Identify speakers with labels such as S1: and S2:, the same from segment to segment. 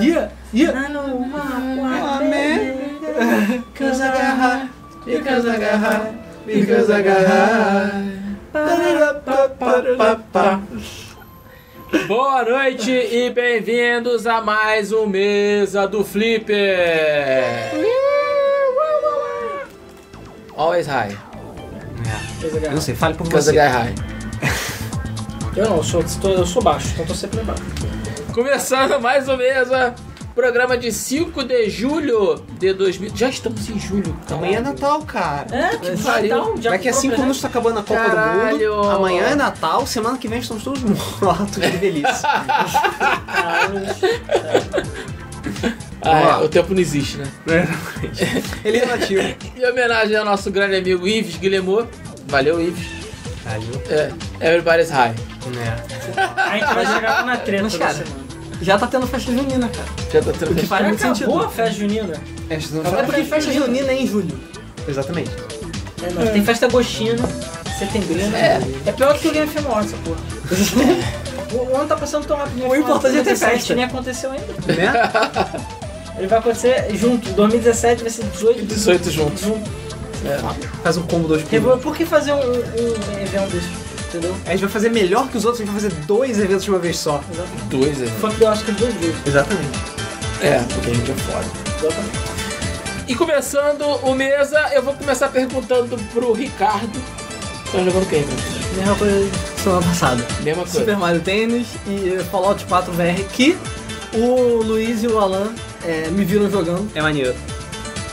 S1: Yeah, yeah.
S2: Because I got high, because I got high,
S1: because I got Boa noite e bem-vindos a mais um Mesa do Flipper. Always high.
S2: Eu
S3: Não sei, fale por
S1: Because I
S3: você.
S1: got high.
S2: não, eu sou, estou- eu sou baixo, então tô sempre baixo.
S1: Começando mais um Mesa. Programa de 5 de julho de 2000. Já estamos em julho. cara.
S3: Amanhã é então, Natal, cara.
S2: É,
S1: que
S2: que
S1: pariu.
S2: pariu.
S3: Daqui a cinco anos tá acabando a Copa do
S1: Caralho.
S3: Mundo. Amanhã é Natal, semana que vem estamos todos mortos. Que delícia.
S1: Ah,
S3: Vamos lá.
S1: é, o tempo não existe, né?
S3: Ele é nativo.
S1: Em homenagem ao nosso grande amigo Ives Guillemot. Valeu, Ives. É, everybody's high.
S3: É.
S2: A gente vai chegar na treta
S3: Mas,
S2: da
S3: cara,
S2: semana.
S3: Já tá tendo festa junina, cara.
S1: Já tá tendo
S3: O que faz muito
S2: acabou
S3: sentido.
S2: a festa junina.
S3: Festa junina.
S2: Acabou
S3: É porque
S2: a festa
S3: festa junina é em julho. Exatamente.
S2: É, não, Tem festa gochina, setembro.
S1: É.
S2: é pior que o Game of Thrones, essa porra. O o ano tá passando tão rápido.
S3: O importante é ter
S2: 2017
S3: festa.
S2: Nem aconteceu ainda.
S3: Né?
S2: Ele vai acontecer junto. 2017 vai ser 18.
S1: 18 juntos.
S2: junto.
S3: Faz um combo dois por um.
S2: Revol- Por que fazer um, um evento desse? Entendeu?
S3: A gente vai fazer melhor que os outros, a gente vai fazer dois eventos de uma vez só.
S2: Exatamente.
S1: Dois, é.
S2: Funk do Oscar duas vezes.
S3: Exatamente.
S1: É, porque a gente é foda.
S2: Exatamente.
S1: E começando o mesa, eu vou começar perguntando pro Ricardo. Tá jogando o que, Ricardo?
S3: Mesma coisa semana passada.
S1: Mesma coisa.
S3: Super Mario Tennis e eh, Fallout 4 VR que o Luiz e o Alan eh, me viram jogando. É maneiro.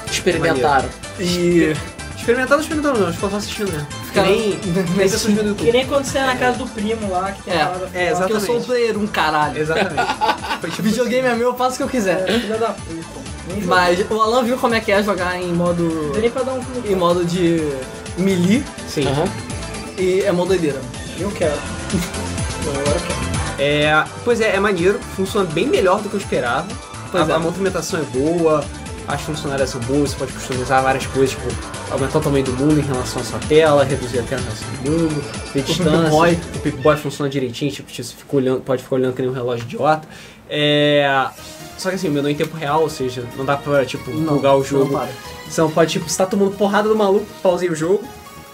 S1: Experimentaram.
S3: E. Experimentaram, experimentaram não, ficou só assistindo, né? Que nem, nem pessoas no
S2: Que
S3: YouTube.
S2: nem quando você é na casa do primo lá, que tem
S3: É,
S2: a hora
S3: é, exatamente. eu sou um player, um caralho. Exatamente. Foi tipo, videogame é meu, eu faço o que eu quiser.
S2: é Filha da puta. Nem jogo.
S3: Mas o Alan viu como é que é jogar em modo.
S2: Não deu nem pra dar um comigo.
S3: em modo de melee. Sim.
S1: Aham.
S3: E é mó doideira.
S2: Eu quero. Não, agora eu quero.
S4: É, pois é, é maneiro, funciona bem melhor do que eu esperava.
S3: Pois
S4: a,
S3: é.
S4: a movimentação é boa, as funcionárias são boas, você pode customizar várias coisas, tipo, aumentar o tamanho do mundo em relação à sua tela, reduzir a tela em relação ao mundo, ver distância.
S3: Boy.
S4: O Pip Boy funciona direitinho, tipo, você fica olhando, pode ficar olhando que nem um relógio idiota. É. Só que assim, o meu não é em tempo real, ou seja, não dá pra, tipo,
S3: Não,
S4: bugar o
S3: não
S4: jogo.
S3: para.
S4: Você não pode, tipo, você tá tomando porrada do maluco, pausei o jogo,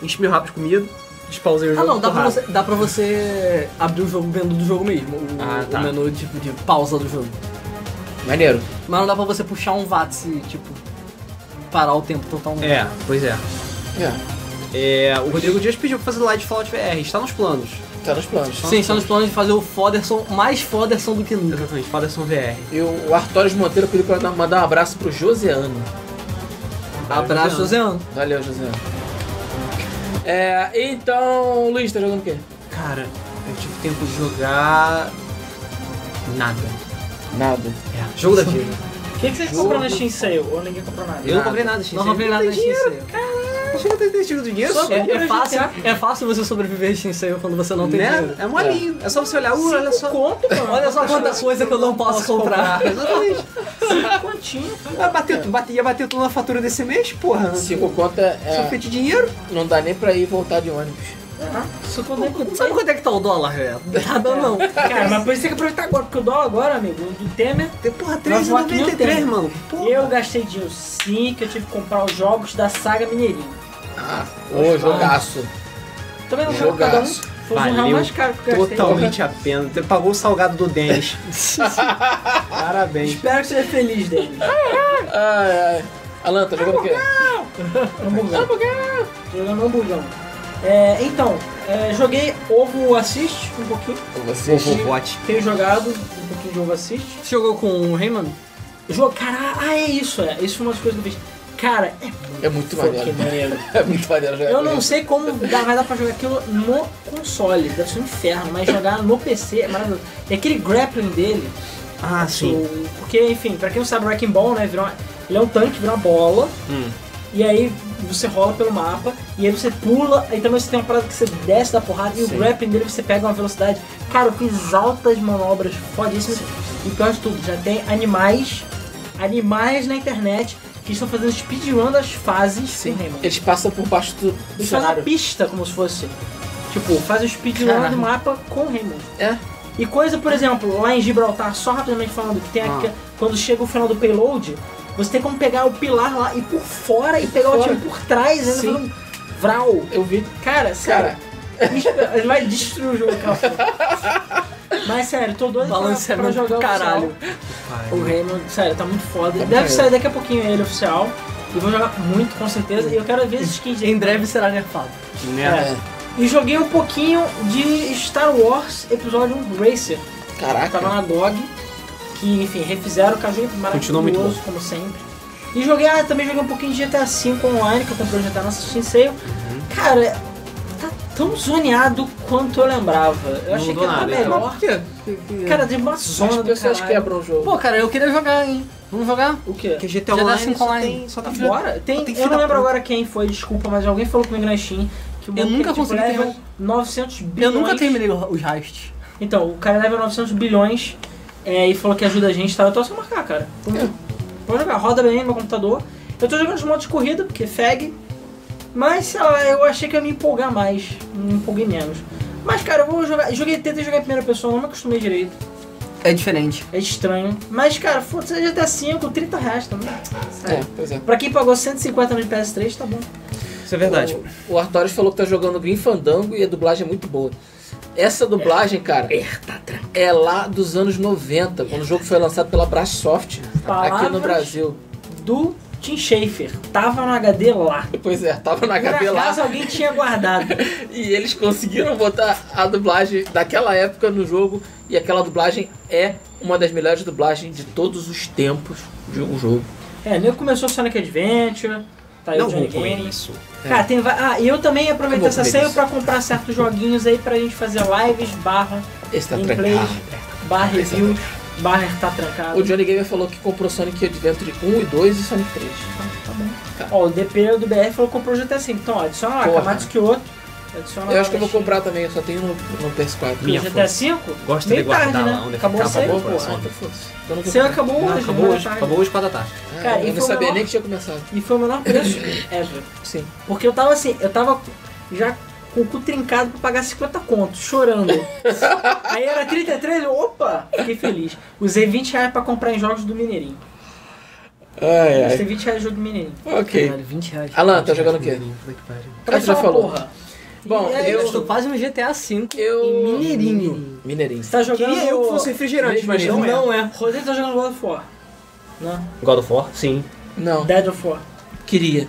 S4: enche meu rabo de comida, despausei o
S3: Ah
S4: jogo.
S3: não, dá pra,
S4: porrada.
S3: você, dá pra você abrir o jogo vendo do jogo mesmo. O,
S4: Ah, tá.
S3: o menu tipo de pausa do jogo.
S1: Maneiro.
S3: Mas não dá pra você puxar um VATS e tipo parar o tempo totalmente.
S4: É, pois é.
S1: É.
S4: É, o Rodrigo Dias pediu pra fazer live de Fallout VR, está nos planos.
S1: Tá nos planos.
S3: Sim, estão nos planos de fazer o Foderson mais Foderson do que nunca.
S4: Exatamente, Falderson VR.
S1: E o Artórios Monteiro pediu pra dar- mandar um abraço pro Joseano.
S3: Abraço, Ozeano.
S1: Valeu, Joseano. É, então, Luiz, tá jogando o quê?
S4: Cara, eu tive tempo de jogar. Nada.
S1: Nada.
S4: É, jogo da vida.
S2: O que, que vocês compraram na Steam Sale? Ou ninguém comprou nada?
S4: Eu não comprei nada, gente. né?
S3: Não roubei nada na Shinsei.
S4: Chega a ter ter tido dinheiro.
S3: É,
S4: É,
S3: é fácil, é fácil você sobreviver a Shinsei quando você não tem dinheiro.
S4: né? é molinho. É. só você olhar, uh, olha só.
S2: Conto, mano.
S3: Olha só quanta coisa que eu não posso comprar.
S4: Exatamente.
S2: Tá Quantinho.
S4: Ah, bateu, bate, ia bater tudo na fatura desse mês, porra.
S1: Cinco conta
S4: Só
S1: é,
S4: feito de dinheiro.
S1: não dá nem pra ir e voltar de ônibus.
S2: Isso quando eu comprei.
S3: Sabe quanto é que tá o dólar, velho? Nada não.
S2: Cara, mas por isso tem que aproveitar agora, porque o dólar agora, amigo, do Temer,
S4: Porra,
S2: Nós vamos aqui no
S4: 3,93,
S2: tempo.
S4: mano. Porra.
S2: eu gastei dinheiro sim, que eu tive que comprar os jogos da saga Mineirinho.
S1: Ah, ô, jogaço.
S2: Também não foi cada um,
S1: Jogaço.
S2: foi um real
S4: Valeu
S2: mais caro que eu gastei.
S4: Totalmente a pena. Você pagou o salgado do Denis. Parabéns.
S2: Espero que seja feliz dele.
S1: Ai, ai. Alan, tá jogando o quê?
S2: Hamburgão. Jogando hamburgão. É, então, é, joguei Ovo Assist um pouquinho.
S1: Você.
S4: Bote.
S2: Tenho jogado um pouquinho de Ovo Assist.
S3: Você jogou com o Rayman?
S2: Jogo, cara, ah, é isso, é. Isso foi uma das coisas que eu fiz. Cara, é
S1: É muito
S2: fucking
S1: maneiro.
S2: maneiro.
S1: É muito maneiro jogar
S2: Eu
S1: com
S2: não
S1: ele.
S2: sei como dá- vai dar pra jogar aquilo no console, deve ser um inferno, mas jogar no PC é maravilhoso. E aquele grappling dele,
S4: Ah, sim.
S2: o- porque, enfim, pra quem não sabe, o Wrecking Ball, né, virou uma- ele é um tanque, vira uma bola, e aí você rola pelo mapa, e aí você pula, aí também você tem uma parada que você desce da porrada, e o grappling dele você pega uma velocidade. Cara, eu fiz altas manobras fodíssimas, e pior de tudo, já tem animais, animais na internet, que estão fazendo speedrun das fases
S1: Sim.
S2: com Rayman.
S1: Eles passam por baixo do, do
S2: Eles fazem a
S1: cenário.
S2: pista como se fosse. Tipo, fazem o speedrun
S1: Caralho.
S2: do mapa com Rayman.
S1: É.
S2: E coisa, por exemplo, lá em Gibraltar, só rapidamente falando, que tem
S4: Ah.
S2: aqui, quando chega o final do payload, você tem como pegar o pilar lá e por fora e pegar o
S1: fora.
S2: time por trás, ainda
S1: Sim.
S2: fazer um vral.
S1: Eu vi.
S2: Cara, sério,
S1: Cara,
S2: ele vai destruir o jogo, cara. Mas sério, tô doido pra- pra
S3: Balanceamento
S2: jogar
S3: do
S2: o
S3: é caralho.
S2: oficial. O Raymond, sério, tá muito foda. Deve
S4: maneiro.
S2: sair daqui a pouquinho ele oficial. E vou jogar muito, com certeza. E eu quero ver esses skins
S3: Em breve será nerfado.
S2: É.
S4: Né?
S1: é.
S2: E joguei um pouquinho de Star Wars Episódio 1 Racer.
S1: caraca.
S2: Tava na GOG, que enfim, refizeram o jogo
S4: Continua muito
S2: maravilhoso, como sempre. E joguei, ah, também joguei um pouquinho de GTA V online, que eu comprei o GTA nessa Steam Sale.
S4: Uhum.
S2: Cara, tá tão zoneado quanto eu lembrava. Eu achei que
S4: mudou
S2: ia tá
S4: nada,
S2: melhor.
S4: então.
S3: Por quê? Que- que-
S2: Cara, tem uma zona
S1: As
S2: do
S1: pessoas é
S2: caralho.
S1: quebram o jogo.
S3: Pô, cara, eu queria jogar, hein? Vamos jogar?
S2: O quê?
S4: Porque GTA
S3: Já dá
S4: Online
S3: cinco
S4: só
S3: online.
S4: tem, só tá tem filha-
S2: Agora?
S4: tem
S2: Tem, eu não
S4: fila
S2: lembro
S4: pronta.
S2: agora quem foi, desculpa, mas alguém falou comigo na Steam que o
S3: Eu
S2: maluco,
S3: nunca
S2: tipo,
S3: consegui
S2: leva
S3: terminar.
S2: 900
S3: Eu
S2: bilhões.
S3: nunca terminei o- os heists.
S2: Então, o cara leva 900 bilhões é, e falou que ajuda a gente, tá? Eu tô só marcar, cara. Vou jogar, roda bem no meu computador. Eu tô jogando os modos de corrida, porque fag. Mas, sei lá, eu achei que ia me empolgar mais. Me empolguei menos. Mas, cara, eu vou jogar. Joguei, tentei jogar em primeira pessoa, não me acostumei direito.
S3: É diferente.
S2: É estranho. Mas, cara, foda-se, é GTA V, 30 reais também.
S1: É, pois é.
S2: Pra quem pagou 150 no PS3, tá bom.
S4: Isso é verdade.
S1: O, o Artorias falou que tá jogando Green Fandango e a dublagem é muito boa. Essa dublagem, cara,
S2: tá
S1: é lá dos anos 90, quando o jogo foi lançado pela Brasoft aqui no
S2: Palavras
S1: Brasil.
S2: Do Tim Schafer. Tava no HD lá.
S1: Pois é, tava na
S2: Por
S1: HP lá
S2: acaso alguém tinha guardado.
S1: e eles conseguiram botar a dublagem daquela época no jogo e aquela dublagem é uma das melhores dublagens de todos os tempos de um jogo.
S2: É, nem começou Sonic Adventure, tá aí
S4: Não
S2: o Johnny
S4: vou comer
S2: Game.
S4: isso.
S2: Cara, tem va- Ah, e eu também aproveitei
S1: É. Eu vou
S2: essa
S1: comer
S2: ceia
S1: isso.
S2: pra comprar certos joguinhos aí pra gente fazer lives, barra,
S1: Esse tá
S2: Gameplay.
S1: trancado.
S2: barra
S1: Esse é
S2: reviews, barra tá trancado.
S1: O Johnny Gamer falou que comprou Sonic Adventure 1 e 2 e Sonic 3. tá
S2: Tá. Ó, o DP do BR falou que comprou o GTA V, então ó, adiciona lá,
S1: Porra.
S2: Kamatsu Kyoto, adiciona lá.
S1: Eu acho que eu vou
S2: Steam.
S1: comprar também, eu só tenho no, no PS4.
S2: Porque
S4: Minha
S2: o GTA V?
S4: Gosta
S2: Meio
S4: de guardar
S2: tarde,
S4: lá
S2: né?
S4: onde é
S2: acabou o
S4: fica,
S2: save,
S4: acabou,
S2: pô.
S4: coração.
S1: Ah, foda-se. Eu não
S2: O seu acabou
S4: Não,
S2: hoje,
S4: acabou
S2: né?
S4: hoje,
S2: Tarde.
S4: acabou hoje 4 da tarde.
S1: Ah,
S2: Cara, e
S1: eu não
S2: foi
S1: sabia
S2: uma-
S1: nem que tinha começado.
S2: E foi o menor preço ever.
S1: Sim.
S2: Porque eu tava assim, eu tava já com o cu trincado pra pagar 50 contos, chorando. Aí era 33, eu, opa, fiquei feliz. Usei 20 reais pra comprar em jogos do Mineirinho.
S1: Ai,
S2: Gastei 20 reais em jogo do Mineirinho.
S1: Ok.
S3: Caralho, 20 reais.
S1: Alan, tá jogando o quê?
S4: Puta que pariu.
S1: Ah, tu já
S2: Mas é uma
S1: falou.
S2: Porra.
S1: Bom,
S2: E aí,
S3: Eu
S1: eu-
S3: estou quase um no GTA V.
S1: Eu.
S3: Em Mineirinho.
S1: Mineirinho.
S2: Você tá jogando...
S3: Queria eu que fosse
S4: refrigerante,
S1: mas
S3: não
S4: é.
S2: é. Rodrigo tá jogando God of War. Não.
S4: God of War? Sim.
S1: Não,
S2: Dead of War.
S1: queria.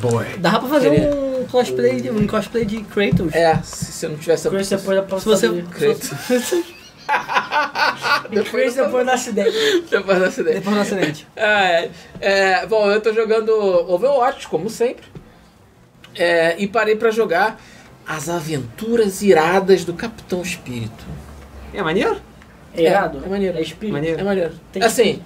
S4: Boy.
S3: Dava pra fazer
S1: Queria.
S3: um cosplay, de- um cosplay de Kratos.
S1: É, se, se eu não tivesse.
S2: Chris depois da
S3: Se você.
S2: aposentadoria. Chris
S1: Depois eu
S2: depois do acidente.
S1: depois do acidente.
S3: Depois do acidente.
S1: É, é, bom, eu tô jogando Overwatch, como sempre. É, e parei pra jogar As Aventuras Iradas do Capitão Espírito.
S4: É maneiro?
S2: É errado?
S1: é maneiro.
S2: É espírito.
S4: Maneiro.
S1: É maneiro.
S2: Tem
S1: assim,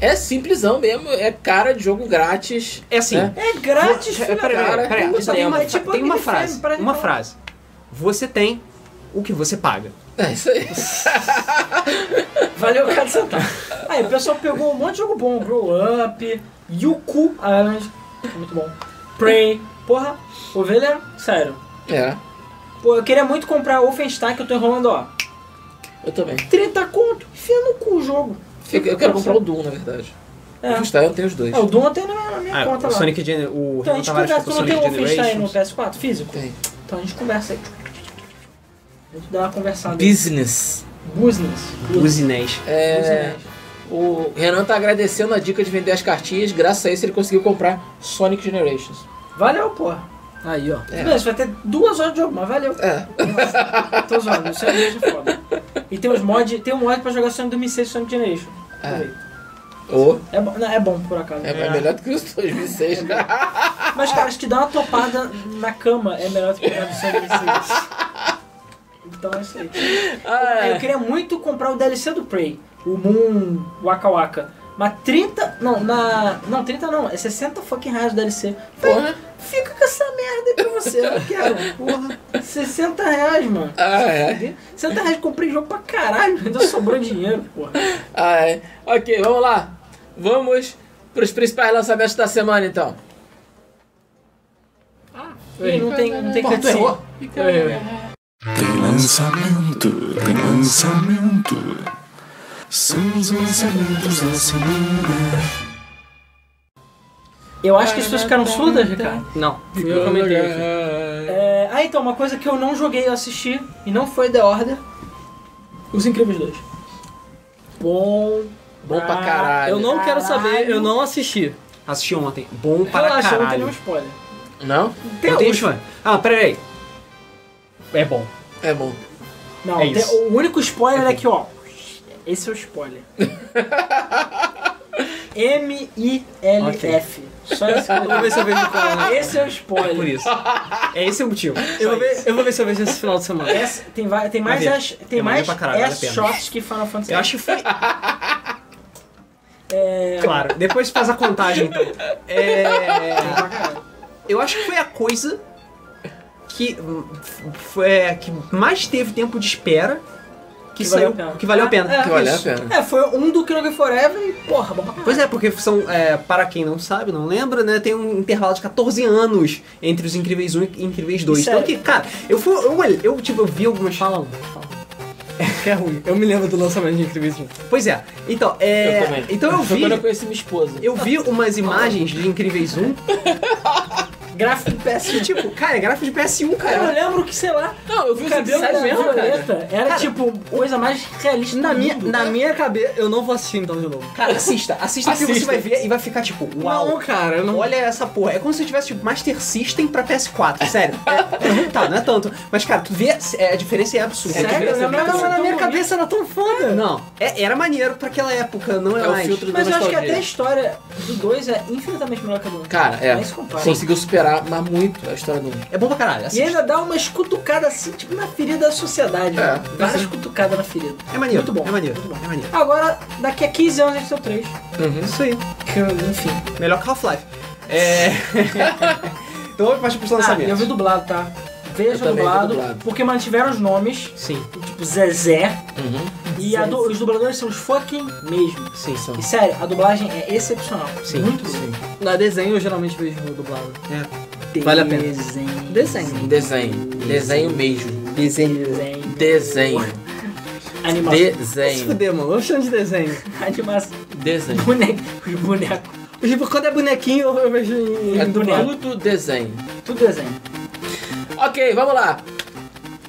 S1: é simplesão mesmo, é cara de jogo grátis.
S4: É assim.
S1: É.
S2: É grátis,
S4: É,
S2: filho
S4: peraí,
S2: da
S4: peraí,
S1: cara,
S4: peraí.
S1: tem
S4: Só Tem
S1: uma-
S4: uma,
S2: é tipo
S4: tem uma
S2: aquele filme,
S4: frase.
S2: para de
S4: Uma
S2: falar.
S4: frase. Você tem o que você paga.
S1: É isso aí.
S2: Valeu cada centavo. Aí, o pessoal pegou um monte de jogo bom. Grow Up, Yuku Island, muito bom. Prey, porra, Ovelha, sério.
S1: É,
S2: Pô, eu queria muito comprar Wolfenstein, que eu tô enrolando, ó.
S1: eu também.
S2: 30 conto, enfia no cu o jogo.
S1: Eu, eu quero comprar o Doom, na verdade.
S2: É.
S1: O Star eu tenho os dois.
S2: É, o Doom tem na minha, na minha
S4: Ah,
S2: conta
S4: o
S2: lá.
S4: Sonic Gen... O
S2: então
S4: Renan
S2: a gente
S4: Tavares
S2: conversa. Tu
S4: colocou
S2: não tem
S4: Sonic
S2: o Wolfenstein no
S4: Generations.
S2: PS4 físico?
S1: Tem.
S2: Então a gente conversa aí. A gente dá uma conversada. aí.
S1: Business.
S2: Business.
S4: Os Inés.
S1: É,
S2: Business.
S1: o Renan tá agradecendo a dica de vender as cartinhas, graças a isso ele conseguiu comprar Sonic Generations.
S2: Valeu, porra.
S3: Aí, ó.
S1: É.
S2: Não, isso vai ter duas horas de jogo, mas valeu.
S1: É.
S2: Tô zoando, isso é mesmo foda. E tem uns mod, tem um mod pra jogar Sonic 2006 e Sonic Generation.
S1: É. Ou
S2: É, bom, não, é bom, por acaso.
S1: é, é melhor do que os 2006, né?
S2: Mas, cara, acho que dar uma topada na cama é melhor do que pegar do Sonic 2006. Então é isso aí.
S1: Ah,
S2: Eu queria muito comprar o DLC do Prey, o Moon Waka Waka. Mas 30. Não, na. Não, 30 não, é 60 fucking reais do DLC.
S1: Porra.
S2: Fica com essa merda aí pra você, eu não quero. Porra. 60 reais, mano.
S1: Ah, é.
S2: 60 reais tá comprei jogo pra caralho, ainda sobrou dinheiro, porra.
S1: Ah, é. Ok, vamos lá. Vamos pros principais lançamentos da semana, então.
S2: Ih, não tem, não tem
S3: Porra, tu
S2: cutscene.
S3: errou.
S5: Tem lançamento, tem lançamento. São os lançamentos da semana.
S4: então,
S2: Eu acho que as pessoas ficaram surdas, Ricardo.
S4: Não.
S3: Fui eu que comentei, filho.
S2: É, ah, então, uma coisa que eu não joguei, eu assisti, e não foi The Order. Os Incríveis 2. Bom.
S1: Bom pra caralho.
S3: Eu não quero saber, eu não assisti.
S4: Assisti ontem. Bom para
S2: Relaxa, não tem
S4: caralho. É
S2: nenhum spoiler.
S1: Não?
S4: Não tem spoiler. Ah, peraí.
S3: É bom.
S1: É bom.
S2: Não,
S4: É
S2: tem-
S4: isso.
S2: o único spoiler é que, ó. Esse é o spoiler. M-I-L-F. Só esse
S3: Eu vou ver se eu vejo no canal.
S2: Esse é o spoiler.
S4: Por isso. É esse o motivo.
S3: Eu vou, ver, eu vou ver se eu vejo esse final de semana.
S2: Essa- tem, vai- tem mais,
S4: Maneiro.
S2: as, tem
S4: É maneiro
S2: mais
S4: pra caralho, vale a
S2: ass
S4: pena.
S2: shots que Final Fantasy.
S4: Eu acho que foi.
S2: É,
S4: Claro. Depois faz a contagem, então. É.
S2: pra caralho.
S4: Eu acho que foi a coisa que hum, f- foi é, que mais teve tempo de espera que,
S2: Que
S4: saiu
S2: valeu a pena.
S4: que valeu a pena.
S1: Que valeu a pena.
S2: É, foi um do Kinoga Forever e, porra, bom pra caralho.
S4: Pois é, porque são, é, para quem não sabe, não lembra, né? Tem um intervalo de 14 anos entre os Incríveis 1 e Incríveis 2.
S2: Sério?
S4: Então que, cara, eu fui. Eu, olhei- eu, tipo, eu vi algumas.
S3: Fala, mano, fala. Que é ruim. Eu me lembro do lançamento de Incríveis 1.
S4: Pois é. Então, é.
S1: Eu também.
S4: Então eu
S1: Foi
S4: vi.
S1: quando eu conheci minha esposa.
S4: Eu vi umas imagens de Incríveis 1
S2: Gráfico de PS.
S4: e, tipo, cara, é gráfico de PS1,
S2: Cara, eu
S4: cara.
S2: lembro que, sei lá,
S1: Não, eu vi
S2: o
S1: os
S2: cabelo da
S1: ensaios mesmo, cara.
S2: Violeta era,
S4: Cara,
S2: tipo, coisa mais realista
S3: Na
S2: do
S3: minha,
S2: mundo.
S3: na minha cabeça, eu não vou assistir então de novo.
S4: Cara, assista, assista, porque você
S1: Assista.
S4: vai ver e vai ficar tipo, uau.
S3: Não, cara, eu não.
S4: Olha essa porra, é como se eu tivesse tipo, Master System pra PS4, sério. É, é, tá, não é tanto. Mas, cara, tu vê, é, a diferença é absurda.
S2: Sério?
S4: A diferença é
S2: Não, não,
S4: muito
S2: não,
S4: grande.
S2: não,
S3: na minha
S2: bonito.
S3: cabeça era tão foda.
S4: Não, é- era maneiro pra aquela época, não é,
S1: É o
S4: mais.
S1: filtro
S2: Mas
S1: da
S2: eu acho que
S1: nostalgia.
S2: até a história do 2 é infinitamente melhor que a do 1.
S1: Cara, é.
S2: Nem se compara.
S1: Conseguiu superar, mas muito, a história do mundo.
S4: É bom pra caralho,
S2: E
S4: assim.
S2: ainda dá umas cutucadas assim, tipo na ferida da sociedade.
S1: É.
S2: né? Várias cutucadas na ferida.
S4: É maneiro,
S2: Muito bom.
S4: é maneiro,
S2: Muito bom.
S4: é maneiro. É
S2: Agora, daqui a 15 anos a gente tem o 3.
S4: Isso aí,
S2: Que, enfim.
S4: melhor que Half-Life. É... então vamos partir pros
S2: Ah, eu
S4: lançamentos.
S2: vi dublado, tá?
S1: Eu
S2: Veja
S1: também vi
S2: dublado,
S1: dublado.
S2: Porque mantiveram os nomes,
S4: Sim,
S2: tipo Zezé.
S1: Uhum.
S2: E a
S3: Zezé.
S2: du- os dubladores são os fucking mesmo.
S4: sim, são.
S2: E sério, a dublagem é excepcional.
S4: Sim,
S2: Muito
S4: sim.
S2: boa.
S3: Na desenho eu geralmente vejo dublado.
S4: Vale a pena.
S2: Desenho.
S3: Desenho.
S1: Desenho. Desenho mesmo.
S4: Desenho.
S2: Desenho.
S1: Desenho.
S2: Animação.
S3: Se
S1: Desenho.
S3: fuder, mano. Eu chamo de desenho.
S2: Animação.
S1: Desenho.
S2: Boneco. Os bonecos.
S3: Tipo, quando é bonequinho, eu eu vejo em,
S1: É
S3: em dublado.
S1: tudo desenho.
S2: Tudo desenho.
S1: Ok, vamos lá.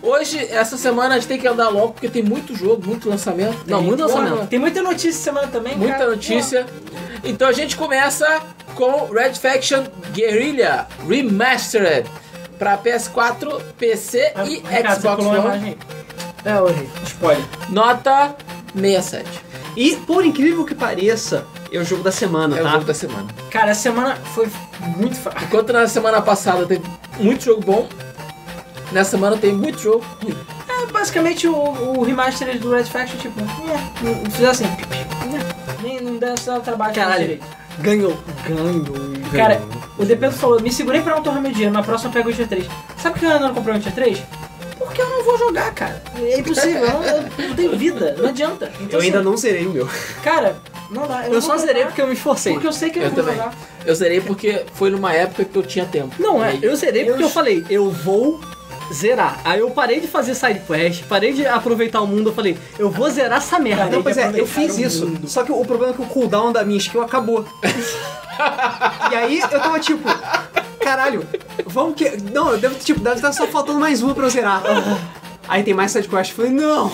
S1: Hoje, essa semana, a gente tem que andar logo, porque tem muito jogo, muito lançamento. Não, muito lançamento.
S2: Tem muita notícia semana também,
S1: Muita
S2: cara.
S1: notícia. Então a gente começa com Red Faction Guerrilla Remastered para PS4, PC
S2: Ah,
S1: e
S2: Ricardo, você
S1: Xbox
S2: colou uma
S1: One.
S2: imagem
S3: É, horrível.
S2: aí. Spoiler.
S1: Nota 67.
S4: E, por incrível que pareça, é o jogo da semana,
S1: É o
S4: tá?
S1: jogo da semana.
S2: Cara, essa semana foi muito fraca.
S1: Enquanto na semana passada teve muito jogo bom, nessa semana tem muito jogo ruim.
S2: é, Basicamente, o, o remaster do Red Faction, tipo, é, não- não fizeram assim. né, Nem não dá só trabalho.
S3: Caralho.
S2: direito.
S3: Ganhou. Ganhou.
S2: Cara, o DP falou, me segurei pra não tornar meu dinheiro, na próxima eu pego o Witcher 3. Sabe por que eu não comprei o Witcher 3? Porque eu não vou jogar, cara. É impossível, eu não, eu não tenho vida, não adianta. Então,
S4: Eu ainda
S2: assim,
S4: não zerei o meu.
S2: Cara, não dá.
S3: Eu,
S2: não
S3: só
S2: vou
S3: zerei
S2: jogar,
S3: porque eu me esforcei.
S2: porque eu sei que eu,
S1: Eu
S2: não vou
S1: também.
S2: jogar.
S1: Eu zerei porque foi numa época que eu tinha tempo.
S3: Não, é,
S1: E-
S3: eu zerei porque
S2: Eu-
S3: eu, falei, eu vou zerar. Aí eu parei de fazer side quest, parei de aproveitar o mundo, eu falei, eu vou zerar essa merda.
S4: Não, pois é, eu
S2: aproveitar
S4: fiz
S2: o
S4: isso. Só que o problema é que o cooldown da minha skill acabou. e aí eu tava tipo, caralho, vamos que. Não, eu devo, tipo, deve estar só faltando mais uma pra eu zerar. Aí tem mais sidequest. Falei, não!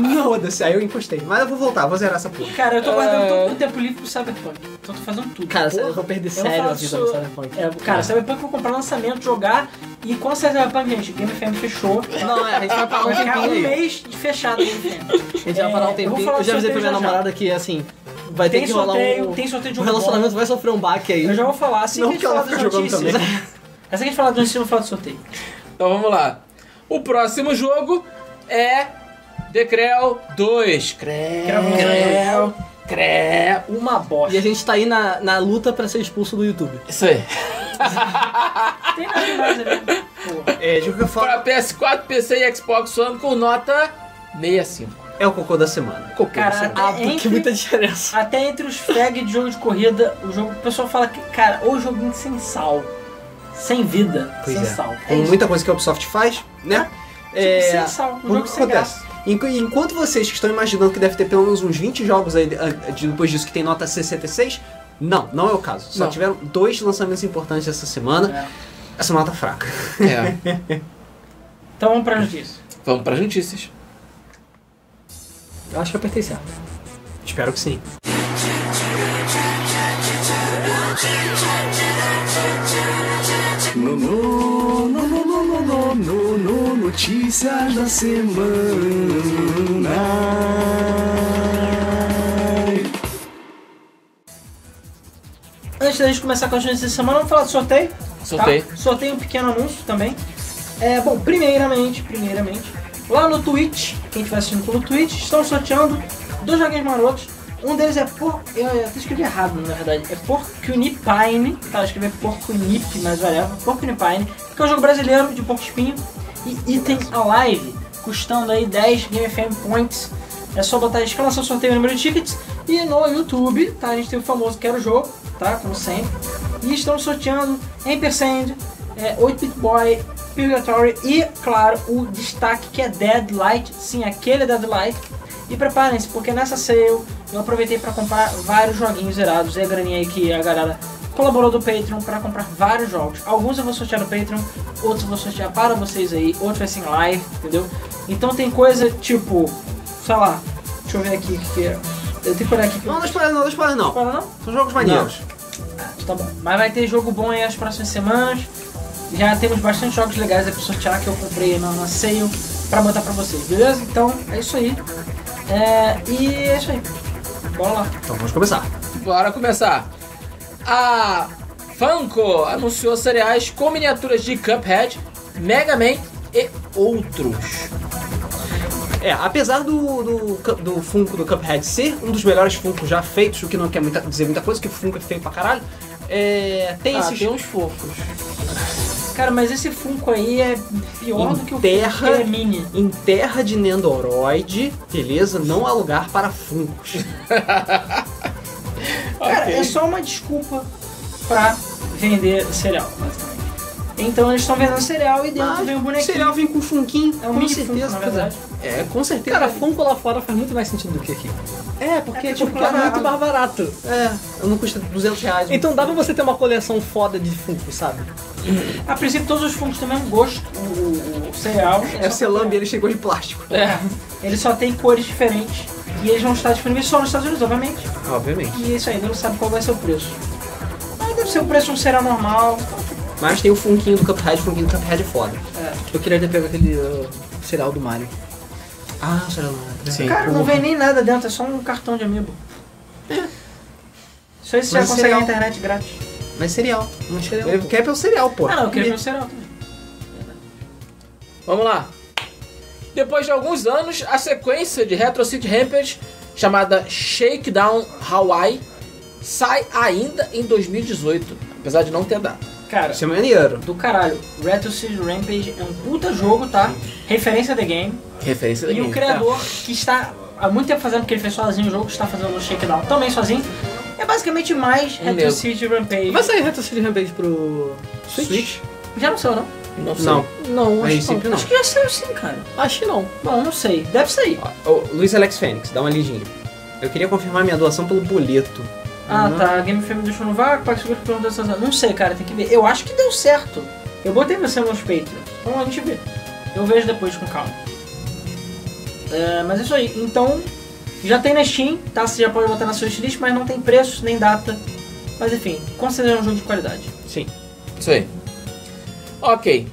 S4: Não, foda-se. Aí eu encostei. Mas eu vou voltar, vou zerar essa porra.
S2: Cara, eu tô guardando todo o tempo livre pro Cyberpunk. Então eu tô fazendo tudo.
S3: Ah. Cara, Ah. sério,
S2: Porra,
S3: eu vou perder
S2: eu
S3: sério a
S2: faço-
S3: vida no Cyberpunk.
S2: É, cara, Cyberpunk eu vou comprar lançamento, jogar e com certeza Cyberpunk, gente, Game FM fechou.
S3: Não, é, a gente vai parar um
S2: Vai ficar um
S3: tempinho aí.
S2: mês de fechado Game FM.
S3: A gente vai parar um
S2: É, eu vou
S3: tempinho.
S2: falar
S3: Eu
S2: do
S3: já avisei pra
S2: sorteio
S3: minha
S2: já já.
S3: namorada que, assim, vai ter
S2: Tem
S3: que rolar
S2: sorteio,
S3: um...
S2: tem sorteio de
S3: O
S2: um
S3: relacionamento vai sofrer um baque aí.
S2: Eu já vou falar, assim
S4: Não
S2: que a gente
S4: que ela
S2: falar
S4: fica
S2: das
S4: jogando
S2: notícias.
S4: também.
S2: Assim que a gente falar das notícias, eu vou falar do sorteio.
S1: Então vamos lá. O próximo jogo é The Creel 2.
S4: um
S1: Creel.
S2: Creu.
S1: Creel.
S2: É Uma bosta.
S3: E a gente tá aí na, na luta pra ser expulso do YouTube.
S1: Isso aí.
S2: Tem nada mais ali. Porra.
S4: É, de qualquer forma.
S1: Para PS4, PC e Xbox One com nota 65.
S4: é o cocô da semana.
S1: Cocô,
S2: Cara,
S1: sei lá.
S2: Ah,
S3: Ah,
S2: entre-
S3: que muita diferença.
S2: Até entre os fag de jogo de corrida, o jogo o pessoal fala que, cara, ou joguinho sem sal, sem vida,
S4: Pois
S2: sem
S4: é.
S2: sal. É
S4: Como
S2: isso.
S4: muita coisa que a Ubisoft faz, né?
S2: Tipo, sem sal, um
S4: o
S2: jogo
S4: que
S2: sem
S4: acontece?
S2: graça.
S4: Enqu- Enquanto vocês que estão imaginando que deve ter pelo menos uns 20 jogos aí ah, de- depois disso que tem nota 66, não, não é o caso. Só
S1: Não.
S4: tiveram dois lançamentos importantes essa semana.
S2: É.
S4: Essa nota fraca.
S1: É.
S2: Então vamos
S4: É.
S2: pra notícia.
S1: Vamos para as notícias.
S3: Eu acho que eu apertei certo.
S4: Espero que sim.
S5: No, no, no, no, no, no, no, no, no, notícias da semana.
S2: Antes da gente começar com as notícias da semana, vamos falar do sorteio.
S1: Sorteio.
S2: Tá? Sorteio um pequeno anúncio também. É, bom, primeiramente, primeiramente, lá no Twitch, quem estiver assistindo pelo Twitch, estão sorteando dois joguinhos marotos. Um deles é por. Eu até escrevi errado, na verdade. É Porcunipine. Tá, eu escrevi Porcunip, mas whatever. Porcunipine. Que é um jogo brasileiro de porco espinho. E item Alive, custando aí 10 Game FM Points. É só botar a escalação, sorteio e número de tickets. E no YouTube, tá? A gente tem o famoso Quero Jogo, tá? Como sempre. E estamos sorteando Ampersand, é, 8-Bit Boy, Purgatory e, claro, o destaque que é Deadlight. Sim, aquele Deadlight. E preparem-se, porque nessa sale eu aproveitei para comprar vários joguinhos zerados. É a graninha aí que a galera colaborou do Patreon para comprar vários jogos. Alguns eu vou sortear no Patreon, outros eu vou sortear para vocês aí, outros vai ser em live, entendeu? Então tem coisa tipo, sei lá, deixa eu ver aqui o que que é. Eu tenho que olhar aqui.
S4: Não, não spoiler não, não spoiler não.
S2: Fala, não?
S4: São jogos maneiros.
S2: Ah, tá bom. Mas vai ter jogo bom aí as próximas semanas. Já temos bastante jogos legais aí pra sortear que eu comprei na, na sale pra botar pra vocês, beleza? Então é isso aí. É, e é isso aí. Bora lá.
S4: Então vamos começar.
S2: Tá.
S1: Bora começar. A Funko anunciou cereais com miniaturas de Cuphead, Mega Man e outros.
S4: É, apesar do, do, cu- do Funko do Cuphead ser um dos melhores Funko já feitos, o que não quer muita- dizer muita coisa, que o Funko é feio pra caralho, é, tem
S1: Ah,
S4: esses
S1: tem uns fofos.
S2: Cara, mas esse Funko aí é pior do que o
S4: Terra.
S2: Funko que é mini.
S4: em terra de Nendoroid, beleza? Não há lugar para Funkos.
S2: Cara,
S1: Ok.
S2: é só uma desculpa pra vender cereal, basicamente. Então eles estão vendendo cereal e dentro vem um bonequinho.
S4: Ah, Cereal vem com funquinho,
S2: É um
S4: com
S2: mini Funko,
S4: certeza.
S2: na
S4: pois é.
S2: verdade.
S4: é, com certeza.
S3: Cara, Funko lá fora faz muito mais sentido do que aqui.
S4: é, porque,
S2: é
S4: tipo,
S2: porque
S4: é
S2: lá-
S4: muito
S3: Muito
S4: bar...
S3: mais barato.
S4: É, não custa 200 reais. né?
S3: Então dá pra você ter uma coleção foda de Funko, sabe?
S2: A princípio todos os Funkos têm o mesmo gosto, o, o- o cereal.
S4: é o
S2: só-
S4: Celambi, ele chegou de plástico.
S2: É, eles só têm cores diferentes e eles vão estar disponíveis só nos Estados Unidos, obviamente.
S4: Obviamente.
S2: E é isso ainda não sabe qual vai ser o preço. Mas deve ser o preço de um cereal normal.
S4: Mas tem o funquinho do Cuphead, o funquinho do Cuphead é foda.
S3: Eu queria ter pego aquele uh, cereal do Mario.
S4: Ah, será não.
S1: Sim.
S2: Cara, não vem nem nada dentro, é só um cartão de amiibo. Só isso você já
S4: É. Mas
S2: consegue na
S4: cereal.
S2: internet grátis.
S4: Mas cereal.
S3: Um cereal.
S4: Ele quer pelo é cereal, pô.
S2: Ah, não, eu queria ver o cereal também.
S1: Vamos lá. Depois de alguns anos, a sequência de Retro City Rampage, chamada Shakedown Hawaii, sai ainda em 2018, apesar de não ter dado.
S2: Cara,
S4: Isso é maneiro.
S2: do caralho, Retro City Rampage é um puta jogo, tá? Referência The Game.
S1: Referência da
S2: E o
S1: Game.
S2: criador, que está há muito tempo fazendo, porque ele fez sozinho o jogo, está fazendo o Shakedown também sozinho, é basicamente mais
S1: Um
S2: Retro
S1: nego.
S2: City Rampage.
S3: Vai sair Retro City Rampage pro Switch?
S2: Já não saiu, não?
S1: Não sei.
S4: Não,
S3: Não,
S4: a
S3: acho que
S4: princípio
S3: não.
S4: não.
S2: Acho que já saiu sim, cara.
S3: Acho que não.
S2: Bom, não sei. Deve sair.
S4: Ô, Luiz Alex Fênix, dá uma lidinha. Eu queria confirmar minha doação pelo boleto.
S2: Ah,
S4: Não.
S2: tá. A Game Frame deixou no vácuo, Pax Figure perguntou essas Não sei, cara. Tem que ver. Eu acho que deu certo. Eu botei você nos Patreons. Então a gente vê. Eu vejo depois com calma. É, mas é isso aí. Então, já tem na Steam, tá? Você já pode botar na sua wishlist, mas não tem preço, nem data. Mas enfim, considera um jogo de qualidade.
S4: Sim.
S1: Isso aí. Ok.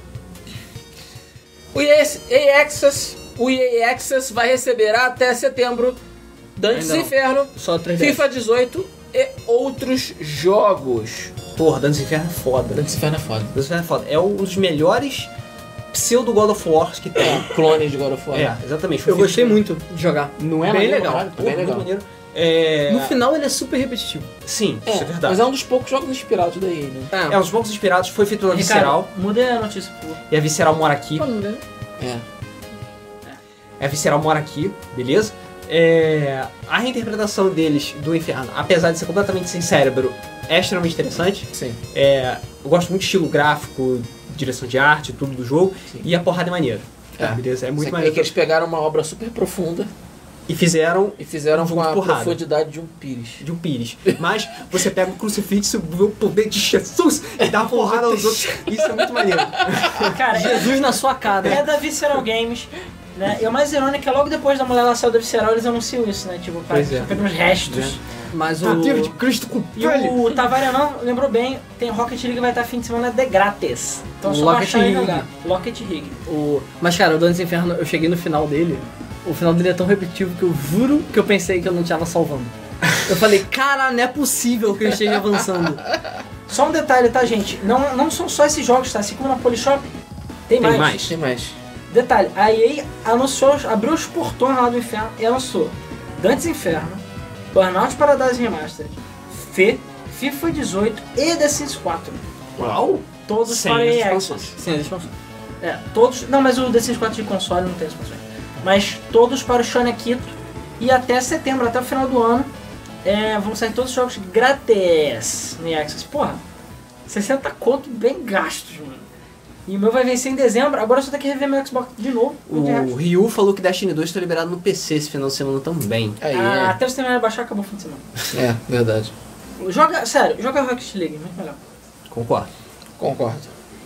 S1: O EA Access, o EA Access vai receber até setembro Dantes
S3: Ainda não.
S1: Inferno,
S3: Só 3
S1: FIFA 18 e outros jogos.
S4: Porra, Dantes Inferno é foda. Dantes
S1: Dantes Inferno é foda.
S4: Inferno é foda. É um dos melhores pseudo God of War que tem.
S1: Clones de God of War.
S4: É, exatamente.
S3: Eu gostei muito de jogar.
S4: Não é
S1: maneiro,
S4: bem legal.
S1: caralho,
S4: Porra,
S1: bem legal.
S4: Muito maneiro. É...
S3: No final ele é super repetitivo.
S4: Sim,
S1: É,
S4: isso é verdade.
S1: Mas é um dos poucos jogos inspirados daí, né?
S4: É, os jogos inspirados foi feito pela
S2: Ricardo,
S4: Visceral.
S2: Mudei a notícia, por favor.
S4: É. E a Visceral mora aqui.
S3: Mano, né?
S1: É.
S4: É, Visceral mora aqui, beleza? É, a reinterpretação deles do Inferno, apesar de ser completamente sem cérebro, é extremamente interessante.
S1: Sim.
S4: É, eu gosto muito do estilo gráfico, direção de arte, tudo do jogo.
S1: Sim.
S4: E a porrada é maneira.
S1: É.
S4: Beleza? É muito
S1: é
S4: maneiro.
S1: que eles pegaram uma obra super profunda
S4: E fizeram
S1: e fizeram
S4: Um
S1: com
S4: jogo
S1: a
S4: de porrada.
S1: profundidade de um pires.
S4: de um pires. Mas você pega o crucifixo, vê o poder de Jesus e dá uma porrada aos outros. Isso é muito maneiro.
S2: Cara, é,
S3: Jesus na sua cara.
S2: é da Visceral Games. Né? E o mais irônico é que logo depois da mulher lançar da Visceral, eles anunciam isso, né? Tipo, para
S4: Pois é.
S2: pelos restos.
S3: Mas o.
S4: Tentativa Ah, de Cristo com
S2: E o Tavarianão lembrou bem, tem Rocket League vai estar fim de semana de grátis. Então é só
S3: Rocket
S2: baixar e
S3: League.
S2: jogar. Rocket League.
S3: O... Mas, cara, o Dantes Inferno, eu cheguei no final dele. O final dele é tão repetitivo que eu juro que eu pensei que eu não tava salvando. Eu falei, cara, não é possível que eu esteja avançando.
S2: Só um detalhe, tá, gente? Não, não são só esses jogos, tá? Assim como na Polishop,
S4: Tem
S2: tem, mais.
S4: mais.
S1: Tem mais.
S2: Detalhe, a EA anunciou, abriu os portões lá do inferno e lançou Dantes Inferno, Burnout Paradise Remastered, Fê, FIFA 18 e The Sims 4.
S4: Uau!
S2: Todos
S4: Sem
S2: para
S4: as
S2: EA.
S4: expansões.
S3: Sim, deixa eu passar.
S2: É, todos. Não, mas o The Sims 4 de console não tem expansões. Mas todos para o Shonekito. E até setembro, até o final do ano, é, vão sair todos os jogos grátis no EA Access. Porra, 60 conto bem gastos, mano. E o meu vai vencer em dezembro, agora eu só tenho que rever meu Xbox de novo. de resto.
S4: O Ryu falou que Destiny 2 tá liberado no PC esse final de semana também.
S1: Aí,
S2: Ah, até você terminar de baixar, acabou o fim de semana.
S1: é. é, verdade.
S2: Joga, sério, joga Rocket League, muito melhor.
S4: Concordo.
S1: Concordo.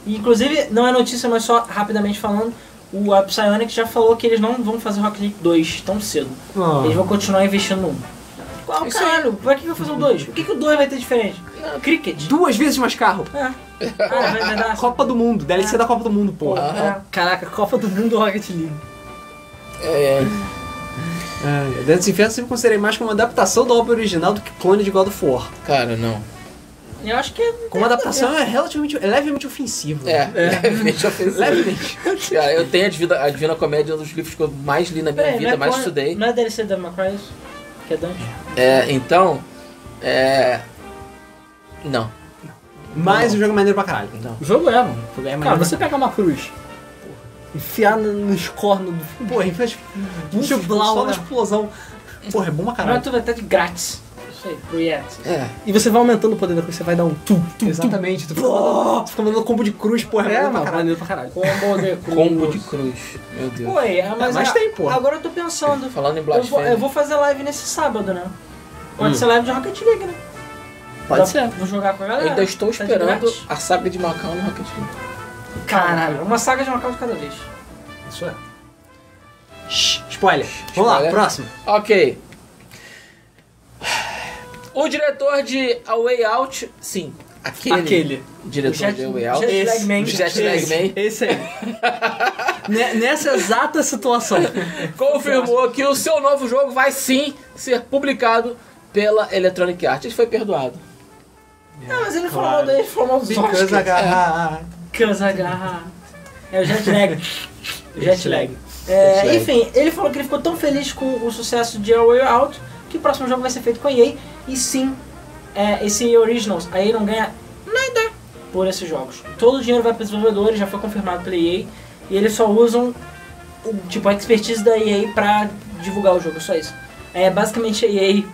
S2: E, inclusive, não é notícia, mas só rapidamente falando, o a Psyonix já falou que eles não vão fazer Rocket League 2 tão cedo.
S4: Ah.
S2: Eles vão continuar investindo no 1. Qual
S1: Isso aí.
S2: caralho? Pra que vai fazer o 2? O que, que o 2 vai ter diferente? Cricket.
S4: Duas vezes mais carro.
S2: É. Ah, vai, vai dar... Ah,
S4: Copa do Mundo, DLC da Copa do Mundo, pô.
S1: Ah.
S2: É.
S3: Caraca, Copa do Mundo Rocket League.
S1: É,
S4: É, Dantes Inferno eu sempre considerei mais como uma adaptação da obra original do que clone de God of War.
S1: cara, não.
S2: Eu acho que... é-
S4: Como adaptação é relativamente, é levemente ofensivo.
S1: É, levemente ofensivo.
S4: Levemente.
S1: Cara, eu tenho a Divina, a Divina Comédia, um dos livros que eu mais li na minha
S2: Peraí,
S1: vida,
S2: não é,
S1: mais
S2: porra-
S1: estudei.
S2: não é DLC da Macross? Que é Dante?
S1: É, então, é... Não.
S4: Mas o jogo é maneiro pra caralho. Então.
S3: O jogo é, mano.
S4: O jogo é
S3: Cara,
S4: maneiro
S3: você
S4: pra
S3: pegar uma cruz, enfiar no- nos cornos do
S4: caralho. Porra, ele faz
S3: Muito blau,
S4: só na
S3: né?
S4: explosão. Porra, é bom pra
S2: Agora
S4: caralho.
S2: tu vai ter de grátis. Isso aí, pro EA.
S1: É,
S3: E você vai aumentando o poder da cruz, você vai dar um tu, tu,
S4: Exatamente. Tu fica mandando- tu fica mandando combo de cruz,
S3: tu.
S4: porra, é,
S3: É,
S4: maneiro pra
S3: mano,
S4: caralho.
S3: maneiro pra caralho.
S2: Combo de cruz.
S1: Combo de Cruz. Meu Deus.
S2: Pô, é, mas,
S4: É, mas
S2: a-
S4: tem, pô.
S2: Agora eu tô pensando.
S1: Falando em
S2: Eu vou,
S1: Blasphemy.
S2: eu vou fazer live nesse sábado, né? Pode
S4: Hum.
S2: ser live de Rocket League, né?
S3: Pode
S2: Dá-
S3: ser.
S2: Vou jogar com a galera.
S1: Eu Ainda estou
S2: Tá de
S1: esperando
S2: grátis.
S1: a saga de Macau no Rocket League.
S2: Caralho, uma saga de Macau de cada vez.
S4: Isso é. Shh, spoiler. Vamos lá,
S1: Spoiler.
S4: próximo.
S1: Ok. O diretor de A Way Out, sim, aquele,
S3: Aquele.
S1: diretor de A Way Out,
S2: Jet
S3: Esse,
S2: Lag Man.
S1: o Jet Lag
S4: né?
S1: Man,
S3: Esse aí. Ne- Nessa exata situação.
S1: confirmou que o seu novo jogo vai sim ser publicado pela Electronic Arts. Ele foi perdoado.
S2: Não, mas ele não
S4: Claro.
S2: falou daí, ele falou mal dos
S4: Because I
S2: Oscars.
S4: got-
S2: Because I got- É o Jet Lag. Jet Lag.
S1: Jet
S2: É,
S1: lag.
S2: enfim, ele falou que ele ficou tão feliz com o sucesso de A Way Out que o próximo jogo vai ser feito com a EA. E sim, é, esse Originals, a EA não ganha nada por esses jogos. Todo o dinheiro vai para os desenvolvedores, já foi confirmado pela EA. E eles só usam o, tipo, a expertise da EA pra divulgar o jogo, é só isso. É basicamente a EA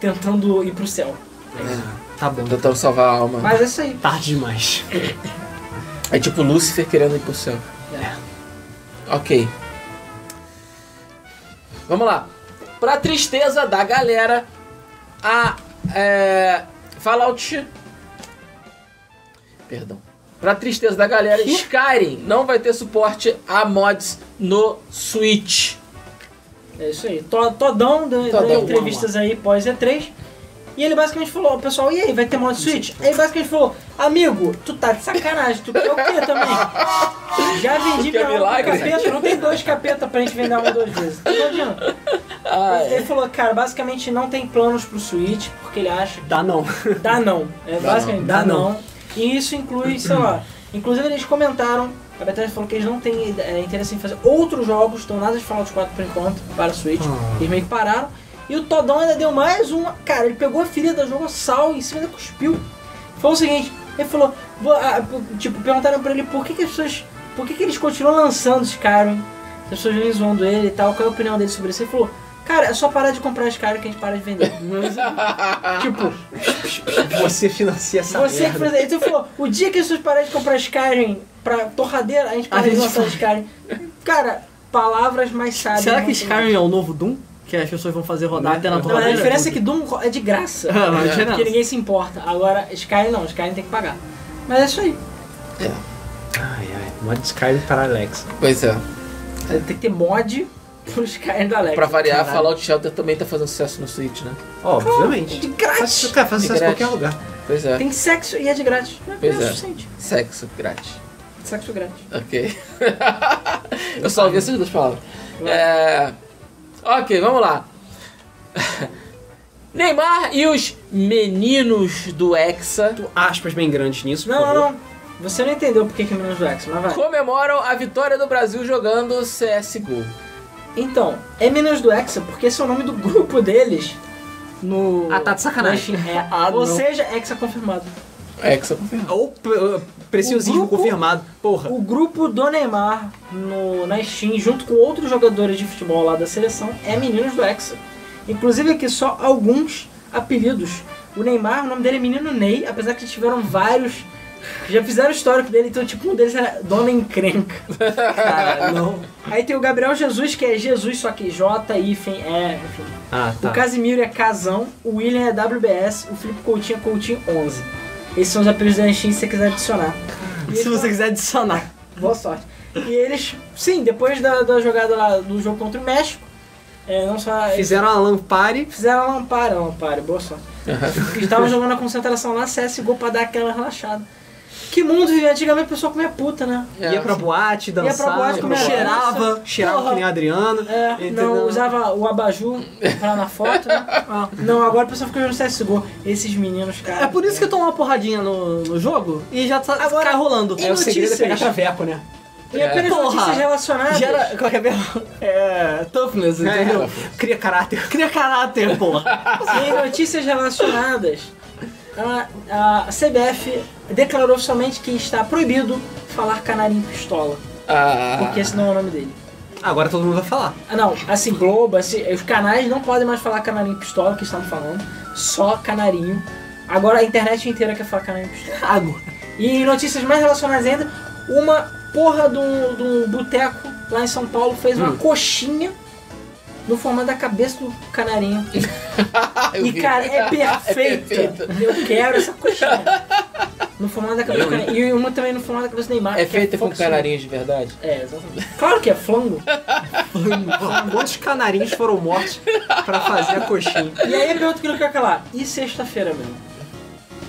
S2: tentando ir pro céu.
S4: É, Tá bom.
S1: Tentando salvar a alma.
S2: Mas é isso aí.
S4: Tarde demais.
S1: É tipo Lúcifer querendo ir pro céu.
S2: É.
S1: Ok. Vamos lá. Pra tristeza da galera, a é, Fallout. Perdão. Pra tristeza da galera, Skyrim não vai ter suporte a mods no Switch.
S2: É isso aí. To- Todão deu,
S1: Todão,
S2: deu entrevistas aí pós E3. E ele basicamente falou, pessoal, e aí, vai ter modo Switch? Aí ele basicamente falou, amigo, tu tá de sacanagem, tu quer o quê também? Já vendi
S1: Quer
S2: minha alma pro
S1: milagre?
S2: capeta, não tem dois capeta pra gente vender alma duas vezes. Tá adianta.
S1: Ah, é.
S2: Ele falou, cara, basicamente não tem planos pro Switch, porque ele acha
S4: Dá não.
S2: Dá não. É, basicamente,
S4: não.
S2: dá,
S4: Dá
S2: não.
S4: não.
S2: E isso inclui, sei lá. Inclusive eles comentaram, a Bethesda falou que eles não têm é, interesse em fazer outros jogos, então nada de Fallout 4 por enquanto, para a Switch.
S4: Ah.
S2: Eles meio que pararam. E o Todão ainda deu mais uma. Cara, ele pegou a ferida, jogou sal em cima e cuspiu. Foi o seguinte, ele falou, vou- ah, tipo, perguntaram pra ele por que, que as pessoas. Por que, que eles continuam lançando Skyrim? as pessoas vêm zoando ele e tal, qual é a opinião dele sobre isso? Ele falou, cara, é só parar de comprar as caras que a gente para de vender. tipo,
S4: Você financia essa
S2: você que
S4: merda.
S2: fez isso. Ele falou, o dia que as pessoas pararem de comprar as caras pra torradeira, a gente para
S3: A
S2: de
S3: gente
S2: lançar as caras. Cara, palavras mais sábias.
S3: Será que
S2: não tem.
S3: Skyrim é o novo Doom? Que as pessoas vão fazer rodar até na
S2: Não, a
S3: torradeira?
S2: diferença é que Doom é de graça.
S3: Ah, mas é.
S2: Porque ninguém se importa. Agora, Skyrim não, Skyrim tem que pagar. Mas é isso aí.
S4: Ai, ai. Mod Skyrim para Alex.
S1: Pois é.
S2: Tem que ter mod pro Skyrim do Alex.
S1: Pra variar,
S2: Caralho.
S1: Fallout Shelter também tá fazendo sucesso no Switch, né?
S4: Obviamente.
S2: De grátis.
S4: Faz, cara, faz sucesso em
S1: Grátis.
S4: qualquer lugar.
S1: Pois é.
S2: Tem sexo e é de grátis. Não
S1: Pois é.
S2: é o suficiente.
S1: Sexo grátis.
S2: Sexo grátis.
S1: Ok. Eu só ouvi essas duas palavras. É... Ok, vamos lá. Neymar e os meninos do Hexa
S4: Aspas bem grandes nisso.
S2: Não, não, não. Você não entendeu por que que é menos do X, mas vai.
S1: comemoram a vitória do Brasil jogando CSGO.
S2: Então, é Meninas do Hexa porque esse é o nome do grupo deles no.
S3: Ah, tá de sacanagem.
S2: no Steam. É,
S3: Ah,
S2: ou
S3: não.
S2: seja, Hexa confirmado.
S1: Hexa confirmado.
S4: Ou uh, preciosismo
S2: O grupo-
S4: confirmado. Porra.
S2: O grupo do Neymar no, na Steam, junto com outros jogadores de futebol lá da seleção, é Meninos do Hexa. Inclusive aqui só alguns apelidos. O Neymar, o nome dele é Menino Ney, apesar que tiveram vários. Já fizeram o histórico dele, então tipo um deles era Dona Encrenca.
S3: Cara, não.
S2: Aí tem o Gabriel Jesus, que é Jesus, só que J, hífen, é, enfim.
S4: Ah,
S2: O
S4: tá.
S2: Casimiro é Casão, o William é WBS, o Felipe Coutinho é Coutinho 11. Esses são os apelidos da Steam se você quiser adicionar. E
S3: Se
S2: eles-
S3: você quiser adicionar.
S2: Boa sorte. E eles, sim, depois da, da jogada lá do jogo contra o México, é, não só. Eles
S4: Fizeram uma lampare.
S2: fizeram um a lampara, a lampara, boa sorte. Eles estavam jogando a concentração lá, CSGO pra dar aquela relaxada. Que mundo vivia antigamente, o pessoal comia puta, né?
S1: É.
S4: Ia pra boate,
S2: pra
S4: dançava.
S2: boate, comia
S4: cheirava.
S2: lança.
S4: Cheirava
S2: Porra.
S4: que nem a Adriana.
S2: É,
S4: entendeu?
S2: não usava o abajur pra na foto, né? Ah, Não, agora o pessoal fica jogando CSGO. Esses meninos, cara.
S3: É por isso que eu tomo uma porradinha no, no jogo e já tá
S2: Agora-
S3: cai rolando.
S2: É o segredo é pegar
S3: traveco, né?
S2: E apenas
S3: Porra.
S2: notícias relacionadas.
S3: Gera, qual que é mesmo? É, toughness, entendeu?
S4: É, cria caráter.
S3: Cria caráter, Ah, porra.
S2: E em notícias relacionadas, a, a CBF declarou oficialmente que está proibido falar canarinho pistola,
S1: Ah,
S2: porque esse não é o nome dele.
S4: Agora todo mundo vai falar.
S2: Ah, não, assim, Globo, assim, os canais não podem mais falar canarinho pistola, que estavam falando, só canarinho. Agora a internet inteira quer falar canarinho pistola.
S3: Água.
S2: E em notícias mais relacionadas ainda, uma porra de um, de um boteco lá em São Paulo fez uma coxinha no formato da cabeça do canarinho.
S1: eu
S2: E
S1: vi.
S2: cara, é perfeita.
S1: É perfeita.
S2: Eu quero essa coxinha. No formato da cabeça do Neymar. E uma também no formato da cabeça do Neymar.
S1: É
S2: que
S1: feita com
S2: Fox né?
S1: canarinhos de verdade?
S2: É, exatamente. Claro que é flango.
S4: Quantos canarinhos foram mortos pra fazer a coxinha?
S2: E aí eu pergunto que não quer calar. E sexta-feira mesmo?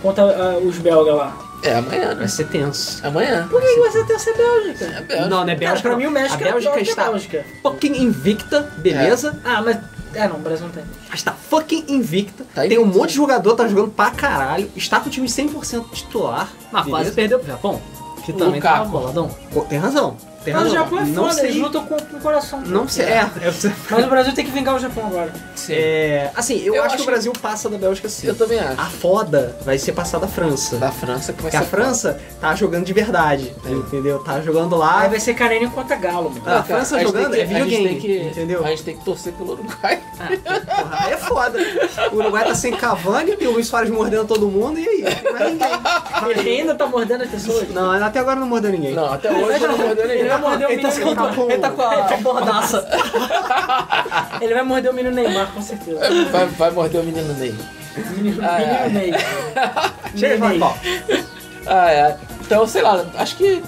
S2: Conta ah, os belgas lá.
S1: É amanhã, né?
S4: Vai ser tenso.
S1: Amanhã.
S2: Por que que você tem essa Bélgica?
S1: É Bélgica.
S4: Não, né?
S2: Cara,
S4: Bélgica.
S2: pra mim o
S4: a
S2: México é pior
S4: Bélgica
S2: que a
S4: está
S2: Bélgica.
S4: fucking invicta, beleza?
S2: Ah, mas... É, não, o Brasil não tem.
S4: Mas tá fucking invicta.
S1: Tá
S4: Tem um
S1: invicta.
S4: monte de jogador, tá jogando pra caralho. Está com o time 100% titular.
S3: Mas
S4: beleza?
S3: quase perdeu pro Japão. Que também
S1: Lukaku.
S3: tava boladão.
S4: Pô, Tem razão. Tem
S2: Mas o
S4: razão.
S2: Japão é
S4: não
S2: foda, eles
S4: sei,
S2: lutam com com o coração.
S4: Não sei. É,
S2: Mas o Brasil tem que vingar o Japão agora.
S1: Sim.
S4: é, é, assim, eu,
S1: Eu
S4: acho que
S1: acho
S4: o Brasil passa da Bélgica sim.
S1: Eu também acho.
S4: A foda vai ser passar da França.
S1: Da França que vai
S4: Porque a
S1: ser. É.
S4: França tá jogando de verdade, entendeu? Tá jogando lá.
S2: Aí vai ser Karenio contra Galo, mano.
S4: Ah,
S1: Não,
S4: a França
S1: gente
S4: jogando
S1: tem
S4: é videogame,
S1: a gente tem que,
S4: entendeu?
S1: A gente tem que torcer pelo Uruguai.
S4: Porra, aí é foda. O Uruguai tá sem Cavani, tem o Luiz Soares mordendo todo mundo, e aí? Não tem mais Ah.
S2: Ele ainda tá mordendo as pessoas.
S4: ninguém. Não, até agora não mordeu ninguém.
S1: Não, até hoje eu não mordeu
S2: Ele
S1: ninguém.
S2: vai morder o
S4: Ele tá
S2: menino
S4: se
S2: Neymar.
S4: contando.
S3: Ele tá com a bordaça.
S2: Ele vai morder o menino Neymar, com certeza.
S1: Vai, vai morder o menino Ney.
S2: Menino,
S1: Ah, é.
S2: menino Ney.
S4: Chega de falar,
S2: Neném.
S4: pau.
S1: Ah, é. Então, sei lá, acho que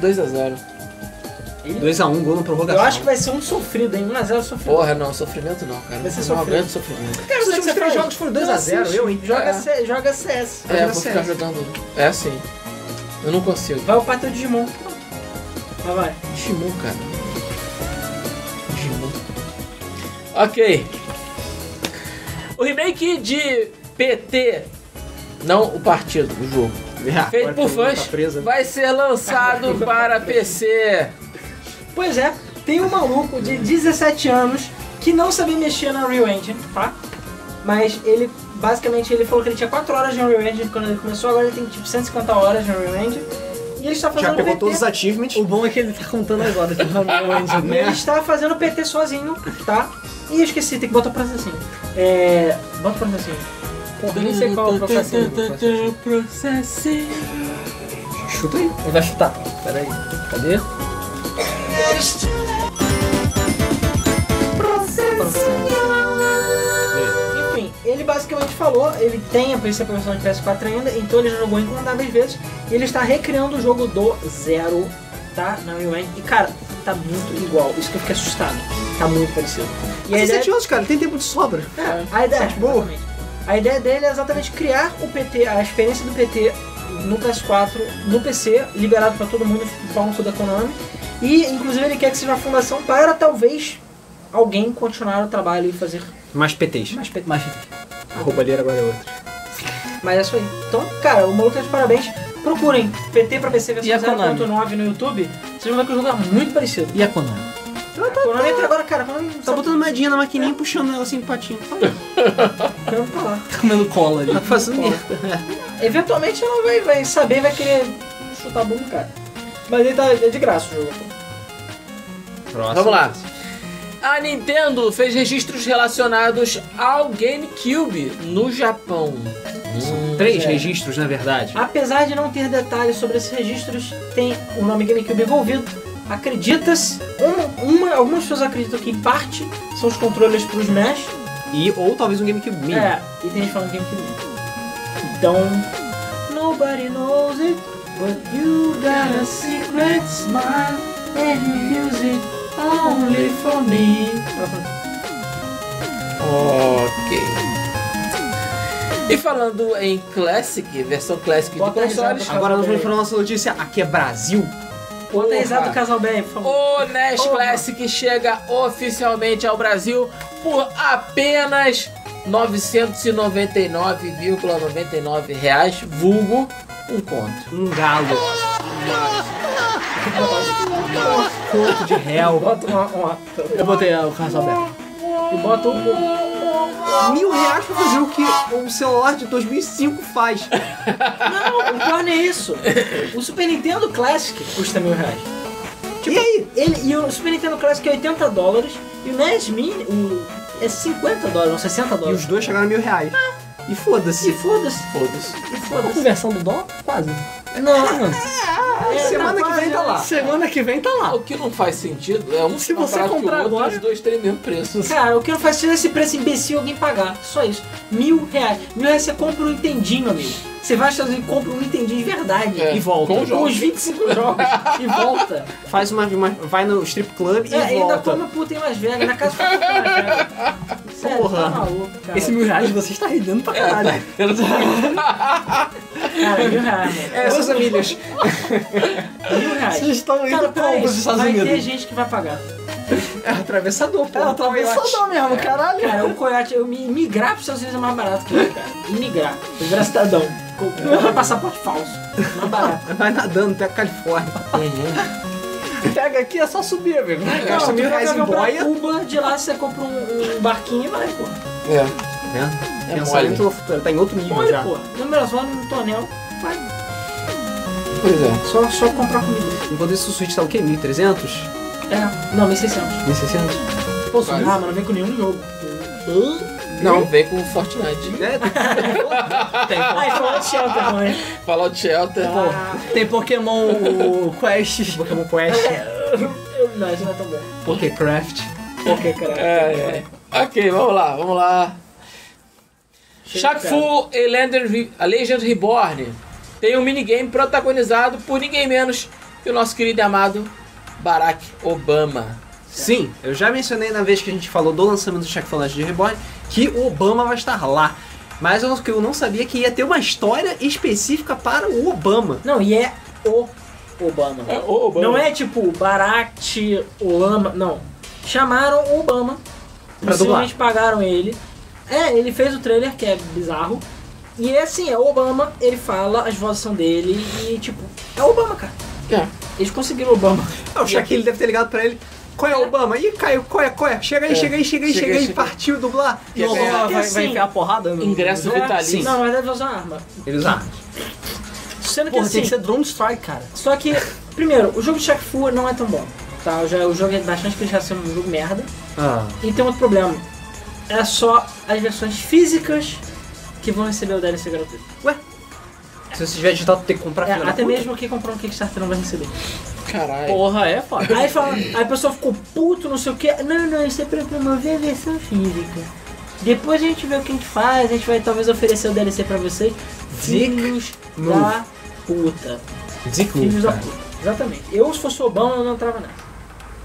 S1: 2x0.
S4: 2x1, gol na
S2: Eu
S4: prorrogação.
S2: acho que vai ser um sofrido, hein? 1x0 sofrido.
S1: Porra, não, sofrimento não, cara.
S2: Vai ser
S1: não
S2: sofrido.
S1: aguento sofrimento.
S2: Cara,
S4: os últimos três jogos foram 2x0, eu, hein?
S2: Joga,
S1: É.
S2: C- joga CS.
S4: Vai
S1: É,
S4: jogar
S1: vou ficar
S4: CS.
S1: jogando. É assim. Eu não consigo.
S2: Vai upar teu Digimon. Vai, vai.
S1: Digimon, cara. Digimon. Ok. O remake de PT, não o partido, o jogo,
S4: Ah,
S1: feito
S4: agora
S1: por
S4: todo mundo
S1: fãs,
S4: tá preso.
S1: vai ser lançado para PC.
S2: Pois é, tem um maluco de 17 anos que não sabia mexer na Unreal Engine, tá? Mas ele, basicamente, ele falou que ele tinha 4 horas de Unreal Engine quando ele começou, agora ele tem tipo 150 horas de Unreal Engine. E ele está
S4: Já
S2: fazendo
S4: pegou
S2: PT.
S4: todos os achievements.
S3: O bom é que ele tá contando agora, tipo, realmente,
S2: E ele
S3: né?
S2: está fazendo PT sozinho, tá? E eu esqueci, tem que botar o processinho. É. Bota o processinho. Porra, eu nem sei qual é o processinho.
S4: é
S3: Chuta aí. Ele vai chutar. Pera aí. Cadê?
S2: Enfim, ele basicamente falou, ele tem a PC versão de PS4 ainda, então ele já jogou incontáveis vezes, e ele está recriando o jogo do zero, tá? Na Unreal Engine. E cara, tá muito igual, isso que eu fiquei assustado. Tá muito parecido. E a
S4: Mas
S2: ideia,
S4: sete anos, cara, tem tempo de sobra.
S2: é, a ideia é, boa. A ideia dele é exatamente criar o PT, a experiência do PT no PS4, no PC, liberado pra todo mundo, palmo toda a Konami. E inclusive ele quer que seja uma fundação para talvez alguém continuar o trabalho e fazer
S4: Mais PTs.
S2: mais PT.
S3: Mas
S4: A roubalheira agora é outra.
S2: Mas é isso aí. Então, cara, o maluco tá de parabéns. Procurem PT pra PC
S3: E a
S2: versão
S3: Konami?
S2: 0.9 no YouTube. Vocês vão ver que o jogo é muito parecido. Então, tá,
S3: e a Konami?
S2: A Konami até agora, cara, a Konami
S4: Tá botando moedinha na maquininha e puxando ela assim, patinho.
S2: botando pra lá.
S3: Tá comendo cola ali.
S4: Tá fazendo merda.
S2: Eventualmente ela vai, vai saber, vai querer chutar bum, cara. Mas ele tá é de graça o jogo.
S1: Vamos lá. A Nintendo fez registros relacionados ao GameCube no Japão.
S4: Três
S2: É.
S4: registros, na verdade.
S2: Apesar de não ter detalhes sobre esses registros, tem o nome GameCube envolvido. Acreditas? Um, uma, algumas pessoas acreditam que em parte são os controles pro Smash.
S4: E ou talvez um GameCube Mini.
S2: É, e tem gente falando que Então. Nobody knows it, but you got a secret smile, and you use it only for me.
S1: Ok. E falando em Classic, versão Classic
S2: Bota
S1: de
S2: a
S1: consoles.
S2: risada.
S4: Agora nós vamos para a nossa notícia. Aqui é Brasil.
S2: Bota a risada
S1: Porra.
S2: do casal bem, por favor.
S1: O NES
S2: Porra.
S1: Classic chega oficialmente ao Brasil por apenas R$ 999,99 reais, vulgo um conto.
S4: Um galo. Corpo de réu.
S2: Bota uma. uma
S3: Eu botei ah, o carro aberto.
S2: e bota um.
S4: Mil reais pra fazer o que o celular de 2005 faz.
S2: Não, o pior não é isso. O Super Nintendo Classic custa mil reais.
S4: e aí?
S2: Ele, e o Super Nintendo Classic é 80 dólares, e o NES Mini o, é 50 dólares, ou 60
S4: E
S2: dólares.
S4: os dois chegaram a mil reais. E foda-se.
S2: E foda-se.
S1: Foda-se.
S2: E
S3: A
S2: foda-se.
S3: conversão do dólar? Quase.
S2: Não, é,
S4: Semana
S2: tá
S4: que vem tá
S2: quase,
S4: lá.
S3: Semana que vem tá lá.
S1: Ah, O que não faz sentido é um
S3: Se você
S1: comparado com o
S3: comprar
S1: outro,
S3: agora-
S1: os dois têm o mesmo preço.
S2: Cara, o que não faz sentido é esse preço imbecil alguém pagar. Só isso. Mil reais. Mil reais você compra um Nintendinho, amigo. Você vai nos Estados Unidos e compra um Nintendinho de verdade.
S1: É,
S4: E volta.
S1: Com
S2: E com os
S1: jogos.
S2: 25 jogos. e volta.
S4: Faz uma, uma- Vai no strip club e
S2: É, ainda
S4: volta.
S2: toma puta em Las Vegas. Na casa pra puta em Las Vegas. Sério,
S4: Porra.
S2: tá maluco, cara.
S3: Esse mil reais você está rendendo pra caralho.
S2: Cara, mil reais, mano.
S4: É, suas amigas.
S2: Mil reais.
S3: Vocês estão
S2: Cara,
S3: indo
S2: peraí,
S3: como os Estados
S2: vai ter
S3: Unidos?
S2: gente que vai pagar.
S4: É atravessador, pô.
S3: É, atravessador mesmo, caralho.
S2: Cara, o coiote, eu mi- migrar pros Estados Unidos é mais barato que eu, cara. Migrar. Eu virar cidadão. Comprar passaporte falso. Mais barato.
S4: Vai nadando, pega a Califórnia. tá
S3: Pega aqui, é só subir, amigo.
S4: Gasta mil
S2: tu vai
S4: reais em
S2: pra
S4: boia.
S2: Cuba, de lá você compra um, um barquinho e vai, pô.
S1: É.
S4: Né?
S1: É
S4: Pensamento tá em outro nível
S2: Olha,
S4: já.
S2: pô. Número só no tonel, vai.
S1: Pois é.
S2: Só, só comprar comida.
S4: Enquanto isso, o Switch tá o quê? 1300?
S2: É, não, 1600.
S4: 1600?
S2: Pô,
S1: Quase.
S2: subiu. Ah, mas não vem com nenhum jogo.
S1: Não, vem com o Fortnite.
S4: É,
S2: Ah, isso é shelter, mãe.
S1: Fallout Shelter.
S2: Ah,
S3: Tem Pokémon o Quest.
S4: Pokémon Quest,
S2: é. Não, isso não é tão bom.
S4: Pokécraft.
S2: Ok, cara.
S1: É, é. Ok, vamos lá, vamos lá. Shaq Fu e Legend Re- a Legend Reborn tem um minigame protagonizado por ninguém menos que o nosso querido e amado Barack Obama.
S4: Sim, eu já mencionei na vez que a gente falou do lançamento do Shaq Flash de Reborn que o Obama vai estar lá. Mas eu, eu não sabia que ia ter uma história específica para o Obama.
S2: Não, e é o Obama.
S1: o Obama.
S2: Não é tipo Barack Obama, não. Chamaram o Obama,
S4: Pra
S2: possivelmente pagaram ele. É, ele fez o trailer, que é bizarro. E é assim, é o Obama, ele fala, as vozes são dele e tipo, é o Obama, cara.
S1: É.
S2: Eles conseguiram o Obama.
S4: Ah, o Shaq ele deve ter ligado para ele. Qual é o Obama? Ih, Caio, qual é, qual é? Chega aí, chega aí, chega aí,
S1: Chega
S4: chega,
S1: aí,
S4: aí,
S1: chega aí.
S4: partiu dublar.
S3: E o
S2: ganhar.
S3: Obama vai,
S2: Assim,
S3: vai enfiar a porrada no...
S1: Ingresso
S2: É,
S1: vitalício.
S2: Não, mas deve usar uma arma.
S4: Eles ah,
S2: Sendo que
S3: Porra,
S2: assim,
S3: tem que ser Drone Strike, cara.
S2: Só que, primeiro, o jogo de Shaq Fu não é tão bom. Tá? O jo- o jogo é bastante criticado ser um jogo merda.
S4: Ah.
S2: E tem outro problema. É só as versões físicas que vão receber o DLC gratuito.
S4: Se você tiver digital, tem que comprar
S2: É,
S4: filha da
S2: até
S4: puta.
S2: mesmo quem comprar um Kickstarter não vai receber.
S1: Caralho.
S3: Porra, é foda.
S2: Aí, fala, aí a pessoa ficou puto, não sei o que. Não, não, isso é pra promover a versão física. Depois a gente vê o que a gente faz, a gente vai talvez oferecer o DLC pra vocês. Filhos
S4: move.
S2: da puta. Filhos da puta. Exatamente. Eu, se fosse o Obama, eu não entrava nessa.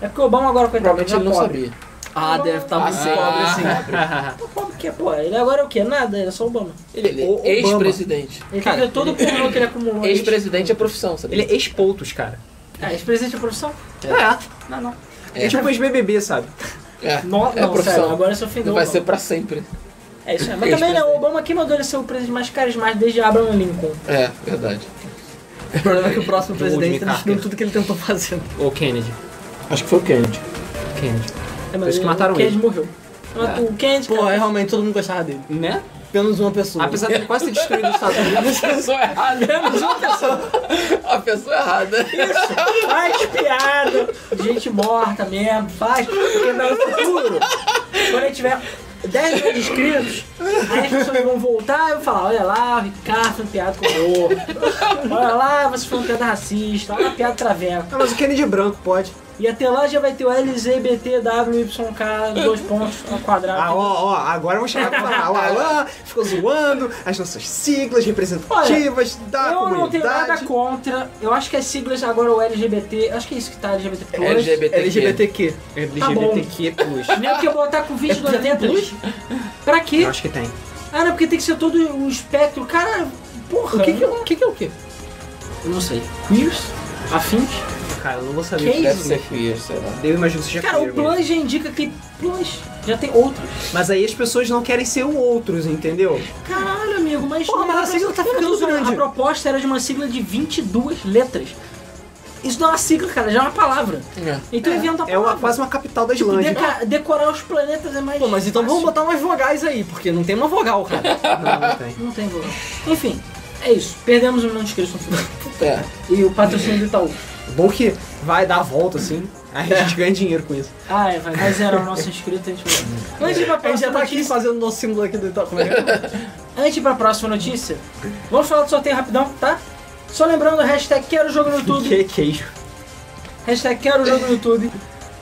S2: É porque o Obama agora, coitado,
S1: Provavelmente ele não
S2: pobre.
S1: sabia.
S3: Ah, deve estar muito
S1: Ah,
S3: pobre assim.
S2: Tá pobre que é, pô. Ele agora é o quê? Nada, ele é só Obama.
S1: Ele
S4: O Obama.
S1: é ex-presidente.
S2: Ele
S4: Cara,
S2: perdeu todo o pornô que ele acumulou.
S1: Ex-presidente é profissão, sabe?
S4: Ele é ex-pontos, cara.
S2: Ah, ex-presidente é profissão?
S4: É.
S2: Não, não.
S4: É, tipo ex-BBB, sabe?
S1: É.
S2: Não,
S1: É
S2: não,
S1: profissão.
S2: sério, agora se ofendeu.
S1: Não vai
S2: o
S1: ser
S2: Obama.
S1: pra sempre.
S2: É isso aí. Mas também, né, o Obama que mandou ele ser o presidente mais carismático desde Abraham Lincoln.
S1: É, verdade.
S3: O problema é que o próximo
S4: Jimmy
S3: presidente tá
S4: Carter.
S3: destruindo tudo que ele tentou fazer.
S4: Ou Kennedy.
S1: Acho que foi o Kennedy.
S4: Kennedy.
S2: É, mas
S4: isso que mataram
S2: o Kennedy
S4: ele.
S2: morreu. Mas O Kennedy,
S3: Pô, é
S2: cara,
S3: realmente todo mundo gostava dele.
S4: Né?
S3: Menos uma pessoa.
S4: Apesar de ele quase ter destruído os Estados Unidos.
S1: A pessoa errada.
S2: é
S1: A pessoa errada.
S2: faz piada de gente morta mesmo, faz. Porque no futuro, quando ele tiver 10 milhões de inscritos, aí as pessoas vão voltar e vão falar: olha lá, o Ricardo foi um piada com o gordo. Olha lá, você foi um piada racista, olha lá, piada traveco.
S4: Ah, mas o Kennedy é branco, pode.
S2: E até lá já vai ter o LZBTWYK, dois pontos ao quadrado.
S4: Ah, ó, ó, agora eu vou chamar pra falar. Lá, lá, ficou zoando as nossas siglas representativas da
S2: eu não
S4: comunidade.
S2: tenho nada contra. Eu acho que as siglas agora, o LGBT, acho que é isso que tá LGBT.
S1: LGBT.
S3: LGBTQ.
S4: LGBTQ+.
S2: Nem é porque botar com
S4: É
S2: 20
S3: já tem
S2: letras. Pra quê?
S4: Eu acho que tem.
S2: Ah, não, porque tem que ser todo o espectro. Cara, porra.
S3: O que que é o que? que é o quê?
S2: Eu não sei. Queers? Afins?
S4: Cara, eu não vou saber.
S2: Que
S4: o
S1: Deve
S2: isso?
S1: ser queer, sei lá.
S4: Eu imagino que seja
S2: Cara, o
S4: queer mesmo.
S2: Plus já indica que Plus já tem outros.
S4: Mas aí as pessoas não querem ser o outros, entendeu?
S2: Caralho, amigo, mas...
S4: Porra, mas a sigla tá
S2: Eu não é tô
S4: ficando
S2: zoando,
S4: grande.
S2: A proposta era de uma sigla de 22 letras. Isso não é uma sigla, cara, já é uma palavra.
S1: né?
S2: Então inventa a
S4: É uma,
S2: palavra.
S4: quase uma capital
S2: Tipo,
S4: da Islândia.
S2: Deca- decorar os planetas é mais
S3: Pô, mas então
S2: fácil.
S3: vamos botar umas vogais aí, porque não tem uma vogal, cara.
S4: Não, não tem.
S2: Não tem vogal. Enfim, é isso. Perdemos o milhão de inscritos no final.
S1: É.
S2: E o patrocínio do Itaú.
S4: Bom que vai dar a volta, assim. Aí a gente ganha dinheiro com isso.
S2: Ah, é, vai, vai zerar o nosso inscrito, a gente vai. Antes de ir pra
S3: A gente
S2: próxima
S3: já tá aqui
S2: notícia,
S3: fazendo nosso símbolo aqui do Itaú. Como é que é?
S2: antes de ir pra próxima notícia, vamos falar do sorteio rapidão, tá? Só lembrando, hashtag quero jogo no YouTube,
S4: Que queijo.
S2: hashtag quero jogo no YouTube,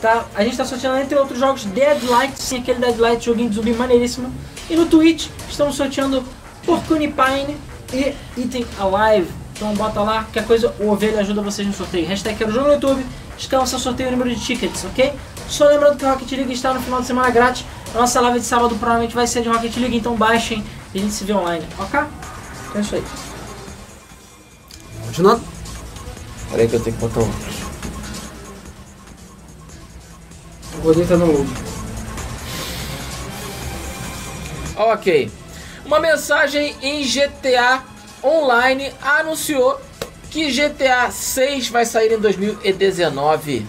S2: tá? A gente tá sorteando, entre outros jogos, Deadlight, sim, aquele Deadlight, joguinho de zumbi maneiríssimo. E no Twitch, estamos sorteando Porcune Pine e Item Alive. Então bota lá, que a coisa, o Ovelha ajuda vocês no sorteio. Hashtag quero jogo no YouTube, descansa o sorteio e o número de tickets, ok? Só lembrando que a Rocket League está no final de semana grátis. A nossa live de sábado provavelmente vai ser de Rocket League, então baixem e a gente se vê online, ok? Então É isso aí.
S4: Continua.
S1: Peraí que eu tenho que botar um.
S2: O Rodrigo tá no logo.
S1: Ok. Uma mensagem em GTA Online anunciou que GTA 6 vai sair em 2019.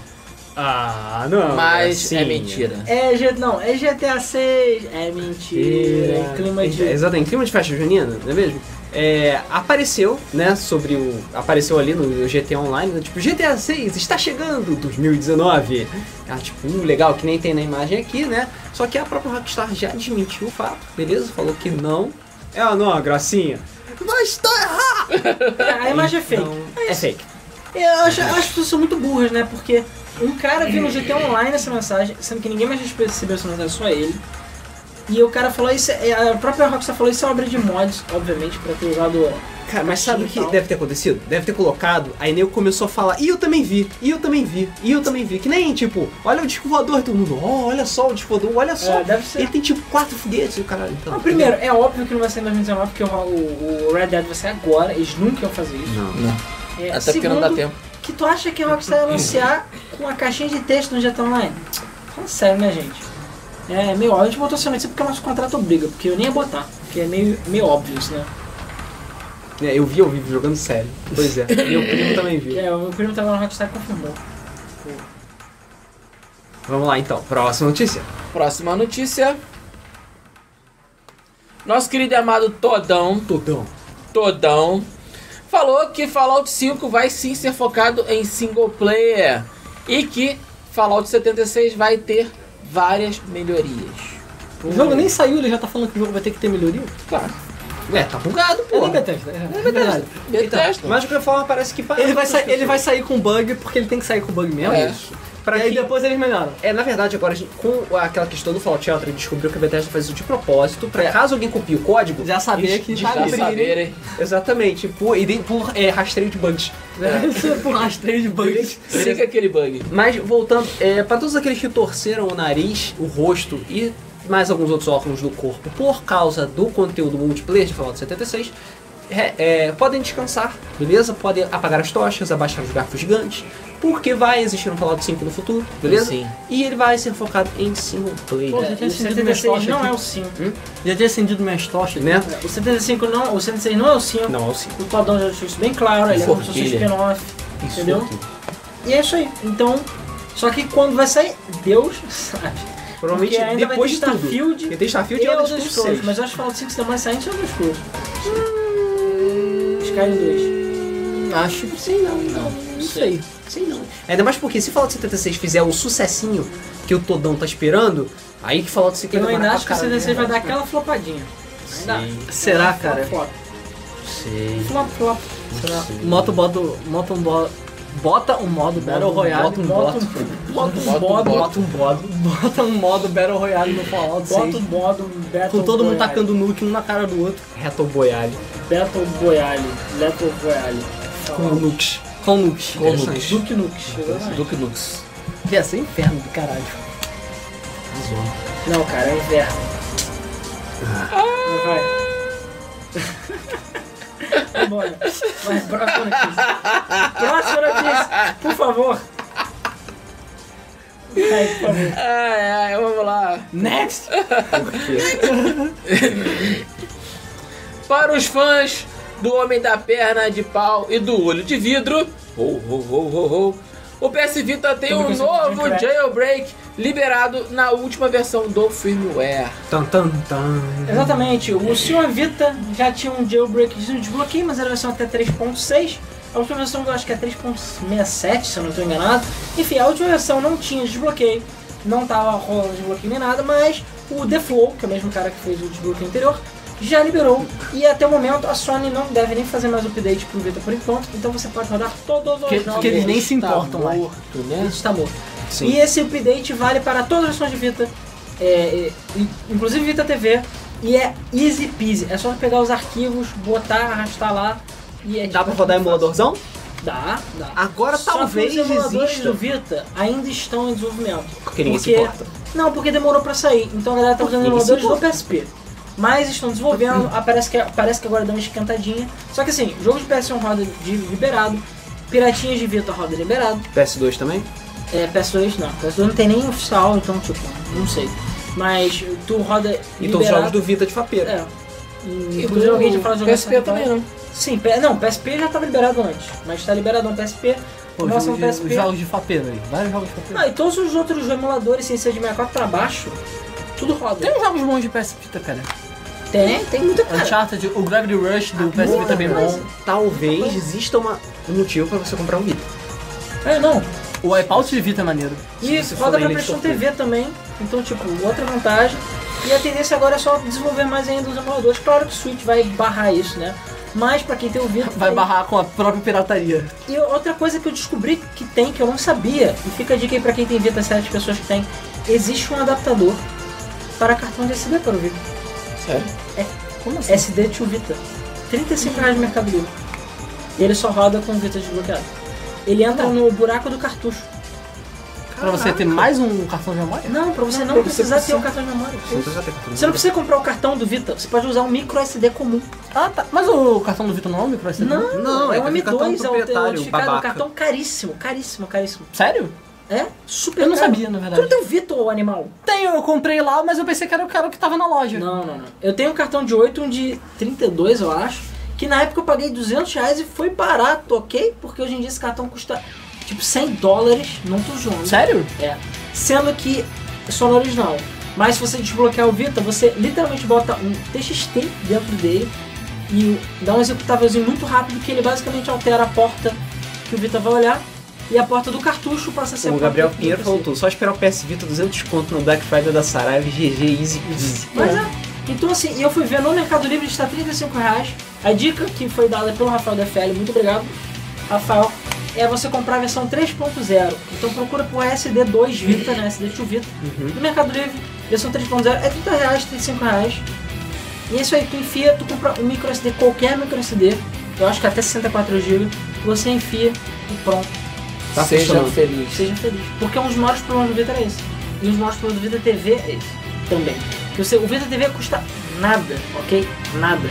S4: Ah, não.
S1: mas
S4: assim.
S1: é mentira.
S2: É, G- não, é GTA 6. É mentira.
S4: Mentira. É
S2: Clima de.
S4: Exatamente, clima de festa junina, não é mesmo? É, apareceu, né, sobre o... Apareceu ali no GTA Online, né, tipo, GTA 6 está chegando, 2019. Ah, tipo, hum, legal, que nem tem na imagem aqui, né? Só que a própria Rockstar já desmentiu o fato, beleza? Falou que não. É ou não, gracinha? Mas tá errado!
S2: A imagem é
S1: Então,
S2: fake.
S4: É fake.
S2: Eu acho, eu acho que as pessoas são muito burras, né? Porque um cara viu no GTA Online essa mensagem, sendo que ninguém mais recebeu essa mensagem, só ele. E o cara falou isso, é- a própria Rockstar falou isso é obra de mods, obviamente, pra ter usado.
S4: Cara, mas sabe o que
S2: Então.
S4: deve ter acontecido? Deve ter colocado, aí nego começou a falar, e eu também vi, e eu também vi, e eu também vi. Que nem, tipo, olha o disco voador, todo mundo, oh, olha só o disco voador, olha só.
S2: É, deve ser.
S4: Ele tem tipo quatro foguetes, e o caralho. Então,
S2: Não, primeiro, é óbvio que não vai ser em 2019, porque o, o- o Red Dead vai ser agora, eles nunca iam fazer isso.
S4: Não.
S1: Não.
S2: É,
S1: Até porque não dá
S2: segundo,
S1: tempo.
S2: que tu acha que a Rockstar ia anunciar com uma caixinha de texto no GTA Online? Fala sério, né, gente? É meio óbvio. A gente botou essa notícia porque o nosso contrato obriga, porque eu nem ia botar. Porque é meio, meio óbvio isso, né?
S4: É, eu vi ao vivo jogando sério. Pois é, meu primo também viu.
S2: É, o meu primo tava na Rockstar e confirmou.
S4: É, Vamos lá então, próxima notícia.
S1: Próxima notícia. Nosso querido e amado Todão,
S4: Todão.
S1: Todão, falou que Fallout 5 vai sim ser focado em single player e que Fallout 76 vai ter várias melhorias.
S3: O jogo nem saiu, ele já tá falando que o jogo vai ter que ter melhoria.
S1: Claro. Então,
S4: É, tá bugado,
S3: É da
S4: pô.
S3: Bethesda. É, é verdade.
S1: Detesto.
S4: Mas de qualquer forma parece que parou
S3: Ele vai,
S4: com
S3: sa-
S4: essas
S3: ele vai sair com bug porque ele tem que sair com bug mesmo.
S1: É.
S4: Pra
S3: e aí
S4: que-
S3: depois eles melhoram.
S4: É, na verdade, agora, a gente- com aquela questão do Fallout Shelter, ele descobriu que a Bethesda faz isso de propósito, pra
S3: É.
S4: caso alguém copie o código...
S3: Já sabia
S4: eles
S3: que
S4: descobrirem.
S1: Já
S3: Sabe,
S1: saberem.
S4: Exatamente, por, e de- por é, rastreio de bugs.
S3: Isso é por rastreio de bugs.
S1: Siga aquele bug.
S4: Mas, voltando, é, pra todos aqueles que torceram o nariz, o rosto e mais alguns outros órgãos do corpo por causa do conteúdo multiplayer de Fallout 76, é, é, podem descansar, beleza? Podem apagar as tochas, abaixar os garfos gigantes, porque vai existir um Fallout 5 no futuro, beleza?
S1: Sim.
S4: E ele vai ser focado em single player.
S3: Pô, já
S2: O
S3: tinha acendido minhas
S2: 76
S3: tochas
S2: não é
S3: aqui.
S2: o 5.
S3: Já tinha acendido minhas tochas.
S4: Né?
S2: O 75 não, o 76 não é o 5.
S4: Não, é o 5.
S2: O Codão já deixou isso bem claro, ele é como se fosse um
S1: Forquilha.
S2: spin-off. Entendeu? E é isso aí. Então, só que quando vai sair, Deus sabe.
S4: Provavelmente
S2: Porque ainda
S4: depois de
S2: vai ter
S4: tudo.
S2: Starfield
S4: Porque tem Starfield
S2: e
S4: e Elder
S2: Elder
S4: Scrolls
S2: Scrolls,
S4: 6.
S2: mas eu acho que Fallout 5 está mais saindo de Elder Scrolls. Skyrim 2.
S3: Acho que sim, não. Não, não sei.
S4: Sei não. Ainda mais porque se Fallout 76 fizer o sucessinho que o Todão tá esperando, aí que Fallout 5
S2: Eu
S4: vai
S2: ainda
S4: demorar
S2: acho que o
S4: tá pra caralho,
S2: 76 vai
S4: né?
S2: dar aquela flopadinha. Ainda.
S3: Será, cara?
S2: Flop,
S4: Sei.
S2: flop, flop.
S3: Será? Moto, boto, moto, um bo- bota um modo Battle Royale.
S4: bota um
S3: bota,
S4: boto.
S2: Bota um
S1: Bota um
S2: modo,
S1: bot.
S3: bota um modo. Bota um modo Battle Royale no Fallout 6.
S2: bota um modo Battle
S3: com todo mundo
S2: Royale.
S3: tacando nuke um na cara do outro.
S4: Reto Boyale.
S2: Battle Royale, Battle Royale.
S4: Com o Nux.
S3: Com nuke.
S1: Com nuke.
S2: Duke Nukem, exatamente.
S1: Duke Nux.
S3: Ia ser inferno do caralho.
S2: Não, cara, é inverno. Não vai. Vambora. Vai, próxima notícia. Próxima notícia, por favor. Vai, por favor.
S1: Ai, ai, vamos lá.
S3: Next!
S1: Para os fãs do Homem da Perna de Pau e do Olho de Vidro, oh, oh, oh, oh, oh, o PS Vita tem um
S2: conhecido como
S1: novo
S2: Jailbreak.
S1: jailbreak liberado na última versão do firmware.
S4: Tan, tan, tan.
S2: Exatamente, o Senhor Vita já tinha um jailbreak de desbloqueio, mas era a versão até 3.6. A última versão eu acho que é 3.67, se eu não estou enganado. Enfim, a última versão não tinha desbloqueio, não tava rolando desbloqueio nem nada, mas o The Flow, que é o mesmo cara que fez o desbloqueio anterior, já liberou. E até o momento a Sony não deve nem fazer mais update pro Vita por enquanto, então você pode rodar todos os
S3: Que-
S2: jogos.
S3: que eles nem se
S1: Tá
S3: importam mais. tá
S1: morto, né?
S2: Isso está morto.
S4: Sim.
S2: E esse update vale para todas as versões de Vita, é, é, in- inclusive Vita TV, e é easy peasy. É só pegar os arquivos, botar, arrastar lá e é
S4: Dá pra rodar emuladorzão?
S2: Dá, dá.
S4: Agora
S2: Só que
S4: talvez
S2: os emuladores
S4: exista.
S2: do Vita ainda estão em desenvolvimento.
S4: Porque ninguém se importa.
S2: Não, porque demorou pra sair. Então a galera tá usando
S4: Ninguém se
S2: emuladores do
S4: importa. Uhum.
S2: PSP. Mas estão desenvolvendo, ah, parece que, parece que agora deu uma esquentadinha. Só que assim, jogo de PS1 roda de liberado, Piratinhas de Vita roda liberado,
S4: PS2 também?
S2: é, PS2 não. PS2 não tem nem oficial, então, tipo, não sei. Mas tu roda.
S4: E todos os jogos Então, do Vita de fapeira.
S2: É. E Inclusive alguém já fala de jogar
S1: PSP também não.
S2: Sim, P- não, PSP já tava liberado antes. Mas tá liberado um PSP.
S3: Pô,
S2: Nossa, um
S3: jogo de- os
S2: PSP.
S3: jogos de fapeira aí. Vários jogos de fapeira.
S2: Não, Ah, e todos os outros emuladores, sem ser de 64 pra baixo, tudo roda. É,
S3: Tem uns jogos bons de PS Vita, tá, cara.
S2: Tem, tem muita
S3: É.
S2: coisa.
S3: Uncharted, o Gravity Rush do PS Vita é bem bom.
S4: Talvez exista uma, um motivo pra você comprar um Vita.
S2: É, não.
S3: O Wipeout de Vita é maneiro.
S2: E
S4: você for
S2: roda
S4: bem
S2: pra PlayStation
S4: leitor.
S2: TV também. Então, tipo, outra vantagem. E a tendência agora é só desenvolver mais ainda os emuladores. Claro que o Switch vai barrar isso, né? Mas pra quem tem o Vita.
S3: Vai
S2: tem-
S3: barrar com a própria pirataria.
S2: E outra coisa que eu descobri que tem, que eu não sabia, e fica a dica aí pra quem tem Vita, sete pessoas que tem, existe um adaptador para cartão de SD para o Vita.
S1: Sério?
S2: Como assim? SD to Vita. 35 reais no Mercado Livre. E ele só roda com o Vita desbloqueado. Ele entra no buraco do cartucho.
S3: Pra você ter mais um cartão de memória?
S2: Não, pra você não
S1: Pra você
S2: precisar ter
S1: precisar.
S2: o cartão de memória. Você
S4: Você
S2: não precisa comprar o cartão do Vita, você pode usar um micro SD comum.
S3: Ah, tá. Mas o cartão do Vita não é um micro SD?
S2: Não,
S4: Não,
S2: é,
S4: é
S2: um
S4: aquele cartão
S2: M2, é um
S4: proprietário,
S2: modificado, um
S4: babaca.
S2: cartão caríssimo, caríssimo, caríssimo.
S3: Sério?
S2: É? Super
S3: Eu não
S2: caro.
S3: sabia, na
S2: Tu não
S3: verdade.
S2: tem um o Vita, ô animal?
S3: Tem, eu comprei lá, mas eu pensei que era o cara que tava na loja.
S2: Não, não, não. Eu tenho um cartão de 8, um de 32, eu acho. Que na época eu paguei 200 reais e foi barato, ok? Porque hoje em dia esse cartão custa tipo 100 dólares, não tô zoando.
S3: Sério?
S2: É. Sendo que só no original. Mas se você desbloquear o Vita, você literalmente bota um TXT dentro dele, e o- dá um executávelzinho muito rápido que ele basicamente altera a porta que o Vita vai olhar e a porta do cartucho passa a ser a
S4: O
S2: porta
S4: Gabriel
S2: do
S4: Pinheiro
S2: PC.
S4: falou tudo. Só esperar o PS Vita 200 conto no Black Friday da Saraiva, GG, easy, easy.
S2: Mas é. Então assim, e eu fui ver no Mercado Livre está 35 reais. A dica que foi dada pelo Rafael da FL, muito obrigado, Rafael, é você comprar a versão 3.0. Então procura por SD 2 Vita, né? SD 2 Vita. No Mercado Livre, versão 3.0 é 30 reais, 35 reais. E é isso aí, tu enfia, tu compra um micro SD, qualquer micro SD, eu acho que até 64 GB, você enfia e pronto,
S4: Tá
S1: Seja
S4: funcionando.
S1: feliz.
S2: seja feliz. Porque um dos maiores problemas do Vita era esse. E um dos maiores problemas do Vita TV é esse também. Porque você, o Vita TV custa nada, ok? Nada.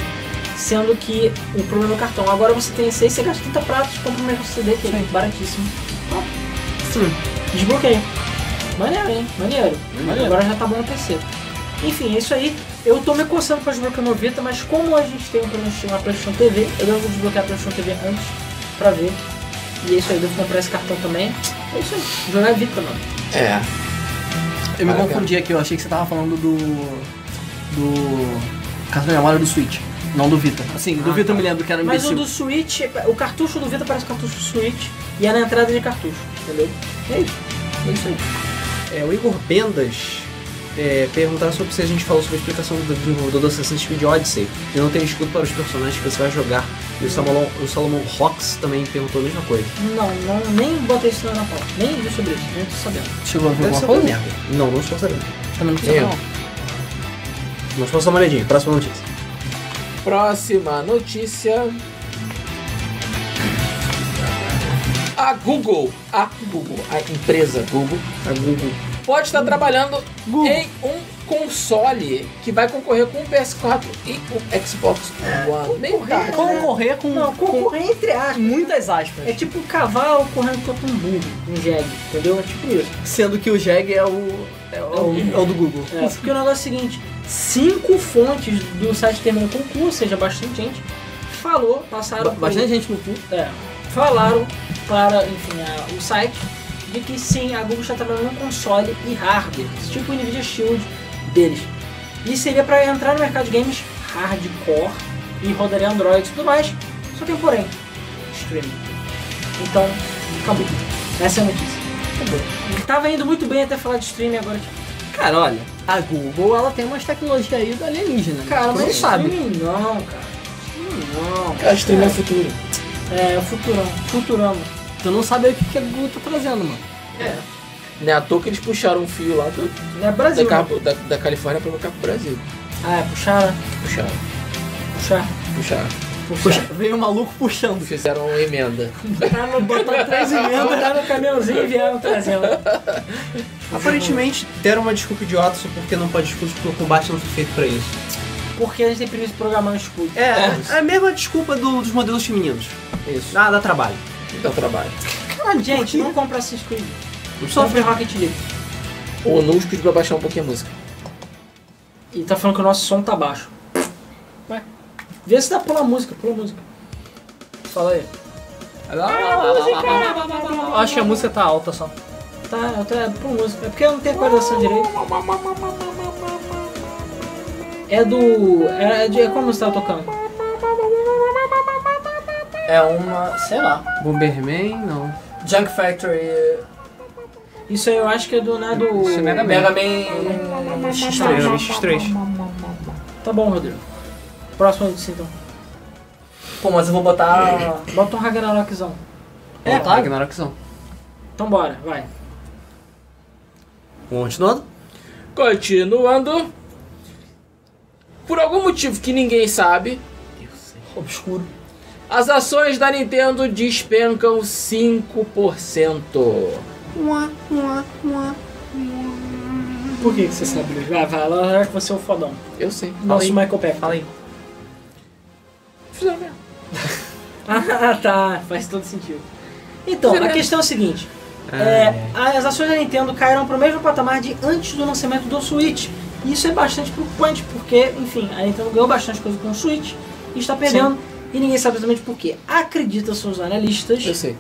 S2: Sendo que o problema é o cartão. Agora você tem esse aí, você gasta 30 pratos, compra um micro SD, que é baratíssimo. Ó, Desbloqueio. Maneiro, hein? Maneiro. Maneiro. Agora já tá bom no PC. Enfim, é isso aí. Eu tô me coçando pra desbloquear meu Vita, mas como a gente tem um PlayStation- uma PlayStation TV, eu devo desbloquear a PlayStation TV antes pra ver. E é isso aí, eu devo comprar esse cartão também. É isso aí. Jogar Vita, mano.
S1: É.
S3: Eu me
S1: Maravilha.
S3: confundi aqui, eu achei que você tava falando do. do. cartão de memória do Switch, não do Vita. Assim, do Vita eu me lembro que era
S2: Mas o
S3: imbecil.
S2: do Switch, o cartucho do Vita parece cartucho do Switch e é na entrada de cartucho, entendeu? É isso. É isso aí.
S4: É, o Igor Bendas é, perguntar sobre se a gente falou sobre a explicação do desenvolvedor do Assassin's Creed Odyssey. Eu não tenho escudo para os personagens que você vai jogar. E o Salomon, o Salomon Rox também perguntou a mesma coisa.
S2: Não, não, nem botei isso na pauta. Nem vi sobre isso, nem tô sabendo.
S3: Chegou a ver alguma
S4: ser
S3: coisa?
S4: merda. Não, não estou sabendo.
S3: Também não sei
S1: Eu.
S3: não.
S4: Mas posso dar uma olhadinha. Próxima notícia.
S1: Próxima notícia. A Google, a Google, a empresa Google,
S4: A Google.
S1: pode estar trabalhando em um console que vai concorrer com o PS4 e o Xbox One. Nem tá.
S3: Concorrer com.
S2: Não,
S3: com
S2: concorrer entre aspas.
S3: muitas
S2: É
S3: aspas.
S2: tipo um cavalo correndo contra um burro, um jegue, entendeu? É tipo isso.
S3: Sendo que o Jeg é o. é o, é o do Google.
S2: É, porque o negócio é o seguinte, cinco fontes do site terminando com cu, ou seja, bastante gente, falou, passaram...
S3: Ba-
S2: por-
S3: Bastante gente no cu.
S2: É, falaram para, enfim, a- o site de que sim, a Google está trabalhando em console e hardware, tipo o Nvidia Shield deles. E seria para entrar no mercado de games hardcore e rodaria Android e tudo mais, só tem um porém, streaming. Então, acabou. Essa é a notícia. Acabou. Tava indo muito bem até falar de streaming agora. tipo,
S3: Cara, olha, a Google ela tem umas tecnologias aí do alienígena. né?
S2: Cara,
S3: Tu não
S2: mas
S3: sabe.
S2: streaming não, cara. Streaming não.
S1: Cara, streaming é o futuro.
S2: É, Futurama. Futurama.
S3: Tu não sabe aí o que, que a Google tá trazendo, mano.
S1: Não é à toa que eles puxaram um fio lá do-
S2: Não é Brasil.
S1: da,
S2: né?
S1: Cap- da- da Califórnia pra cá pro Brasil.
S2: Ah, é puxar,
S1: Puxaram,
S2: puxar.
S1: puxaram.
S3: Puxa, veio um maluco puxando.
S1: Fizeram uma emenda.
S2: Tá no botão três emendas, tá no caminhãozinho e vieram trazendo.
S4: Aparentemente, deram uma desculpa idiota só porque não pode escudo porque o combate não foi feito pra isso.
S2: Porque a gente tem preguiça de programar um escudo.
S4: É, é a mesma desculpa do- dos modelos femininos.
S1: Isso. então
S4: Ah, dá trabalho.
S1: Dá trabalho.
S2: Ah, gente, não compra Assassin's Creed.
S4: Só
S2: Sofre Rocket League.
S1: O Nunes pediu pra baixar um pouquinho a música.
S2: E tá falando que o nosso som tá baixo. Ué. Vê se dá pula a música, pula a música. Fala aí.
S3: Eu acho que a música tá alta só.
S2: Tá, eu tô é, pula a música. É porque eu não tenho coordenação direito. É do. É, é de. Qual música tá tocando?
S6: É uma, sei lá,
S4: Bomberman, não.
S6: Junk Factory,
S2: Isso aí eu acho que é do. Não é do.
S4: Isso é Mega Man.
S6: Mega Man
S4: X3,
S6: X3.
S4: era X3.
S2: Tá bom, Rodrigo. Próximo notícia então.
S6: Pô, mas eu vou botar.
S2: Bota um Ragnarokzão.
S3: É,
S4: tá, ignora que são.
S2: Então bora, vai.
S4: Continuando?
S1: Continuando. Por algum motivo que ninguém sabe,
S3: Obscuro.
S1: as ações da Nintendo despencam 5%.
S2: Por que, que você sabe? Luiz? Vai, vai, lá que você é o fodão.
S1: Eu sei.
S2: Nosso Michael Peck.
S4: Fala aí.
S1: Fizeram mesmo.
S2: Ah, tá. Faz todo sentido. Então, a questão é a seguinte. É, as ações da Nintendo caíram para o mesmo patamar de antes do lançamento do Switch. E isso é bastante preocupante, porque, enfim, a Nintendo ganhou bastante coisa com o Switch e está perdendo. E ninguém sabe exatamente por quê. Acredita-se os analistas...
S1: Eu sei.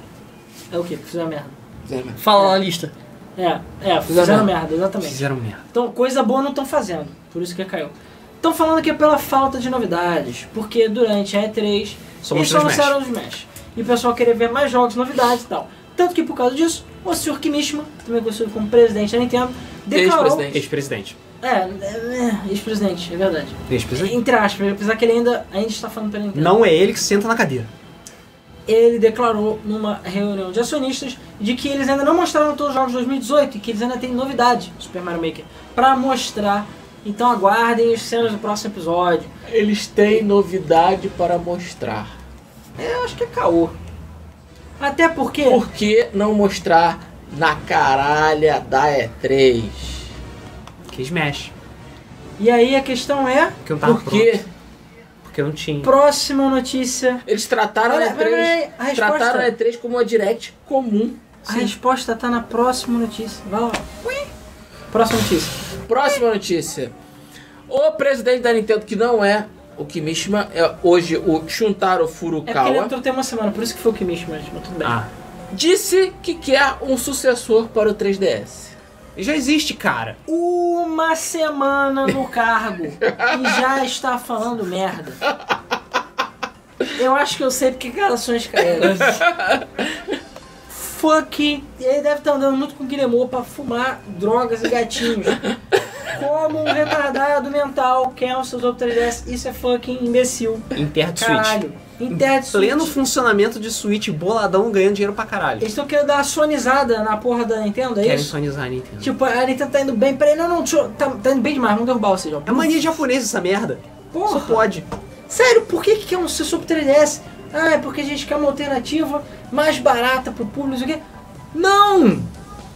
S2: É o quê? Que fizeram merda.
S1: Fizeram mesmo.
S3: Fala na lista.
S2: É, é, fizeram merda, exatamente.
S4: Fizeram merda.
S2: Então, coisa boa não estão fazendo, por isso que caiu. Estão falando que é pela falta de novidades, porque durante a E3
S4: Só
S2: eles só
S4: mostrou os
S2: lançaram os Smash. E o pessoal queria ver mais jogos, novidades e tal. Tanto que por causa disso, o Sr. Kimishima, também conhecido como presidente da Nintendo, declarou...
S4: Ex-presidente.
S1: Ex-presidente.
S2: É, é, é, ex-presidente, é verdade.
S4: Ex-presidente.
S2: Entre aspas, apesar que ele ainda, ainda está falando pela Nintendo.
S4: Não é ele que senta na cadeira.
S2: ele declarou numa reunião de acionistas de que eles ainda não mostraram todos os jogos de 2018 e que eles ainda têm novidade Super Mario Maker para mostrar. Então aguardem as cenas do próximo episódio.
S1: Eles têm novidade para mostrar.
S2: Eu acho que é caô. Até porque
S1: Por que não mostrar na caralha da E3?
S4: Que Smash.
S2: E aí a questão é
S4: Porque eu não tava
S1: Porque
S4: Tá pronto. Porque eu não tinha.
S2: próxima notícia.
S1: eles trataram a
S2: Olha,
S1: E3,
S2: peraí, a resposta.
S1: trataram a E3 como uma direct comum.
S2: A resposta tá na próxima notícia. Vai lá. Próxima notícia.
S1: Próxima notícia. O presidente da Nintendo, que não é o Kimishima, é hoje o Shuntaro
S2: É porque ele
S1: Furukawa,
S2: entrou tem uma semana, por isso que foi o Kimish, mas mas tudo bem.
S4: Ah.
S1: disse que quer um sucessor para o 3DS.
S4: Já existe, cara.
S2: Uma semana no cargo e já está falando merda. Eu acho que eu sei porque gravações caíram. Fuck. Ele deve estar andando muito com Guilherme pra fumar drogas e gatinhos. Como um retardado mental é quer os seus outros 3DS. Isso é fucking imbecil.
S4: Interno de Switch.
S2: Caralho. Internet
S4: Pleno
S2: Switch.
S4: funcionamento de Switch, boladão, ganhando dinheiro pra caralho.
S2: Eles estão querendo dar a sonizada na porra da Nintendo, é
S4: Querem
S2: isso?
S4: sonizar a Nintendo.
S2: Tipo, a Nintendo tá indo bem. Peraí, não, não, deixa eu- tá, tá indo bem demais, vamos derrubar o Sejão.
S4: É mania de japonês essa merda.
S2: Porra.
S4: Só pode.
S2: Sério, por que que quer um sucessor pro 3DS? Ah, é porque a gente quer uma alternativa mais barata pro público, não sei o quê. Não!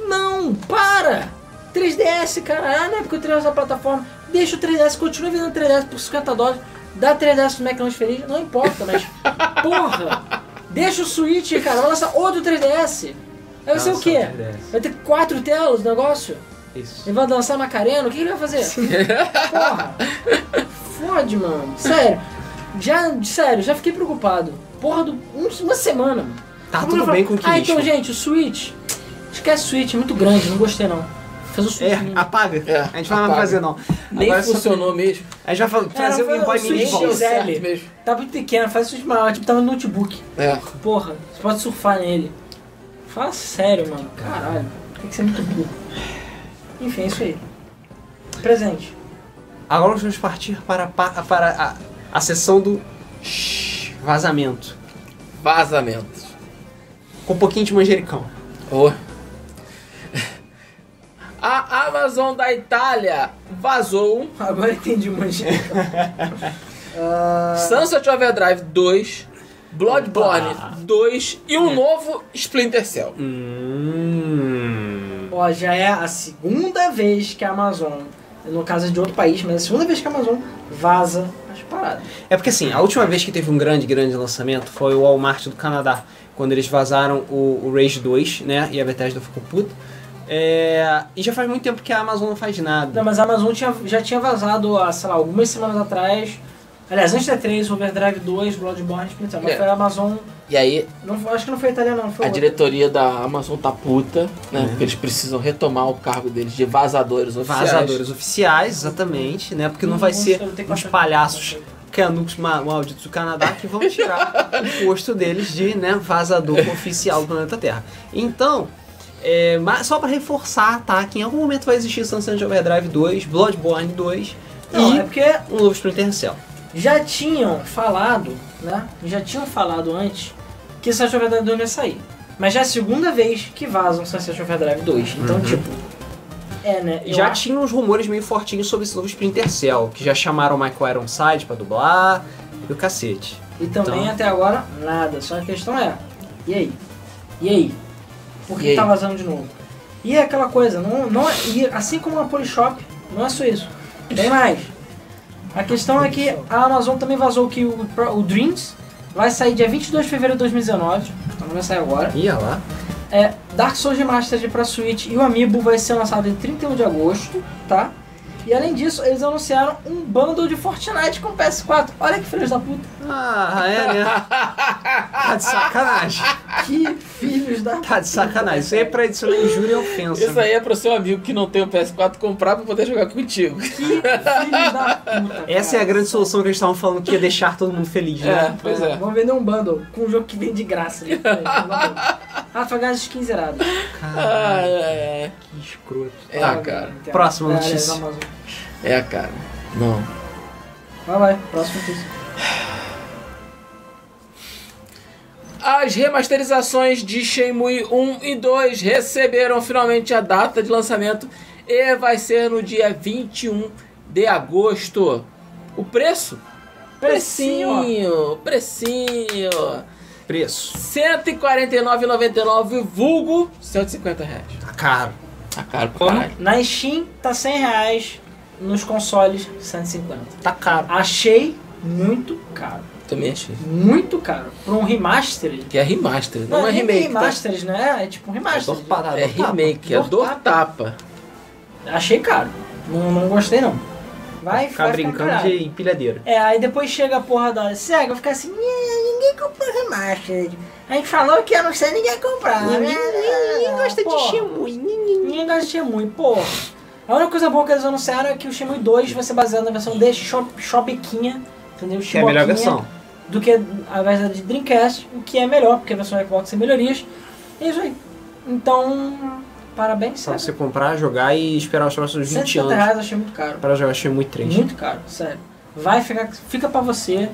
S2: Não! Para! 3DS, cara, ah, não é porque o 3DS é uma plataforma. Deixa o 3DS, continua vendendo 3DS por 50 dólares. Dá 3DS pro McLaren feliz, não importa, mas... porra! Deixa o Switch, cara, vai lançar outro 3DS. Aí vai ser o
S4: Lança
S2: quê?
S4: o 3DS.
S2: Vai ter quatro telas o negócio?
S4: Isso.
S2: Ele vai dançar Macarena? O que ele vai fazer? Porra! Fode, mano. Sério. Já, sério, já fiquei preocupado. Porra, do, um- uma semana, mano.
S4: Tá
S2: Todo
S4: tudo
S2: mundo
S4: bem
S2: fala,
S4: com o
S2: Ah, então,
S4: Kirishima."
S2: gente, o Switch... Esquece o Switch, é muito grande, não gostei, não. Faz o Switch
S4: É,
S2: mini.
S4: apaga.
S1: É,
S4: a gente não vai mais
S1: apaga.
S4: fazer, não.
S1: Nem
S4: Agora é só-
S1: funcionou mesmo.
S4: A gente vai fa- trazer
S2: não
S4: o Game
S2: foi
S4: Boy
S2: o
S4: Mini de
S2: Switch
S1: Nem deu
S4: volta.
S2: Zelda.
S1: certo mesmo.
S2: Tá muito pequeno, faz o Switch maior. Tipo, tava no notebook.
S1: É.
S2: Porra, você pode surfar nele. Fala sério, mano. Caralho. Tem que ser muito burro. Enfim, é isso aí. Presente.
S4: Agora nós vamos partir para, a pa- para a, a sessão do shhh, vazamento.
S1: Vazamentos.
S4: Com um pouquinho de manjericão.
S1: Ô. A Amazon da Itália vazou um
S2: Agora entendi, manjinha.
S1: Sunset Overdrive 2, Bloodborne 2 e um novo Splinter Cell.
S4: Hum.
S2: Ó, já é a segunda vez que a Amazon, no caso é de outro país, mas é a segunda vez que a Amazon vaza as paradas.
S4: É porque assim, a última vez que teve um grande, grande lançamento foi o Walmart do Canadá, quando eles vazaram o, o Rage 2, né? E a Bethesda ficou puta. É, e já faz muito tempo que a Amazon não faz nada.
S2: Não, mas a Amazon tinha- já tinha vazado há, sei lá, algumas semanas atrás. Aliás, antes da 3, Overdrive 2, Bloodborne, Splinter Cell. Mas
S1: É.
S2: foi a Amazon...
S1: E aí
S2: Não, acho que não foi a Itália, não. Foi
S1: a
S2: outra.
S1: diretoria da Amazon tá puta, né? Porque eles precisam retomar o cargo deles de vazadores oficiais.
S4: Vazadores oficiais, exatamente, né? Porque não vai
S2: Nossa,
S4: ser
S2: eu tenho Uhum. que
S4: uns
S2: achar-
S4: palhaços canucos ma- malditos do Canadá que vão tirar o posto deles de né, vazador oficial do planeta Terra. Então, é, mas só pra reforçar, tá? Que em algum momento vai existir Sunset Overdrive 2, Bloodborne 2
S2: Não,
S4: e
S2: é porque
S4: um novo Splinter Cell.
S2: já tinham falado, né? Já tinham falado antes que Sunset Overdrive 2 não ia sair. Mas já é a segunda vez que vazam Sunset Overdrive 2. Então,
S1: Uhum.
S2: tipo... É, né? Eu
S4: já
S2: acho-
S4: tinha uns rumores meio fortinhos sobre esse novo Splinter Cell, que já chamaram o Michael Ironside pra dublar e o cacete.
S2: E também
S4: Então.
S2: até agora nada. Só a questão é, e aí? E aí? Por
S1: E
S2: que
S1: aí?
S2: tá vazando de novo? E é aquela coisa, não, não é- e assim como a Polishop, não é só isso. Tem mais. A questão é que a Amazon também vazou que o, Pro- o Dreams vai sair dia 22 de fevereiro de 2019. Então não vai sair agora.
S4: Ia lá.
S2: É, Dark Souls Remastered pra Switch e o Amiibo vai ser lançado em 31 de agosto, um tá? E além disso, eles anunciaram um bundle de Fortnite com PS4. Olha que filhos da puta.
S4: Ah, é, né? Tá de sacanagem.
S2: Que filhos da
S4: Tá de sacanagem. Isso aí é pra isso é injúria e ofensa.
S1: Isso aí é pro seu amigo que não tem o PS4 comprar pra poder jogar contigo.
S2: filhos da puta.
S4: Essa é a grande solução que eles estavam falando que ia deixar todo mundo feliz, né?
S1: É, pois é.
S2: Vamos vender um bundle com um jogo que vem de graça. Né? ah, foi ganhar skins zeradas.
S1: Ah,
S4: Caralho,
S1: Ai, ai, ai.
S4: que escroto.
S1: É a cara.
S4: Próxima
S2: É,
S4: notícia.
S2: é, Amazon.
S1: É a cara. Não.
S2: Vai, vai. Próxima notícia.
S1: As remasterizações de Shenmue 1 e 2 receberam finalmente a data de lançamento e vai ser no dia 21 de agosto. O preço?
S2: Precinho.
S1: Precinho.
S4: Preço.
S1: R$ 149,99 vulgo R$ 150 reais.
S4: Tá caro.
S1: Tá caro pra caralho.
S2: Na Steam tá 100 reais, nos consoles 150.
S6: Tá caro.
S2: Achei muito caro.
S1: Também achei.
S2: Muito caro. Pra um remaster.
S1: Que é remaster, não, é remake. tá?
S2: remasters, né? É tipo um remaster.
S4: Torparada.
S1: É remake, é
S2: Dor
S1: dor tapa.
S2: Achei caro. Não, não gostei não. Vai,
S4: Ficar
S2: vai
S4: brincando
S2: caro.
S4: de empilhadeira.
S2: É, aí depois chega a porra da SEGA, fica assim, "Nhê, ninguém comprou remaster. A gente falou que eu não sei ninguém comprar. Ninguém, gosta de Shimui. Ninguém gosta de Shimui, porra. A única coisa boa que eles anunciaram é que o Shimui 2 vai ser baseado na versão de Shop, Shopiquinha, entendeu?
S4: Que é a melhor
S2: Shiboquinha,
S4: versão.
S2: Do que a versão de Dreamcast, o que é melhor, porque a versão Xbox tem melhorias. É isso aí. Então, parabéns,
S4: Só
S2: Sega.
S4: você comprar, jogar e esperar os próximos 20
S2: 170
S4: anos
S2: reais eu achei muito caro.
S4: pra jogar Shenmue 3.
S2: Muito caro, sério. Vai ficar. Fica pra você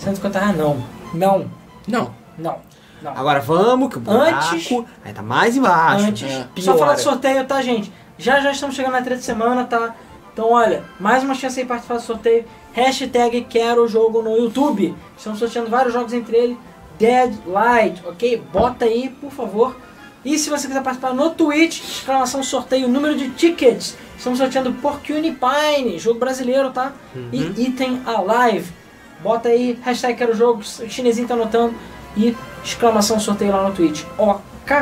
S2: 150 reais, Ah, não. Não,
S1: Não.
S2: não, não.
S4: Agora vamos, que o buraco
S2: Antes-
S4: ainda mais embaixo.
S2: Antes,
S1: é,
S2: só
S4: piora.
S2: falar de sorteio, tá, gente? Já já estamos chegando na treta de semana, tá? Então, olha, mais uma chance aí de participar do sorteio. Hashtag quero o jogo no YouTube. Estamos sorteando vários jogos entre ele. Deadlight, ok? Bota aí, por favor. E se você quiser participar no Twitch, exclamação sorteio, número de tickets. Estamos sorteando Porcune Pine, jogo brasileiro, tá? E item Alive. Bota aí, hashtag quero o jogo, o chinesinho tá anotando. E exclamação sorteio lá no Twitch. Ok?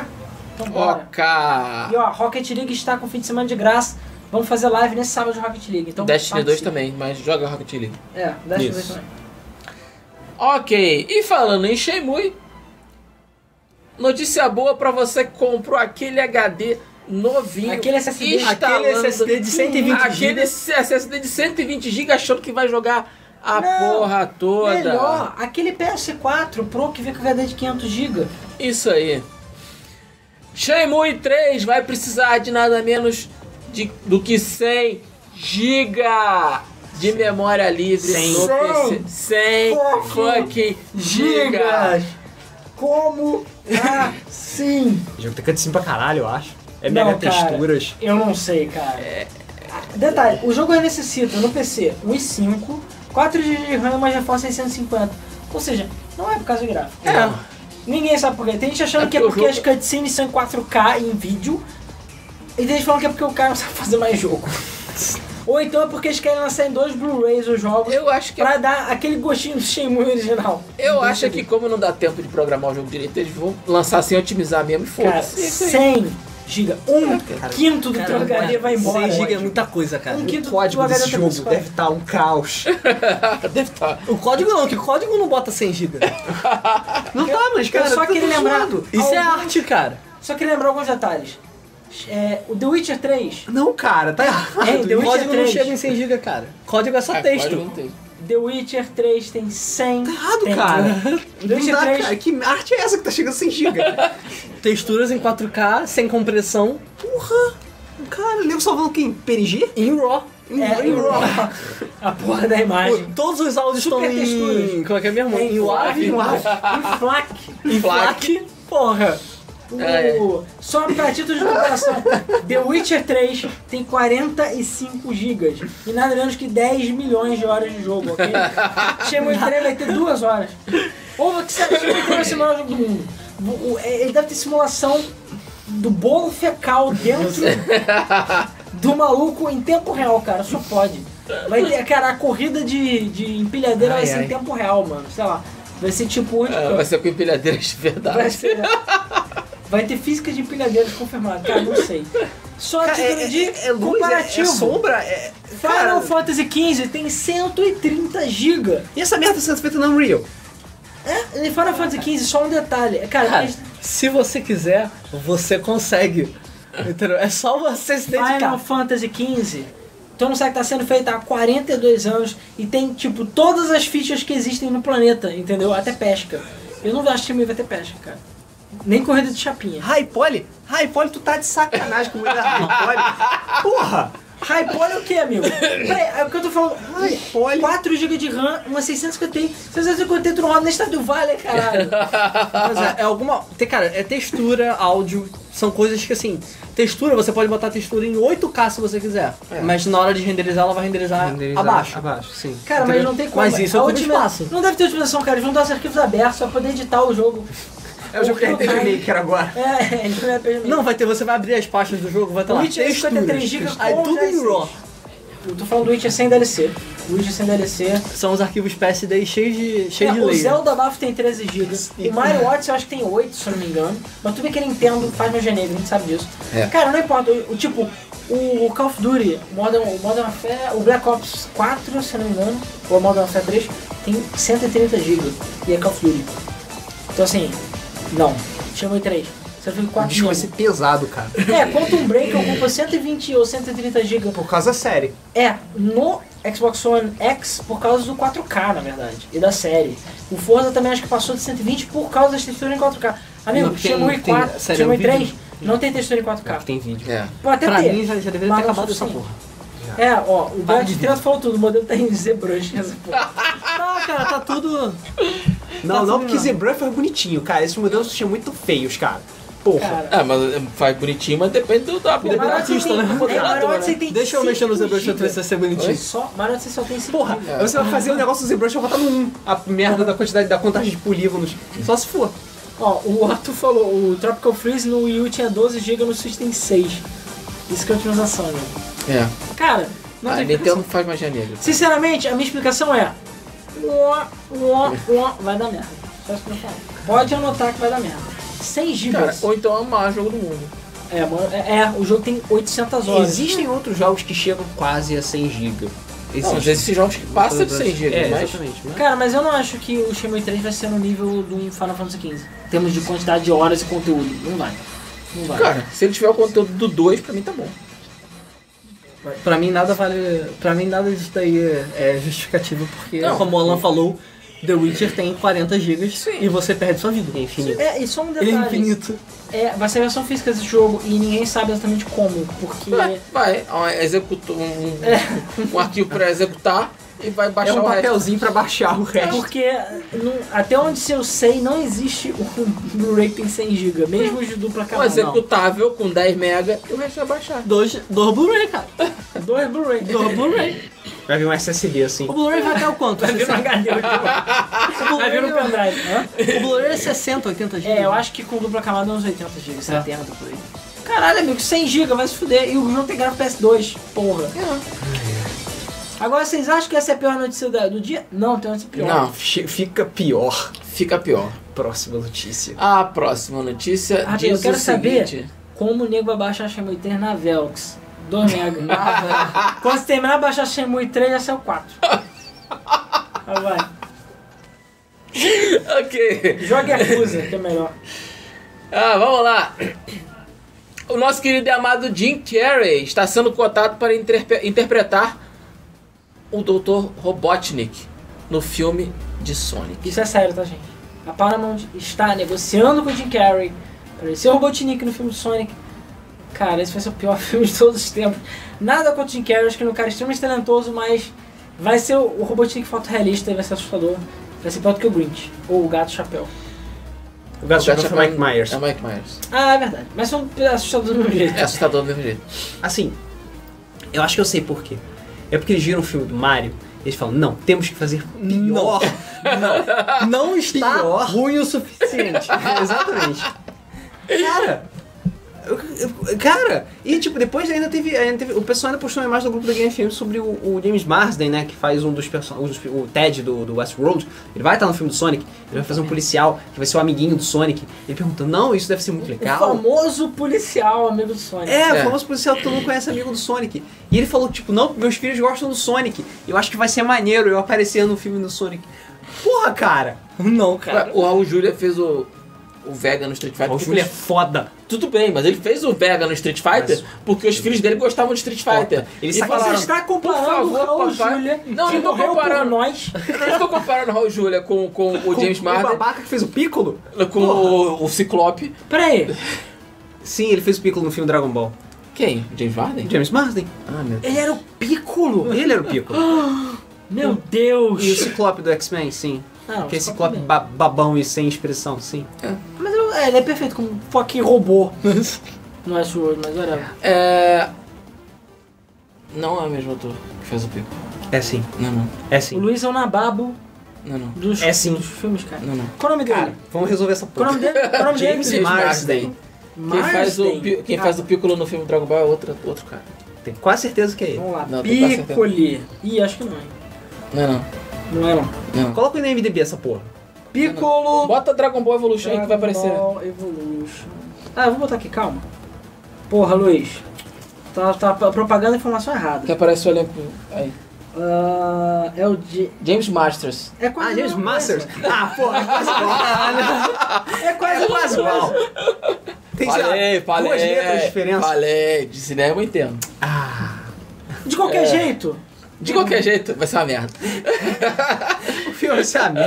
S2: Então bora. E
S1: Oca.
S2: ó, Rocket League está com fim de semana de graça. Vamos fazer live nesse sábado de Rocket League. Então,
S1: Destiny 2
S2: participe.
S1: também, mas joga Rocket League.
S2: É, Destiny 2
S4: Isso.
S2: também.
S1: Ok, e falando em Shenmue, notícia boa pra você que comprou aquele HD novinho.
S2: Aquele SSD.
S1: instalando-
S4: Aquele SSD de 120
S1: Aquele SSD de 120 GB achando que vai jogar a
S2: Não,
S1: porra toda.
S2: Melhor, aquele PS4 Pro que vem com HD de 500GB.
S1: Isso aí. Shenmue 3 vai precisar de nada menos de- do que 100 GB de memória livre
S4: 100.
S1: no PC. 100
S2: Fucking
S1: fucking gigas.
S2: Como assim?
S4: O jogo tá cutscene pra caralho, eu acho. É
S2: Não,
S4: mega
S2: cara.
S4: texturas.
S2: Eu não sei, cara.
S1: É.
S2: Ah, Detalhe, o jogo ele necessita no PC um i5, 4 GB de RAM e uma GeForce 650. Ou seja, não é por causa do gráfico.
S1: É.
S2: Ninguém sabe por quê. Tem gente achando
S1: É
S2: que é
S1: porque o
S2: porque as cutscenes são em 4K em vídeo. E tem gente falando que é porque o cara não sabe fazer mais jogo. Ou então é porque eles querem lançar em dois Blu-rays os jogos
S1: Eu acho que é
S2: pra dar aquele gostinho do Shenmue original.
S1: Eu acho que como não dá tempo de programar o jogo direito, eles vão lançar sem otimizar mesmo e
S2: Cara,
S1: foda-se. É isso aí.
S2: 100 GB. Um quinto do teu
S3: Cara,
S2: HD vai embora.
S3: 100 GB é
S2: ótimo.
S3: muita coisa, cara.
S2: Um
S4: O
S2: quinto
S4: código
S2: do
S4: desse
S2: HD tá com
S4: jogo deve estar um caos.
S1: Deve tá.
S3: O código não, que o código não bota 100 GB.
S4: Não tá, mas cara,
S2: só
S4: tá
S2: queria
S4: tudo
S2: lembrar-
S4: zoado.
S3: Isso é arte, cara.
S2: Só queria lembrar alguns detalhes. É, o The Witcher 3,
S4: Não, cara, tá errado.
S2: É, The
S3: O
S2: Witcher
S3: código não
S2: 3.
S3: chega em 100 GB, cara. Código é
S2: tá
S3: só
S1: Ah,
S3: texto.
S1: código não tem.
S2: The Witcher 3 tem 100.
S4: Tá errado,
S2: tem-
S4: cara.
S2: The
S4: Não
S2: Witcher
S4: dá,
S2: 3
S4: cara. Que arte é essa que tá chegando sem giga?
S3: Texturas em 4K, sem compressão,
S4: Porra! Cara, o nego salvando quem? PNG?
S3: em RAW.
S2: é em RAW. A porra da imagem.
S3: Pô, Todos os áudios
S2: Super
S3: estão em...
S2: texturas.
S3: Como é que é mesmo?
S2: É em
S3: Em
S2: WAV.
S3: WAV,
S4: Em WAV.
S2: Em FLAC.
S3: em FLAC. Porra.
S1: É.
S2: O- Só pra título de comparação, The Witcher 3 tem 45 gigas e nada menos que 10 milhões de horas de jogo, ok? Shenmue 3 vai ter duas horas. Ou que sabe, Shenmue 3 vai ser o maior jogo do mundo. O- o- Ele deve ter simulação do bolo fecal dentro do maluco em tempo real, cara, só pode. Vai ter, cara, a corrida de, de empilhadeira vai
S1: Ai,
S2: ser
S1: ai.
S2: em tempo real, mano. Sei lá, vai ser tipo onde
S1: Ah, vai ser com empilhadeiras de
S2: Vai,
S1: verdade.
S2: ser- vai ter física de empilhadeiras confirmada, cara, não sei. Só a
S4: Cara,
S2: título
S4: é,
S2: de
S4: é, é luz, é,
S2: comparativo.
S4: é sombra, é,
S2: Final Fantasy XV tem 130 GB.
S4: E essa merda tá sendo feita no Unreal?
S2: É, e Final Fantasy XV, só um detalhe. Cara,
S3: Cara,
S2: eles-
S3: se você quiser, você consegue. Entendeu? É só você se
S2: Final
S3: dedicar.
S2: Fantasy XV, tu não sabe que tá sendo feito há 42 anos e tem, tipo, todas as fichas que existem no planeta, entendeu? Até pesca. Eu não acho que meio vai ter pesca, cara. Nem corrida de chapinha.
S4: High Poly? High Poly, tu tá de sacanagem com o High Poly. Porra!
S2: Hypole é o que, amigo? Peraí, é o que eu tô falando.
S4: High Poly.
S2: 4 GB de RAM, uma 650. 650 tu não roda nem estado do Vale, né, caralho.
S3: Mas é, é alguma. Tem, cara, é textura, áudio. São coisas que assim. Textura, você pode botar textura em 8K se você quiser.
S2: É.
S3: Mas na hora de renderizar, ela vai renderizar, abaixo.
S4: Abaixo, sim.
S2: Cara, mas não tem como. é
S3: Mas isso
S2: A
S3: eu vou te
S2: última-
S3: espaço.
S2: Não deve ter utilização, cara. Eles vão dar os arquivos abertos pra poder editar o jogo.
S4: É o jogo que a gente Maker agora.
S2: É, eles vão RPG
S3: Não, vai ter, você vai abrir as pastas do jogo, vai ter lá.
S2: Witcher é 53
S3: texturas,
S2: gigas
S3: texturas. Aí
S2: com
S3: tudo em
S2: 16.
S3: RAW.
S2: Eu tô falando do Witcher sem DLC. O Witcher sem DLC.
S3: São os arquivos PSD cheios de, cheios
S2: É,
S3: de
S2: o
S3: layer.
S2: Zelda Bafo tem 13 GB. O Mario Odyssey eu acho que tem 8, se eu não me engano. Mas tudo bem que a Nintendo faz no genérico, a gente sabe disso. Cara, não importa. O, o tipo, o Call of Duty, o Modern, o Modern Warfare, o Black Ops 4, se eu não me engano, ou o Modern Warfare 3, tem 130 GB. E é Call of Duty. Então assim, não. Chama o 3. Você fica com
S4: O
S2: 4
S4: disco vai
S2: GB.
S4: ser pesado, cara.
S2: É, Quantum Break ocupa 120 ou 130 GB.
S4: Por causa da série.
S2: É, no Xbox One X por causa do 4K, na verdade, e da série. O Forza também acho que passou de 120 por causa das texturas em 4K. Amigo,
S3: Não
S2: chegou
S3: tem-
S2: em
S3: tem-
S2: 4,
S3: sério,
S2: chegou
S3: é
S2: em
S3: um
S2: 3,
S3: vídeo?
S2: não tem textura em 4K.
S4: tem vídeo.
S1: É.
S2: Pode até
S3: Pra
S2: ter.
S3: mim já, já deveria
S2: mas
S3: ter
S2: não
S3: acabado essa
S2: suficiente.
S3: porra.
S2: É, ó, o
S3: Para
S2: Brad
S3: de
S2: de Trento falou tudo, o modelo tá em ZBrush essa porra.
S3: Ah, cara, tá tudo.
S4: Não, não, porque
S3: Não.
S4: Zebran foi um bonitinho, cara. Esses modelos tinham muito feios, cara. Porra.
S2: Cara.
S1: Ah, mas faz bonitinho, mas depende do da
S2: Mario
S1: da
S2: Odyssey
S1: artista,
S2: tem-
S1: né?
S2: é, Mario Odyssey tem
S3: Deixa eu mexer no
S2: cinco
S3: ZBrush pra
S2: gigas.
S3: ver se vai ser bonitinho.
S2: Só, Mario Odyssey só tem 5
S4: Porra,
S2: gigas.
S4: aí você vai fazer o negócio do ZBrush e vai botar no 1. A merda da quantidade, da contagem de polígonos. Só se for.
S2: Ó, o Otto falou, o Tropical Freeze no Wii U tinha 12 GB, no Switch tem 6. Isso que é otimização, né?
S1: É.
S2: Cara, não
S3: Ah,
S1: A
S2: tem
S1: Nintendo não faz magia negra.
S2: Sinceramente, a minha explicação é. uó, uó, uó, vai dar merda. Só isso que eu falo. Pode anotar que vai dar merda. 100
S1: Cara,
S2: gigas.
S1: ou então é o maior jogo do mundo.
S2: é, mano, é, é, o jogo tem 800 horas.
S4: Existem outros jogos que chegam quase a 100 GB.
S1: Não, mas esses jogos que passam de 100 GB,
S4: É,
S1: mas...
S4: exatamente.
S3: né?
S4: mas-
S2: Cara, mas eu não acho que o Shenmue 3 vai ser no nível do Final Fantasy XV. Em termos de quantidade de horas e conteúdo. Não vai. Não vai.
S1: Cara, se ele tiver o conteúdo do 2, pra mim tá bom.
S3: Pra mim nada vale. Pra mim nada disso daí é é justificativo, porque
S1: Não.
S3: como o Alan falou, The Witcher tem 40 gigas e você perde sua vida. Enfim.
S2: É, e só um
S3: Ele
S2: detalhe.
S3: é infinito.
S2: É, vai ser a versão física desse jogo e ninguém sabe exatamente como. Porque.
S1: Vai, vai, ó, executa um, um arquivo pra executar e vai
S4: É
S1: baixar
S4: um
S1: o resto.
S4: papelzinho pra baixar o
S2: É
S4: resto.
S2: porque, não- até onde eu sei, não existe um Blu-ray que tem 100 GB, mesmo os de dupla
S1: Um
S2: camada.
S3: é
S1: executável com 10 mega e o resto vai baixar.
S3: Dois, dois Blu-ray, cara.
S2: Dois Blu-ray.
S3: Dois Blu-ray.
S4: Vai vir um SSD assim.
S3: O Blu-ray vai até o quanto?
S2: Vai vir um HD,
S3: O
S2: vai vir um
S3: Blu-ray
S2: pendrive. Hã?
S3: o Blu-ray é 60, 80 gigas.
S2: É, eu acho que com dupla camada é uns 80 GB, 70 por aí. Caralho, amigo, 100 GB, vai se fuder. E o jogo tem gráfico PS2, porra. Agora, vocês acham que essa é a pior notícia da- do dia? Não, tem notícia pior.
S1: Não,
S4: Ah, Che- Fica pior.
S1: fica pior.
S4: Próxima notícia.
S1: A próxima notícia
S2: Ah,
S1: diz
S2: eu quero
S1: o
S2: saber.
S1: seguinte.
S2: Como o nego vai baixar Shenmue 3 na Velux? 2 mega. Na Velux. Quando você terminar de baixar Shenmue 3, já saiu 4. Aí vai.
S1: Ok.
S2: Jogue Acusa, que é melhor.
S1: Ah, vamos lá. O nosso querido e amado Jim Carrey está sendo cotado para interpe- interpretar o Dr. Robotnik no filme de Sonic.
S2: Isso é sério, tá, gente? A Paramount está negociando com o Jim Carrey pra ele ser o Robotnik no filme do Sonic. Cara, esse vai ser o pior filme de todos os tempos. Nada contra o Jim Carrey, acho que ele é um cara extremamente talentoso, mas vai ser o, o Robotnik fotorrealista, ele vai ser assustador. Vai ser pior do que o Grinch, ou o Gato Chapéu.
S4: O gato
S1: Gato
S4: chegou foi um Mike Myers.
S1: É Mike Myers.
S2: Ah, é verdade. Mas são assustadores do mesmo jeito.
S1: É assustador do mesmo jeito.
S4: Assim, eu acho que eu sei por quê. É porque eles viram o filme do Mario. Eles falam, não, temos que fazer pior.
S3: Não está
S4: Pior.
S3: ruim o suficiente.
S4: Exatamente. Cara, Cara, e tipo, depois ainda teve, ainda teve- O pessoal ainda postou uma imagem do grupo da Game FM sobre o, o James Marsden, né? Que faz um dos personagens. O Ted do, do Westworld. Ele vai estar no filme do Sonic. Ele vai fazer um policial que vai ser o amiguinho do Sonic. Ele perguntou: Não, isso deve ser muito
S2: O
S4: legal.
S2: famoso policial amigo do Sonic.
S4: É,
S3: É.
S4: o famoso policial que todo mundo conhece, amigo do Sonic. E ele falou, tipo, não, meus filhos gostam do Sonic. Eu acho que vai ser maneiro eu aparecer no filme do Sonic. Porra, cara!
S3: Não, cara.
S1: O Raul Júlia fez o, o Vega no Street Fighter.
S4: O
S1: porque
S4: filme é
S1: ele é-
S4: foda.
S1: Tudo bem, mas ele fez o Vega no Street Fighter porque os filhos dele gostavam de Street Fighter.
S4: Ele
S1: E
S4: saca-
S1: falaram,
S2: Você está comparando
S1: por favor,
S2: o Raul
S1: papai.
S2: Júlia,
S1: Não,
S2: que
S1: eu tô
S2: morreu por
S1: comparando.
S2: nós.
S1: Eu estou comparando o Raul Júlia com, com o James
S4: Com O
S1: Marden,
S4: babaca que fez o Piccolo?
S1: com o, o Ciclope.
S2: Peraí,
S4: Sim, ele fez o Piccolo no filme Dragon Ball.
S1: Quem? O James Marden?
S4: James Marsden?
S1: Ah, meu Deus.
S2: ele era o Piccolo?
S4: Ele era o Piccolo.
S2: Meu
S4: E o
S2: Deus.
S4: Ciclope do X-Men, sim.
S2: Não,
S4: Que é Ciclope ba- babão e sem expressão, sim.
S2: Mas ele é- ele é perfeito como um fucking robô. Não é Sword, mas whatever.
S1: É... Não é o mesmo ator que fez o Pico.
S4: É sim,
S1: Não, não.
S4: é
S2: O
S4: sim.
S2: Luiz é o Nababo
S1: Não, não.
S2: dos,
S4: É sim.
S2: dos filmes, cara.
S1: Não, não.
S2: Qual é o nome
S4: Cara,
S2: dele?
S4: vamos resolver essa
S2: Qual é o
S4: porra.
S2: nome dele? Qual o nome dele? tá.
S1: James Marsden. Quem faz, o,
S2: Marsden.
S1: Pi- quem faz o Piccolo no filme Dragon Ball é outro, outro cara.
S4: Tenho quase certeza que é ele.
S2: Vamos lá,
S1: Não, tô quase certeza.
S2: Piccoli. Ih, acho que não. hein?
S1: Não, não.
S2: Não é não.
S1: não.
S4: Coloca o IMDB essa porra.
S2: Piccolo.
S1: Bota Dragon Ball Evolution aí que vai aparecer.
S2: Dragon Ball Evolution. Ah, eu vou botar aqui, calma. Porra, Luiz. Tá, tá propagando a informação errada.
S1: Que aparece o elenco aí.
S2: Ah, é o J...
S1: James Masters.
S2: É quase
S4: Ah,
S2: a
S4: James
S2: mesma
S4: Masters?
S2: coisa.
S4: Ah, porra, é quase igual.
S2: É quase
S4: É
S2: a
S4: quase
S2: mesma
S4: igual.
S2: coisa.
S4: Tem sei lá,
S1: Falei, falei.
S4: duas letras de diferença.
S1: Falei. De cinema eu entendo.
S4: Ah,
S2: De qualquer
S1: É.
S2: jeito.
S1: De qualquer jeito, vai ser uma merda.
S4: o filme, sabe?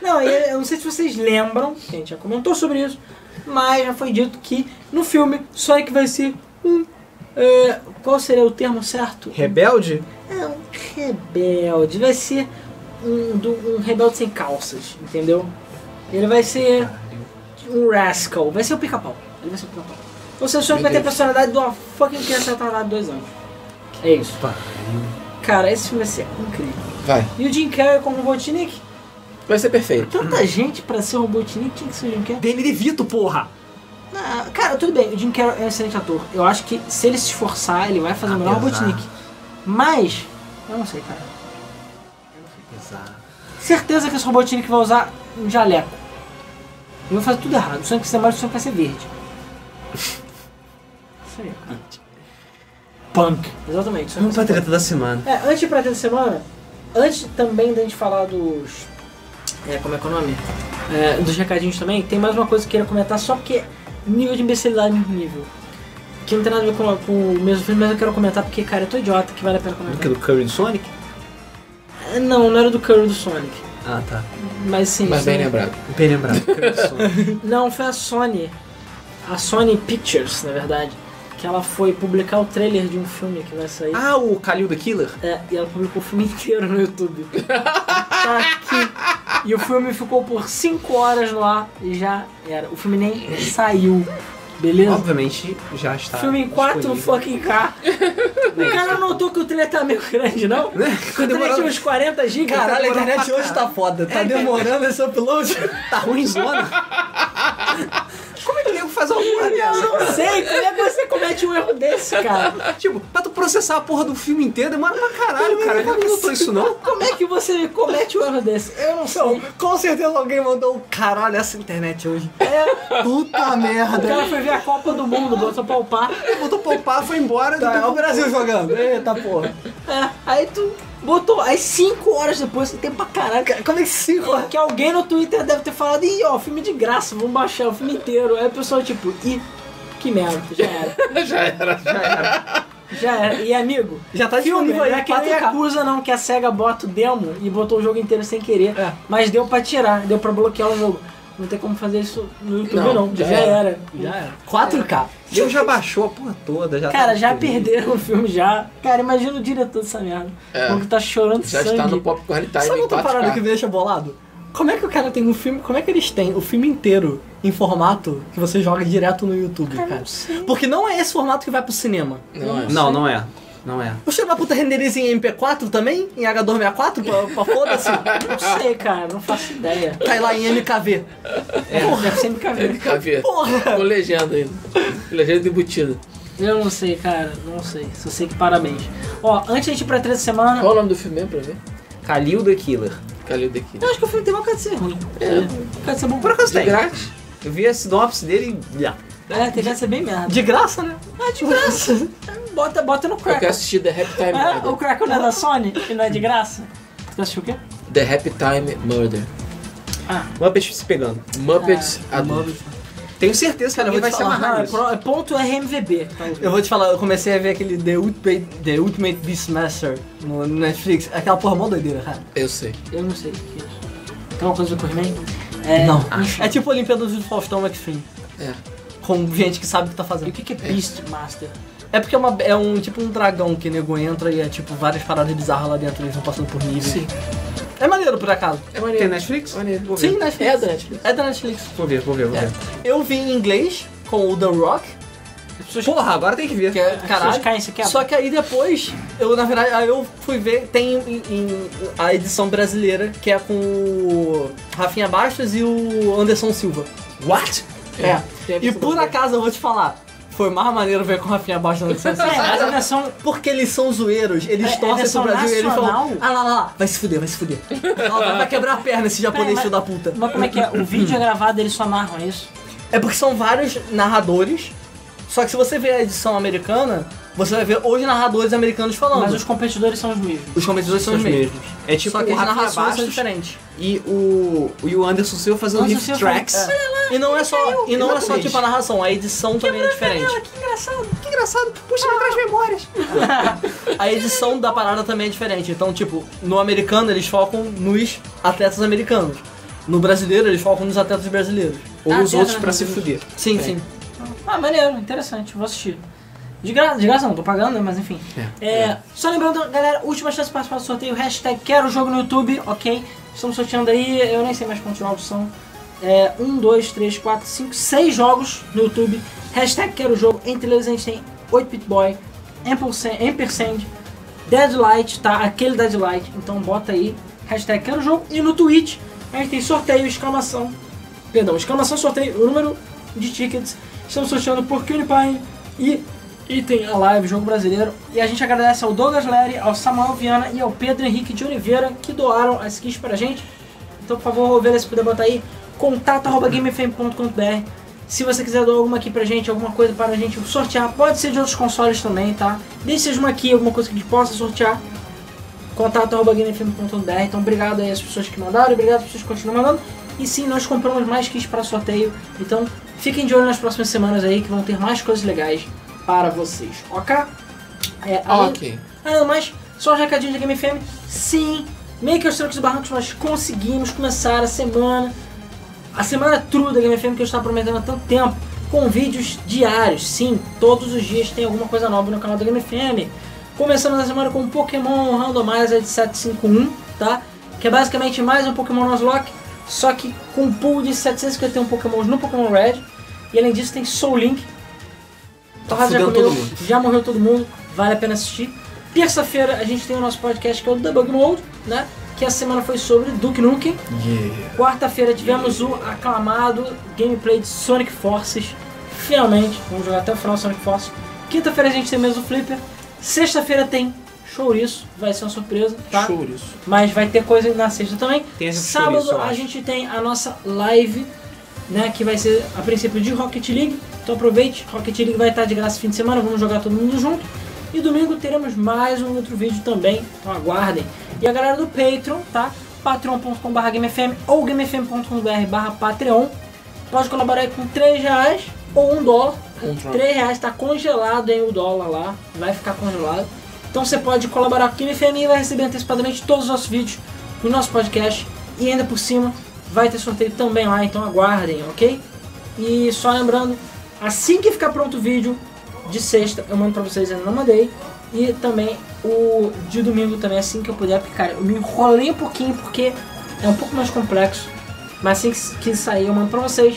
S2: Não, e eu não sei se vocês lembram, que a gente já comentou sobre isso, mas já foi dito que no filme Sonic vai ser um. é, qual seria o termo certo?
S4: Rebelde?
S2: É um rebelde. Vai ser um, do- um rebelde sem calças, entendeu? Ele vai ser um rascal. Vai ser o pica-pau. Ele vai ser o pica-pau. Ou seja, o Sonic vai ter a personalidade de uma fucking criança retardada de dois anos. É isso. Cara, esse filme vai ser incrível.
S1: Vai.
S2: E o Jim Carrey como Robotnik?
S1: Vai ser perfeito.
S2: Tanta gente pra ser um Robotnik, tinha que ser o Jim Carrey.
S4: Danny DeVito, porra!
S2: Ah, cara, tudo bem, o Jim Carrey é um excelente ator. Eu acho que se ele se esforçar, ele vai fazer o melhor
S4: Apesar.
S2: Robotnik. Mas, eu não sei, cara.
S4: Exato.
S2: Certeza que esse Robotnik vai usar um jaleco. Ele vai fazer tudo errado. O Sonic vai ser mais, o Sonic vai ser verde. Isso aí, cara. Punk. Exatamente. Sonic
S4: Vamos
S2: vai
S4: pra
S2: ser
S4: treta da semana.
S2: É, antes de ir pra treta da semana, antes também da gente falar dos. É, como é que é o nome? É, dos recadinhos também, tem mais uma coisa que eu queria comentar, só porque é nível de imbecilidade no nível. Que não tem nada a ver com, com o mesmo filme, mas eu quero comentar porque, cara, eu tô idiota que vale a pena
S4: Do
S2: comentar.
S4: que? Do Curry do Sonic?
S2: É, Não, não era do Curry do Sonic.
S4: Ah, tá.
S2: Mas sim.
S1: Mas bem né?
S2: sim.
S1: lembrado.
S4: Bem lembrado. Curry do Sonic.
S2: Não, foi a Sony. A Sony Pictures, na verdade. Que ela foi publicar o trailer de um filme que vai sair.
S4: Ah, o Kalil the Killer?
S2: É, e ela publicou o filme inteiro no YouTube. tá aqui. E o filme ficou por 5 horas no ar e já era. O filme nem saiu. Beleza?
S4: Obviamente já está.
S2: filme em 4
S4: disponível.
S2: fucking K. O cara não notou que o trailer tá meio grande, não?
S4: Né?
S2: O trailer tinha uns 40 GB.
S3: Caralho, a
S4: demorou
S3: internet
S4: pra
S3: hoje tá foda. Tá demorando esse upload.
S4: Tá ruim zona? Como é que o nego faz uma porra
S2: Eu
S4: dessa?
S2: não sei, como é que você comete um erro desse, cara?
S4: Tipo, pra tu processar a porra do filme inteiro demora pra caralho, cara. Como é que não tô isso não?
S2: Como é que você comete um erro desse? Eu não sei.
S3: Então, com certeza alguém mandou um caralho essa internet hoje. é Puta
S2: O
S3: merda.
S2: cara foi ver a Copa do Mundo, botou palpar.
S4: Botou poupar, foi embora.
S3: Tá, é o
S4: depois-
S3: Brasil jogando. Eita porra.
S2: É, aí tu botou. Aí 5 horas depois, você tem pra caralho.
S3: Como é que se
S2: Pô, Que alguém no Twitter deve ter falado, ih, ó, filme de graça, vamos baixar o filme inteiro. Aí o pessoal, tipo, ih, que merda, já era.
S1: Já era.
S2: Já era. E amigo,
S3: Já tá
S2: filme
S3: disponível
S2: não
S4: né?
S3: aí,
S2: é que nem
S3: 4K.
S2: acusa não que a SEGA bota o demo e botou o jogo inteiro sem querer.
S3: É.
S2: Mas deu pra tirar, deu pra bloquear o jogo. Não tem como fazer isso no YouTube, não.
S1: Não,
S2: Já,
S1: já
S2: era.
S1: era.
S3: Já era. 4K.
S4: Deu já baixou a porra toda. Já tá
S2: É. Cara, já
S4: disponível.
S2: perderam o filme já. Cara, imagina o diretor dessa merda.
S1: É.
S2: O que tá chorando
S1: Já
S2: sangue.
S1: está no Popcorn Time
S3: Sabe
S1: em
S3: outra
S1: 4K.
S3: parada que me deixa bolado? Como é que o cara tem um filme. Como é que eles têm o filme inteiro em formato que você joga direto no YouTube, cara? Porque não é esse formato que vai pro cinema.
S1: Não, é.
S4: Não, não é. Não é.
S3: O filho da puta renderiza em MP4 também? Em H264? Pra, pra foda-se?
S2: Não sei, cara, não faço ideia.
S3: Cai Tá lá em MKV.
S2: Porra, deve ser MKV.
S1: Cabia.
S3: Porra!
S1: Com legenda ainda. Com legenda embutida.
S2: Eu não sei, cara, não sei. Só sei que parabéns. Ó, antes de ir pra treta da semana,
S1: Qual o nome do filme mesmo pra ver?
S7: Kalil the Killer.
S1: Calil daqui.
S2: eu acho que o filme tem uma cara de ser ruim. É. Cara de ser bom.
S7: Por acaso
S1: De
S7: tem.
S1: grátis?
S7: Eu vi a sinopse dele e... Ah,
S2: É, tem cara de ser bem merda.
S3: De graça, né?
S2: Ah, de graça. Bota, bota no
S1: Eu quero
S2: Crackle.
S1: assistir The Happy Time
S2: Ah, o
S1: Murder.
S2: Crackle não é da Sony? E não é de graça? Tu assistiu o quê?
S1: The Happy Time Murder.
S7: Muppet se pegando.
S1: Muppets adulto.
S4: Tenho certeza que
S3: Cara, eu
S4: alguém vai
S3: vou te
S4: se
S3: falar,
S4: amarrar
S2: Ah, é
S4: nisso.
S2: pro- é ponto RMVB.
S3: Eu vou te falar, eu comecei a ver aquele The Ultimate, The Ultimate Beastmaster no Netflix. É Aquela porra mó doideira, cara.
S1: Eu sei.
S2: Eu não sei o que é isso. Tem uma coisa do Corrimento? É,
S3: Não.
S2: enfim.
S3: É tipo Olimpíadas do Faustão Extreme.
S1: É.
S3: Com gente que sabe o que tá
S2: E
S3: fazendo.
S2: o que que é Beastmaster?
S3: É porque é, uma- é um tipo um dragão que nego entra e é tipo várias paradas bizarras lá dentro, eles vão passando por níveis.
S1: Sim.
S3: É maneiro por acaso.
S1: É
S4: Tem
S1: maneiro.
S4: Netflix?
S1: maneiro. Vou
S3: Sim,
S1: ver.
S3: Netflix.
S1: É da Netflix.
S3: É da Netflix.
S7: Vou ver, vou ver, vou ver.
S3: Eu vi em inglês com o The Rock,
S7: Porra, agora tem que ver.
S3: que é
S2: As
S3: caralho.
S2: pessoas caem, você quebra.
S3: Só que aí depois, eu na verdade, aí eu fui ver, tem em- em- a edição brasileira, que é com o Rafinha Bastos e o Anderson Silva.
S7: What?
S3: É.
S1: Tem a
S3: E
S1: versão
S3: por
S1: brasileira.
S3: acaso eu vou te falar, foi mais maneiro ver com o Rafinha Bastos e o Anderson
S2: É,
S3: Silva.
S2: mas a versão...
S3: Porque eles são zoeiros, eles
S2: É, é
S3: torcem
S2: versão
S3: pro Brasil e eles falam.
S2: nacional?
S3: Ah lá, lá, lá, vai se fuder, vai se fuder. Ah, lá, vai quebrar a perna esse japonês
S2: Pera,
S3: filho da puta.
S2: Mas como é que é? O vídeo é gravado eles só narram é isso?
S3: É porque são vários narradores, só que se você ver a edição americana, você vai ver os narradores americanos falando.
S2: Mas os competidores são os mesmos.
S3: Os comentadores são os mesmos.
S7: É tipo
S3: Só que
S7: o
S3: as
S7: Rafinha
S3: narrações são
S7: Bastos
S3: diferentes.
S7: e o, e o Anderson Silva fazendo
S2: Anderson
S7: riff
S2: Silva
S7: tracks.
S2: fazendo-
S3: E não é só, e não é só
S7: Exatamente.
S3: tipo a narração, a edição também é diferente.
S2: que engraçado.
S4: Tá, Que engraçado. Puxa, me traz memórias.
S3: A edição da parada também é diferente. Então, tipo, no americano eles focam nos atletas americanos. No brasileiro eles focam nos atletas brasileiros.
S7: Ou
S2: Ah,
S7: os
S2: tem
S7: outros
S2: a-
S7: pra se fuder.
S3: Sim, sim.
S2: Ah, maneiro, interessante, vou assistir. De graça, de graça não, tô pagando, né? mas enfim. É, Só lembrando, galera, última chance de participar do sorteio, hashtag quero jogo no YouTube, ok? Estamos sorteando aí, eu nem sei mais quantos jogos são. É, um, dois, três, quatro, cinco, seis jogos no YouTube. Hashtag quero jogo, entre eles a gente tem 8 Pit Boy, Ampersand, Ampersand, Deadlight, tá? Aquele Deadlight, então bota aí, hashtag quero jogo. E no Twitch a gente tem sorteio, exclamação, perdão, exclamação sorteio, o número de tickets. Estamos sorteando por PewDiePie e item a live Jogo Brasileiro. E a gente agradece ao Douglas Lery, ao Samuel Viana e ao Pedro Henrique de Oliveira que doaram as skins pra gente. Então, por favor, Ovelha, se puder botar aí, contato.gamefm.com.br. Se você quiser doar alguma aqui pra gente, alguma coisa para a gente sortear, pode ser de outros consoles também, tá? Deixe seja uma aqui, alguma coisa que a gente possa sortear contato.gamefm.br. Então, obrigado aí às pessoas que mandaram, obrigado às pessoas que continuam mandando. E sim, nós compramos mais kits para sorteio. Então, fiquem de olho nas próximas semanas aí que vão ter mais coisas legais para vocês, ok? É, além-
S1: Ok.
S2: ah, não, mas só um recadinho da Game FM. Sim, meio que aos trancos e barrancos nós conseguimos começar a semana, a semana true da Game FM que eu estava prometendo há tanto tempo, com vídeos diários. Sim, todos os dias tem alguma coisa nova no canal da Game FM. Começamos a semana com Pokémon Randomizer de 751, tá? Que é basicamente mais um Pokémon Nuzlocke, só que com um pool de 751 Pokémons no Pokémon Red. E além disso tem Soul Link. Torrado já
S7: fudendo
S2: comeu,
S7: todo mundo.
S2: já morreu todo mundo, vale a pena assistir. Terça-feira a gente tem o nosso podcast que é o Debug Mode, né? Que a semana foi sobre Duke Nukem. Quarta-feira tivemos o aclamado gameplay de Sonic Forces. Finalmente, vamos jogar até o final Sonic Forces. Quinta-feira a gente tem mesmo Flipper. Sexta-feira tem Chouriço, vai ser uma surpresa, tá?
S1: Chouriço.
S2: Mas vai ter coisa na sexta também.
S4: Tem essa
S2: Sábado
S4: chouriço, eu
S2: a
S4: acho.
S2: gente tem a nossa live, né? Que vai ser a princípio de Rocket League. Então aproveite, Rocket League vai estar de graça fim de semana, vamos jogar todo mundo junto. E domingo teremos mais um outro vídeo também, então aguardem. E a galera do Patreon, tá? patreon.com.br gamefm ou gamefm.com.br barra patreon. Pode colaborar aí com 3 reais ou 1 dólar.
S1: Um dólar.
S2: 3 reais tá congelado em o dólar lá, vai ficar congelado. Então você pode colaborar com o GameFM e vai receber antecipadamente todos os nossos vídeos no nosso podcast. E ainda por cima, vai ter sorteio também lá, então aguardem, ok? E só lembrando, assim que ficar pronto o vídeo de sexta, eu mando pra vocês, ainda não mandei. E também o de domingo também, assim que eu puder, porque cara, eu me enrolei um pouquinho porque é um pouco mais complexo. Mas assim que, que sair eu mando pra vocês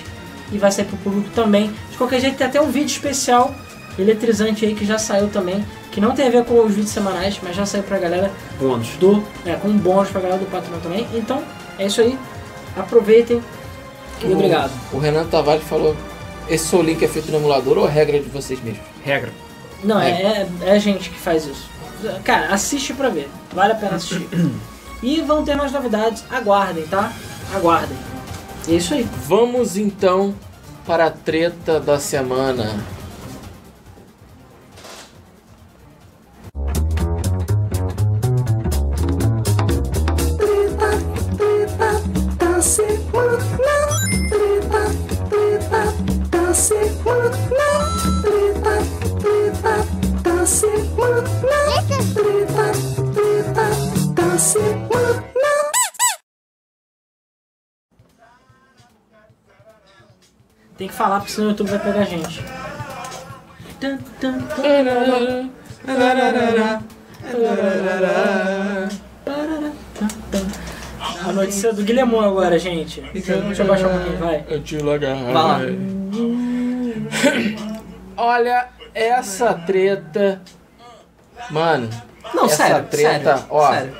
S2: e vai sair pro público também. De qualquer jeito tem até um vídeo especial eletrizante aí que já saiu também, que não tem a ver com os vídeos semanais, mas já saiu pra galera
S4: Bônus.
S2: do. É, com bônus pra galera do Patreon também. Então, é isso aí. Aproveitem. E
S1: O-
S2: obrigado.
S1: O Renan Tavares falou: esse seu link é feito no emulador ou é regra de vocês mesmos?
S4: Regra.
S2: Não, é, é, é gente que faz isso. Cara, assiste pra ver. Vale a pena assistir. e vão ter mais novidades. Aguardem, tá? Aguardem. É isso aí.
S1: Vamos então para a treta da semana.
S2: Tem que falar, porque senão o YouTube vai pegar a gente. Tan, tan, tan. Parará, tan, tan. A notícia do Guilhermão agora, gente.
S3: é
S2: Deixa eu baixar um pouquinho, vai.
S1: Vai lá. Olha essa treta. Mano,
S3: Não,
S1: essa
S3: sério,
S1: treta,
S3: sério,
S1: ó,
S3: sério.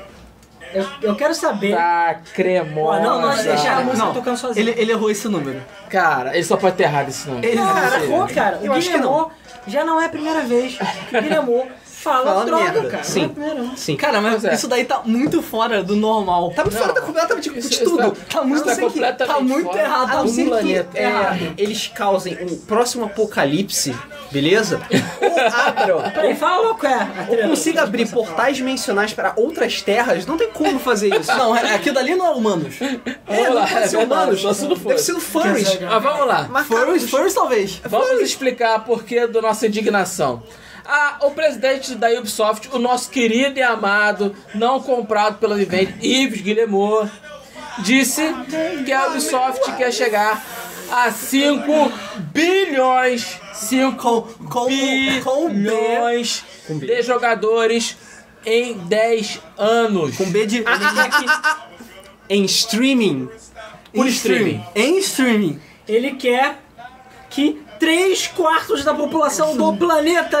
S2: Eu, eu quero saber.
S1: tá cremosa.
S2: não, não, deixa a
S3: Não,
S2: música tocando sozinha.
S3: Ele, ele errou esse número.
S1: Cara, ele só pode ter errado esse nome.
S2: Cara,
S1: Sim.
S2: pô, cara, o
S3: Eu acho que
S2: Guilhermão já não é a primeira vez que o Guilhermão fala,
S3: Fala
S2: droga,
S3: merda.
S2: cara.
S3: Sim.
S2: Não é a primeira, não.
S3: Sim. Cara, mas
S1: Pois é.
S3: isso daí tá muito fora do normal. Tá muito
S1: fora da-
S3: completamente
S1: Isso- isso tá-
S3: Tá muito,
S1: isso tá
S3: sem-
S1: completamente
S3: tá muito
S1: fora
S3: errado. Tá
S1: do
S3: muito
S1: planeta.
S3: errado.
S4: É, eles causem um próximo apocalipse, beleza? Ou abram
S2: Peraí, fala qual é a
S4: Ou
S2: treta.
S4: consiga abrir portais dimensionais para outras terras, não tem como fazer isso.
S3: Não, é- aquilo ali não é humanos.
S4: é,
S1: Vamos
S4: não
S1: lá,
S4: pode ser
S1: é verdade,
S4: humanos.
S1: o assunto foi.
S4: Deve ser o furries.
S1: Mas vamos lá.
S3: é. Furries, furries talvez.
S1: Vamos explicar por que da nossa indignação. Ah, o presidente da Ubisoft, o nosso querido e amado, não comprado pela Vivendi, Yves Guillemot, disse que a Ubisoft quer chegar a 5 bilhões, 5
S3: com- com B.
S1: bilhões de jogadores em 10 anos.
S3: Com B de. ah,
S4: Em streaming.
S1: Por streaming.
S3: Em streaming.
S2: Ele quer que três quartos da população do planeta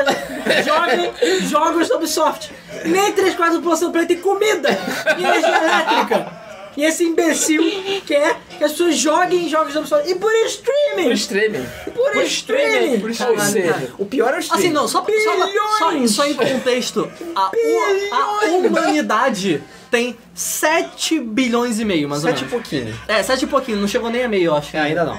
S2: joguem jogos da Ubisoft. Nem três quartos da população do planeta tem comida e energia elétrica. E esse imbecil quer que as pessoas joguem jogos da Ubisoft. E por
S1: Por
S2: streaming!
S1: streaming.
S2: Por, streaming!
S1: Por streaming. Ou seja,
S4: O pior é o streaming.
S3: Assim, não, só, só, só,
S2: Bilhões.
S3: só em contexto. A, o- a humanidade tem 7 bilhões e meio, mais ou
S4: Sete e
S3: menos.
S4: pouquinho.
S3: É, 7 e pouquinho, não chegou nem a meio, eu acho.
S4: É, ainda não.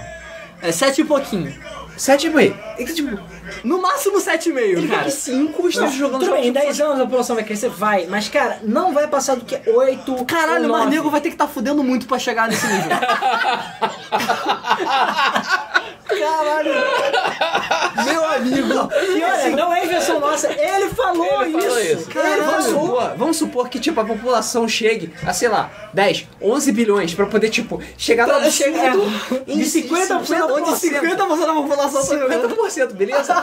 S3: É 7 e pouquinho.
S4: Sete e meio. É que, tipo,
S3: No máximo 7 e meio,
S4: ele vem
S3: cara.
S4: que cinco estão
S2: Não,
S4: jogando
S2: tudo bem, em
S4: jogos.
S2: 10 anos a população vai crescer? Vai. Mas, cara, não vai passar do que 8.
S3: Caralho,
S2: ou
S3: mas
S2: 9.
S3: nego vai ter que tá fudendo muito pra chegar nesse nível.
S4: Caralho. Meu amigo.
S2: E olha, não é invenção nossa. Ele falou
S1: Ele falou
S2: isso.
S1: isso.
S4: Cara,
S2: Ele
S4: vamos
S2: falou.
S4: supor, vamos supor que tipo a população chegue a, sei lá, 10, 11 bilhões pra poder tipo chegar lá chegar em
S2: De 50%
S4: onde
S3: 50%
S4: 50%,
S3: da população tá jogando.
S4: 50%, beleza?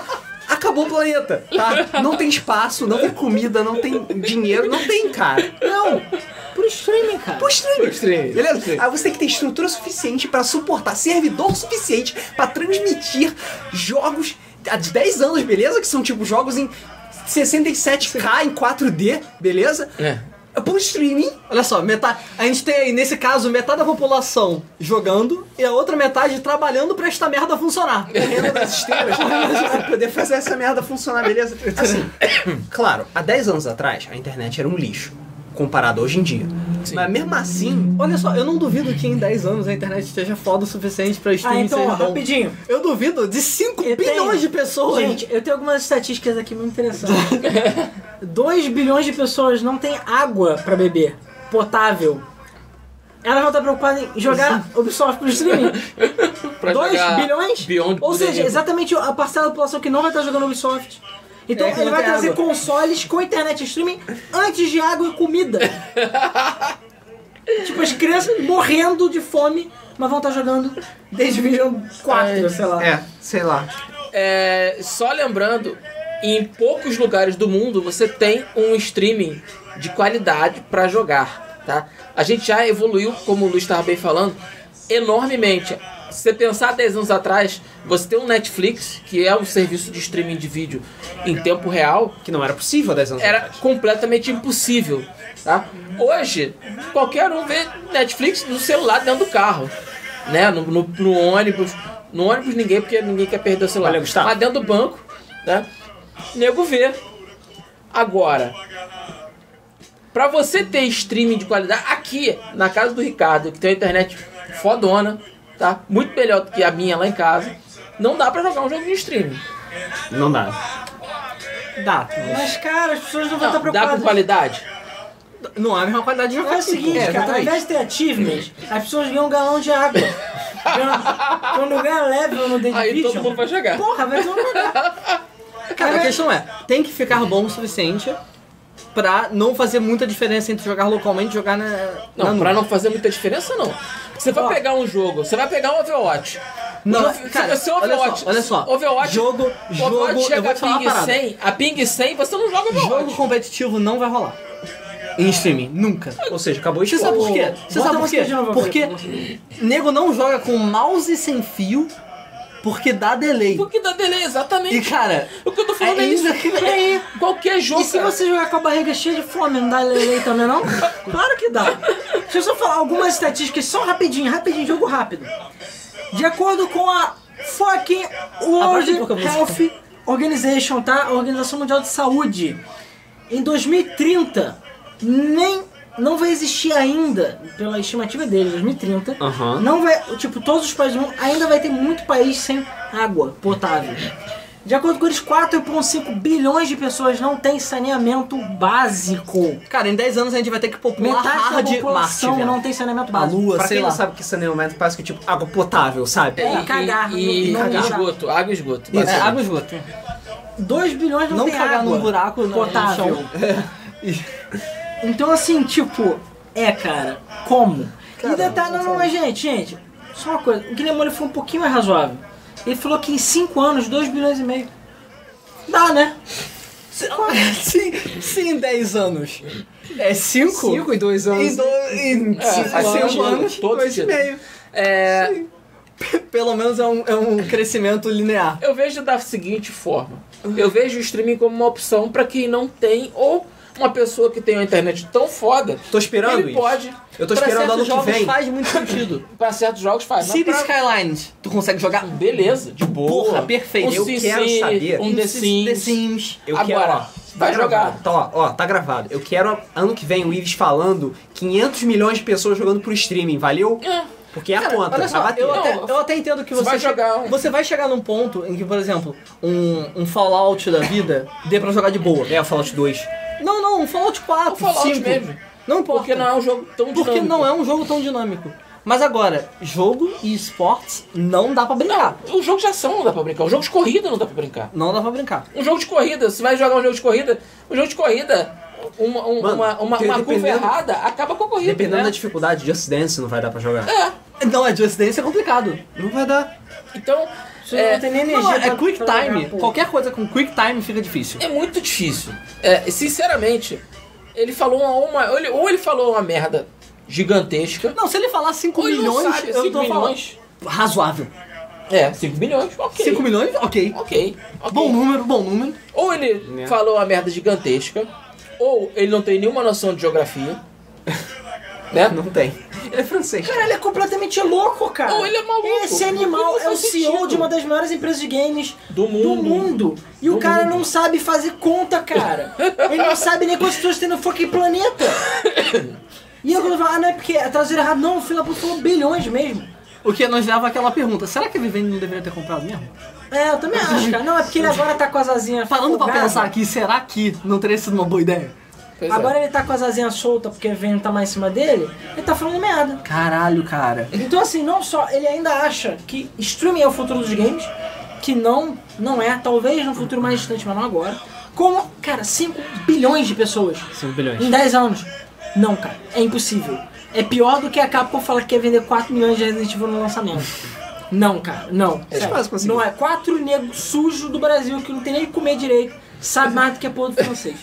S4: Acabou o planeta, tá? Não tem espaço, não tem comida, não tem dinheiro, não tem, cara. Não,
S2: Por streaming, cara.
S4: pro streaming.
S1: streaming.
S4: Beleza? Aí você tem que ter estrutura suficiente pra suportar, servidor suficiente pra transmitir jogos há de 10 anos, beleza? Que são tipo jogos em 67K, em 4D, beleza?
S1: É.
S4: Pro streaming.
S3: Olha só, metade, a gente tem aí, nesse caso, metade da população jogando e a outra metade trabalhando pra esta merda funcionar.
S4: correndo nas esteiras né? pra poder fazer essa merda funcionar, beleza? Assim, claro, há 10 anos atrás a internet era um lixo comparado a hoje em dia. Mas mesmo assim,
S3: Olha só, eu não duvido que em 10 anos a internet esteja foda o suficiente pra
S2: Ah,
S3: streaming
S2: então, ó,
S3: seja bom.
S2: rapidinho.
S3: Eu duvido de 5
S2: Eu
S3: bilhões
S2: tenho-
S3: de pessoas.
S2: Gente, eu tenho algumas estatísticas aqui muito interessantes. 2 bilhões de pessoas não têm água pra beber potável. Elas vão estar preocupadas em jogar Ubisoft pro streaming.
S1: Pra
S2: 2
S1: jogar
S2: bilhões?
S1: Beyond
S2: Ou
S1: Good and
S2: seja,
S1: Evil.
S2: exatamente a parcela da população que não vai estar jogando Ubisoft. Então
S3: É, que
S2: ele
S3: não
S2: vai
S3: tem
S2: trazer
S3: água.
S2: consoles com internet streaming antes de água e comida. tipo, as crianças morrendo de fome, mas vão estar jogando desde Vision 4, sei lá.
S4: é, sei lá.
S1: É, só lembrando, em poucos lugares do mundo você tem um streaming de qualidade pra jogar, tá? A gente já evoluiu, como o Luiz estava bem falando, enormemente. se você pensar 10 anos atrás, você tem um Netflix, que é um serviço de streaming de vídeo em tempo real,
S4: Que não era possível há 10 anos
S1: era
S4: atrás.
S1: completamente impossível. Tá? Hoje, qualquer um vê Netflix no celular dentro do carro. Né? No, no- no ônibus. No ônibus ninguém, porque ninguém quer perder o celular.
S2: Olha, Gustavo.
S1: Mas dentro do banco, né? Nego vê. Agora, pra você ter streaming de qualidade, aqui na casa do Ricardo, que tem uma internet fodona, tá? Muito melhor do que a minha lá em casa, não dá pra jogar um jogo de streaming.
S4: Não dá.
S3: Dá.
S2: Mas, cara, as pessoas não vão
S1: Não, dá
S2: estar
S1: com
S2: preocupadas.
S1: qualidade?
S3: Não há a mesma qualidade de jogar.
S2: Faz o seguinte,
S3: É,
S2: cara, ao
S3: exatamente.
S2: invés de ter achievements, as pessoas ganham um galão de água. Quando- Quando ganha level no The
S1: Aí todo
S2: Division,
S1: mundo vai jogar.
S2: porra, vai todo mundo ganhar.
S3: Cara, a questão é, tem que ficar bom o suficiente pra não fazer muita diferença entre jogar localmente e jogar na, na
S1: Não,
S3: nuvem.
S1: pra não fazer muita diferença, não. Você vai pegar um jogo, você vai pegar um Overwatch.
S3: Não,
S1: O jogo-
S3: cara,
S1: se você Overwatch,
S3: olha só, olha só.
S1: Overwatch,
S3: Jogo,
S1: Overwatch
S3: jogo,
S1: chega
S3: eu vou
S1: a
S3: te falar
S1: ping
S3: uma parada.
S1: 100, a ping 100, você não joga Overwatch.
S3: Jogo competitivo não vai rolar. Em streaming, nunca.
S4: Ou seja, acabou o
S3: Você sabe por quê? Você
S2: Bota
S3: sabe
S2: a
S3: por
S2: música
S3: quê?
S2: de novo,
S3: Porque nego não joga com mouse sem fio porque dá delay.
S1: Porque dá delay, exatamente.
S3: E cara,
S1: o que eu tô falando é,
S3: é
S1: isso.
S3: inacreditável.
S1: É, qualquer jogo,
S2: E se
S1: cara.
S2: você jogar com a barriga cheia de fome, não dá lelei também, não? Claro que dá. Deixa eu só falar algumas estatísticas, só rapidinho, rapidinho, jogo rápido. De acordo com a fucking World
S6: Abaixa um pouco a música.
S2: Health Organization, tá? A Organização Mundial de Saúde. Em 2030, nem... Não vai existir ainda, pela estimativa dele, 2030,
S4: Aham.
S2: não vai, tipo, todos os países do mundo, ainda vai ter muito país sem água potável. De acordo com eles, 4,5 bilhões de pessoas não têm saneamento básico.
S3: cara, em 10 anos a gente vai ter que popular a
S2: Metade
S3: Terra
S2: da
S3: de Marte,
S2: população
S3: velho.
S2: não tem saneamento
S3: a
S2: básico.
S3: Lua,
S4: Pra
S3: sei
S4: quem
S3: lá.
S4: não sabe o que saneamento parece que é tipo água potável, sabe?
S2: É.
S1: E-
S2: cagar,
S1: e,
S2: não- não
S1: e
S2: cagar.
S1: esgoto, água e esgoto.
S3: É,
S1: basicamente.
S3: água e esgoto.
S2: 2 bilhões não,
S3: Não
S2: tem
S3: cagar
S2: água
S3: num buraco no- no
S2: potável.
S3: chão.
S2: Então, assim, tipo, é, cara, como? e detalhe, não, não, mas, gente, gente, só uma coisa. O Guilherme Molho foi um pouquinho mais razoável. Ele falou que em 5 anos, 2 bilhões e meio. Dá, né?
S3: Sim, sim, em 10 anos. É 5?
S4: 5 e 2 anos.
S3: Em 5
S1: É, faz sentido,
S3: anos,
S1: todo
S3: dois e
S1: sentido.
S3: meio.
S1: É,
S3: Pelo menos é um, é um crescimento linear.
S1: Eu vejo da seguinte forma. Eu vejo o streaming como uma opção pra quem não tem ou uma pessoa que tem uma internet tão foda.
S4: Tô esperando
S1: Ele
S4: isso.
S1: pode.
S4: Eu tô
S3: Pra
S4: esperando
S3: certos
S4: ano que
S3: jogos
S4: vem.
S3: faz muito sentido.
S1: Pra certos jogos faz. mas
S3: Cities
S1: pra-
S3: Skylines, tu consegue jogar
S1: Beleza, de boa.
S3: Porra, perfeito.
S1: Um
S3: Eu
S1: Sim
S4: quero
S1: City,
S4: saber.
S1: Um The Sims.
S3: The Sims.
S4: Eu quero,
S1: Agora,
S4: ó,
S1: vai jogar.
S4: gravado. Tá, ó, ó, tá gravado. Eu quero ano que vem o Ives falando 500 milhões de pessoas jogando pro streaming, valeu? Porque é a conta,
S3: Olha só,
S4: vai bater.
S3: eu até, eu até entendo que
S1: Você
S3: você,
S1: vai
S3: che-
S1: jogar um-
S3: você vai chegar num ponto em que, por exemplo, um, um Fallout da vida dê pra jogar de boa.
S4: É o Fallout 2.
S3: Não, não, um Fallout 4,
S1: Um Fallout
S3: 5.
S1: mesmo.
S3: Não importa.
S1: Porque não é um jogo tão dinâmico.
S3: Porque não é um jogo tão dinâmico. Mas agora, jogo e esportes não dá pra brincar.
S1: Não, o jogo de ação não dá pra brincar. O jogo de corrida não dá pra brincar.
S3: Não, dá pra brincar.
S1: Um jogo de corrida, você vai jogar um jogo de corrida, um jogo de corrida, uma, um-
S4: Mano,
S1: uma, uma,
S4: porque
S1: uma curva
S4: dependendo-
S1: errada acaba com a corrida.
S4: Dependendo
S1: né?
S4: da dificuldade, Just Dance não vai dar pra jogar.
S3: Não, é Just Dance é complicado.
S4: Não vai dar.
S1: Então,
S2: Você
S1: é,
S2: não tem nem energia.
S3: Não,
S2: pra-
S3: é Quick
S2: pra jogar,
S3: Time.
S2: pô.
S3: Qualquer coisa com Quick Time fica difícil.
S1: É muito difícil. É, sinceramente, ele falou uma. uma- ou, ele, ou ele falou uma merda gigantesca.
S3: Não, se ele falar 5
S1: ou ele não
S3: milhões,
S1: sabe,
S3: eu
S1: cinco
S3: tô
S1: milhões.
S3: falando. Razoável.
S1: É, 5 milhões, ok.
S3: 5 milhões? Ok.
S1: Ok. ok.
S3: Bom número, bom número.
S1: ou ele
S4: Né.
S1: falou uma merda gigantesca, ou ele não tem nenhuma noção de geografia. né?
S4: Não tem. Ele é francês.
S2: Cara, ele é completamente louco, cara.
S1: Não, ele é maluco.
S2: Esse animal
S1: Não
S2: é o
S1: faz sentido.
S2: CEO de uma das maiores empresas de games
S1: Do mundo.
S2: mundo. E
S1: Do
S2: o cara
S1: mundo.
S2: não sabe fazer conta, cara. Ele não sabe nem quantas pessoas tem no fucking planeta. E eu quando falo, ah, não é porque é traseiro errado. Não, o filho da puta falou bilhões mesmo.
S3: O que nos leva àquela pergunta: será que a Vivendi não deveria ter comprado mesmo?
S2: É, eu também acho, cara. Não, é porque ele agora tá com as asinhas
S3: Parando pra
S2: folgadas.
S3: pensar aqui, será que não teria sido uma boa ideia?
S1: Pois é.
S2: Agora ele tá com as asinhas soltas porque o vento tá mais em cima dele. Ele tá falando merda.
S3: Caralho, cara.
S2: Então assim, não só ele ainda acha que streaming é o futuro dos games, que não, não é, talvez no futuro mais distante, mas não agora. Como, cara, 5 bilhões de pessoas
S4: 5 bilhões.
S2: em 10 anos. Não, cara, é impossível. É pior do que a Capcom falar que quer vender 4 milhões de Resident Evil no lançamento. Não, cara, não.
S4: Eles
S2: sério.
S4: quase conseguiram.
S2: Não é quatro negros sujos do Brasil que não tem nem o que comer direito, sabe mais do que a porra do francês.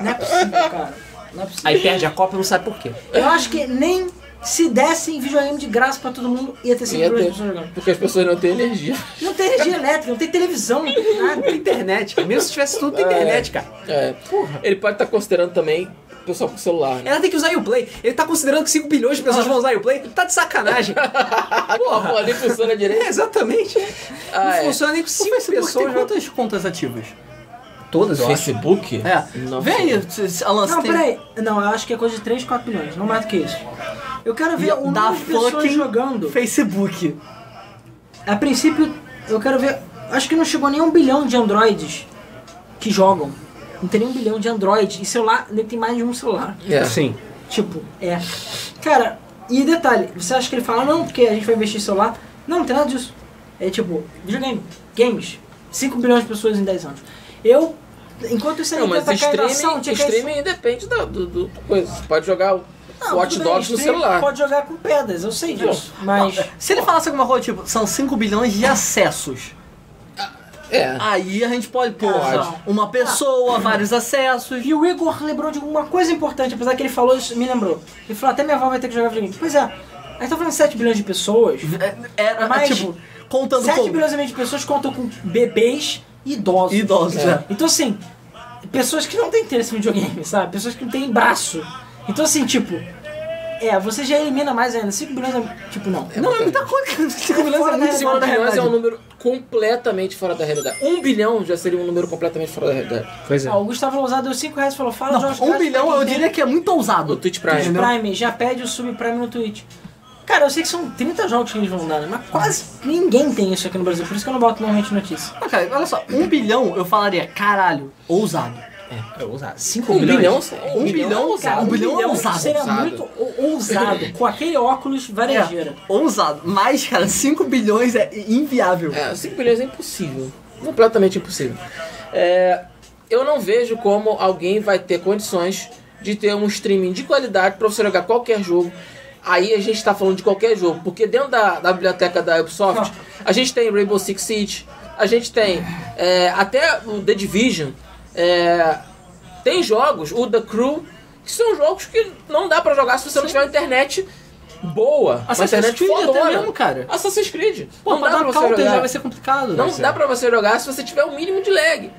S2: Não é possível, cara. Não é possível.
S4: Aí perde a Copa e não sabe por quê.
S2: Eu acho que nem Se dessem videogame de graça pra todo mundo, ia ter
S1: Ia
S2: sempre duas
S1: ter,
S2: pessoas jogando.
S1: porque as pessoas não têm energia.
S2: Não tem energia elétrica, não tem televisão, não tem nada.
S4: Tem internet, cara. mesmo se tivesse tudo, tem internet, cara.
S1: É. Ele pode estar considerando também o pessoal com celular, né?
S4: Ela tem que usar o Play. Ele tá considerando que 5 bilhões de pessoas vão usar o Play. Tá de sacanagem.
S1: Porra, nem funciona
S4: É,
S1: direito.
S4: exatamente. não
S1: Ah, é.
S4: funciona nem com 5 pessoas. né?
S3: Tem
S4: jogando.
S3: quantas contas ativas? Todas, eu acho.
S1: Facebook?
S3: É.
S1: Não
S3: Vem aí, se- se- Alan,
S2: Não,
S3: você tem-
S2: peraí. Não, eu acho que é coisa de 3, 4 milhões, não mais do que isso. Eu quero ver o
S3: Da
S2: um número de pessoas
S3: fucking
S2: jogando.
S3: Facebook.
S2: A princípio, eu quero ver. Acho que não chegou nem a um bilhão de androides que jogam. Não tem nem um bilhão de androides. E celular, nem tem mais de um celular.
S1: É.
S4: Sim.
S2: Tipo, é. Cara, e detalhe, você acha que ele fala, não, porque a gente vai investir em celular? Não, não tem nada disso. É tipo, videogame, games. 5 bilhões de pessoas em 10 anos. Eu, enquanto isso aí
S1: Não, mas
S2: tenta cair na ação,
S1: streaming,
S2: tinha que cair-
S1: streaming depende do, do, do coisa. Você pode jogar o
S2: Não,
S1: Watch
S2: tudo bem,
S1: Dogs no
S2: streaming
S1: celular.
S2: Pode jogar com pedras, eu sei disso. Mas.
S3: Se ele falasse alguma coisa tipo, são 5 bilhões de acessos.
S1: É.
S3: Aí a gente pode pôr
S1: Pode.
S3: uma pessoa, vários acessos.
S2: E o Igor lembrou de uma coisa importante, apesar que ele falou isso, me lembrou. Ele falou, até minha avó vai ter que jogar videogame. Pois é, a gente tá falando de 7 bilhões de pessoas.
S3: Era,
S2: Mas-
S3: tipo, contando
S2: 7
S3: com
S2: bilhões e meio de pessoas contam com bebês e idosos.
S3: idosos.
S1: É.
S3: né?
S2: Então, assim, pessoas que não têm interesse no videogame, sabe? Pessoas que não têm braço. Então, assim, tipo, é, você já elimina mais ainda. 5 bilhões é. Tipo, não.
S1: não, é muita
S3: coisa. 5 bilhões
S2: Fora da
S3: é
S2: realidade.
S3: muito fora
S1: 5
S3: da
S1: bilhões
S3: realidade.
S1: é um número completamente fora da realidade. Um bilhão já seria um número completamente fora da realidade.
S4: Pois é.
S2: Ó, o Gustavo Lousada deu 5 reais e falou: fala,
S3: Não,
S2: Jorge.
S3: um bilhão eu diria é, né? que é muito
S1: O
S3: ousado.
S1: Twitch Prime.
S2: Twitch Prime, já pede o subprime no Twitch. Cara, eu sei que são 30 jogos que eles vão dar, né? Mas quase ninguém tem isso aqui no Brasil, por isso que eu não boto normalmente notícia.
S3: Ah, cara, olha só, um bilhão eu falaria, caralho, ousado.
S1: Um bilhão?
S3: Um bilhão é
S2: Cara,
S3: ousado. Um bilhão é ousado.
S2: Seria
S1: ousado.
S2: muito ou- ousado, com aquele óculos varejeira.
S3: É, ousado. Mas, cara, 5 bilhões é inviável.
S1: É, 5 bilhões é impossível. Completamente impossível. É, eu não vejo como alguém vai ter condições de ter um streaming de qualidade pra você jogar qualquer jogo. Aí a gente tá falando de qualquer jogo, porque dentro da, da biblioteca da Ubisoft, a gente tem Rainbow Six Siege, a gente tem é, até o The Division, é, tem jogos, o The Crew, que são jogos que não dá pra jogar se você não tiver uma internet boa, uma
S3: Assassin's
S1: internet
S3: Creed até
S1: fodona.
S3: mesmo, cara.
S1: Assassin's Creed.
S3: Pô,
S1: não
S3: pra
S1: dá
S3: dar
S1: pra
S3: um
S1: você
S3: counter já
S1: jogar.
S3: vai ser complicado. né?
S1: Não dá pra você jogar se você tiver o mínimo de lag.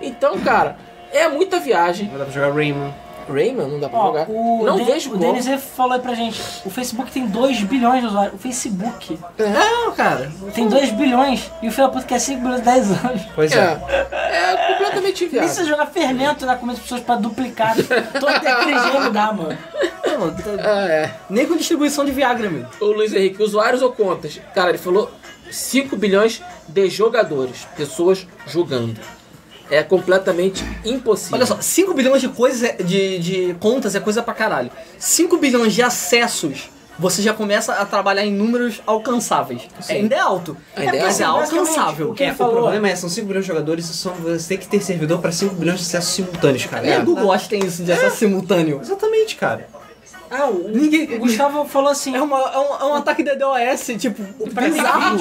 S1: Então, cara, é muita viagem.
S4: Não dá pra jogar Rayman.
S1: Rayman não dá pra
S2: Ó,
S1: jogar.
S2: o
S1: não
S2: Den-
S1: vejo
S2: O
S1: como.
S2: DNZ falou aí pra gente: o Facebook tem 2 bilhões de usuários. O Facebook
S3: Não, cara.
S2: tem 2 bilhões e o filho da puta quer 5 bilhões em 10 anos.
S4: Pois é.
S1: É, é completamente
S2: Nem precisa
S1: viagem.
S2: jogar fermento né, na comida das pessoas pra duplicar toda a energia que dá, mano.
S3: Não, tá-
S1: Ah, é.
S3: nem com distribuição de Viagra, amigo.
S1: O Luiz Henrique, usuários ou contas? Cara, ele falou 5 bilhões de jogadores, pessoas jogando. É completamente impossível.
S3: Olha só, 5 bilhões de coisas é- de, de contas é coisa pra caralho. 5 bilhões de acessos, você já começa a trabalhar em números alcançáveis. Ainda é alto.
S1: Ainda é
S3: mas é
S2: alto.
S3: alcançável.
S2: O que ele
S4: É,
S2: falou?
S4: O problema é, são 5 bilhões de jogadores e são- você tem que ter servidor pra 5 bilhões de acessos simultâneos, cara. É,
S3: Nem o Google acho que tem isso de acesso simultâneo.
S4: Exatamente, cara.
S2: Ah, o, o Gustavo falou assim.
S3: É, uma, é, um, é um ataque de DOS, tipo, bizarro.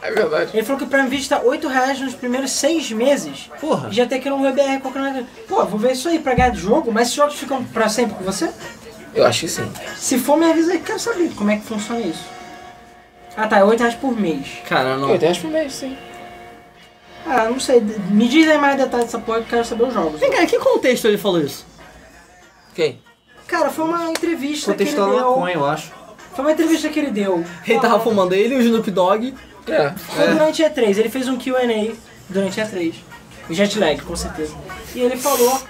S1: É verdade.
S2: Ele falou que o Prime Video tá 8 reais nos primeiros 6 meses.
S4: Porra.
S2: E já tem aquele UBR qualquer maneira. Pô, vou ver isso aí pra ganhar de jogo, mas esses jogos ficam pra sempre com você?
S1: Eu acho que sim.
S2: Se for, me avisa aí, quero saber como é que funciona isso. Ah tá, é 8 reais por mês.
S3: Cara, não.
S1: Eu tenho acho que mês, sim.
S2: Ah, não sei, d- me diz aí mais detalhes dessa porra que eu quero saber os jogos.
S3: Vem cá, em que contexto ele falou isso?
S1: Quem?
S2: Cara, foi uma entrevista que ele
S4: Contextual
S2: deu.
S4: maconha, eu acho.
S2: Foi uma entrevista que ele deu. Ah,
S3: Ele tava fumando ele e o Snoop Dogg.
S1: É.
S2: Foi durante a E3, ele fez um QA durante a E3. O jet lag, com certeza. E ele falou,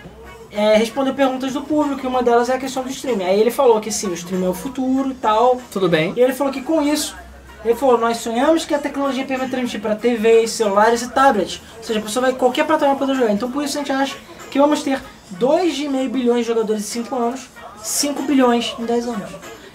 S2: é, respondeu perguntas do público, e uma delas é a questão do streaming. Aí ele falou que sim, o streaming é o futuro e tal.
S3: Tudo bem.
S2: E ele falou que com isso, ele falou, nós sonhamos que a tecnologia permita transmitir para TVs, celulares e tablets. Ou seja, a pessoa vai qualquer plataforma poder jogar. Então por isso a gente acha que vamos ter 2,5 bilhões de jogadores em 5 anos, 5 bilhões em 10 anos.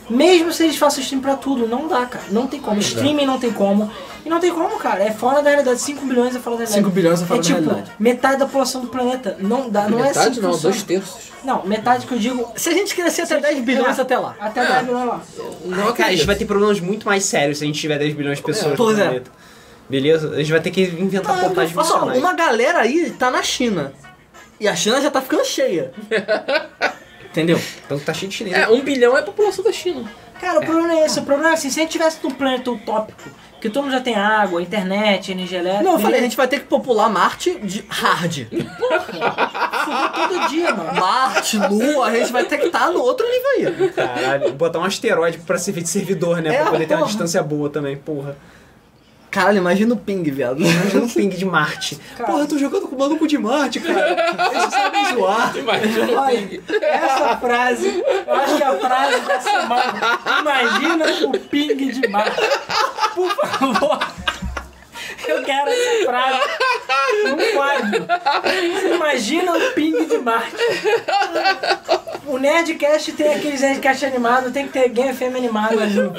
S2: Mesmo se eles façam stream pra tudo, não dá, cara. Não tem
S3: é.
S2: como. Streaming não tem como. E não tem como, cara. É fora da realidade. 5 bilhões é fora da realidade.
S3: 5 bilhões é fora da
S2: tipo,
S3: realidade.
S2: metade da população do planeta. Não dá, não é assim.
S1: Metade
S2: que
S1: não,
S2: funciona.
S1: dois terços.
S2: Não, metade que eu digo.
S3: Se a gente crescer até 10 bilhões
S2: É,
S3: até lá.
S2: Até 10 bilhões lá.
S1: Não
S4: Cara, a gente
S1: acredito.
S4: vai ter problemas muito mais sérios se a gente tiver 10 bilhões de pessoas no
S3: Pois é.
S4: planeta. Beleza? A gente vai ter que inventar portais
S3: Olha só,
S4: nacionais.
S3: uma galera aí tá na China. E a China já tá ficando cheia. Entendeu?
S4: Então tá cheio de chinês.
S1: É, um bilhão é a população da China.
S2: Cara, o problema é esse. O problema é assim, se a gente tivesse num planeta utópico, que todo mundo já tem água, internet, energia elétrica...
S3: Não, eu falei, a gente vai ter que popular Marte de hard.
S2: fudeu todo dia, mano.
S3: Marte, Lua, a gente vai ter que estar no outro nível aí.
S7: Caralho, botar um asteroide pra servir de servidor, né?
S3: É,
S7: pra poder ter uma
S3: porra.
S7: distância boa também, porra.
S3: Caralho, imagina o ping, viado.
S7: Imagina um ping de Marte. Porra, eu tô jogando com o maluco de Marte, cara. Eles sabem zoar.
S1: Imagina o Ping.
S2: Essa frase, eu acho que é a frase da semana. Imagina o ping de mar. Por favor. Eu quero essa frase num quadro. Imagina o ping de Marte. O Nerdcast tem aqueles Nerdcast animados, tem que ter Game FM animado.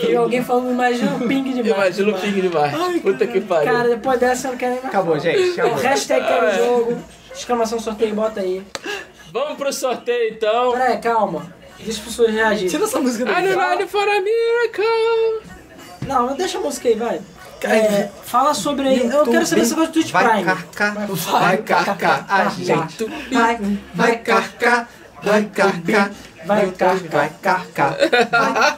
S2: E alguém falando, imagina o ping de Marte.
S1: Imagina o
S2: mano.
S1: Ping de Marte. Puta que pariu.
S2: Cara, depois dessa eu não quero nem mais.
S7: Acabou, gente.
S2: falar.
S7: Acabou.
S2: Hashtag quero jogo, exclamação sorteio, bota aí.
S1: Vamos pro sorteio então.
S2: Peraí, calma. Deixa as pessoas reagirem.
S3: Tira essa música
S1: I'm
S3: daí.
S1: ready for a miracle.
S2: Não, mas deixa a música aí, vai. É, fala sobre aí. Eu quero saber essa coisa do Twitch
S7: Vai
S2: Prime.
S7: carcar, vai carcar a gente.
S2: Vai,
S7: Vai carcar, vai carcar.
S2: vai, cá,
S7: Vai carcar,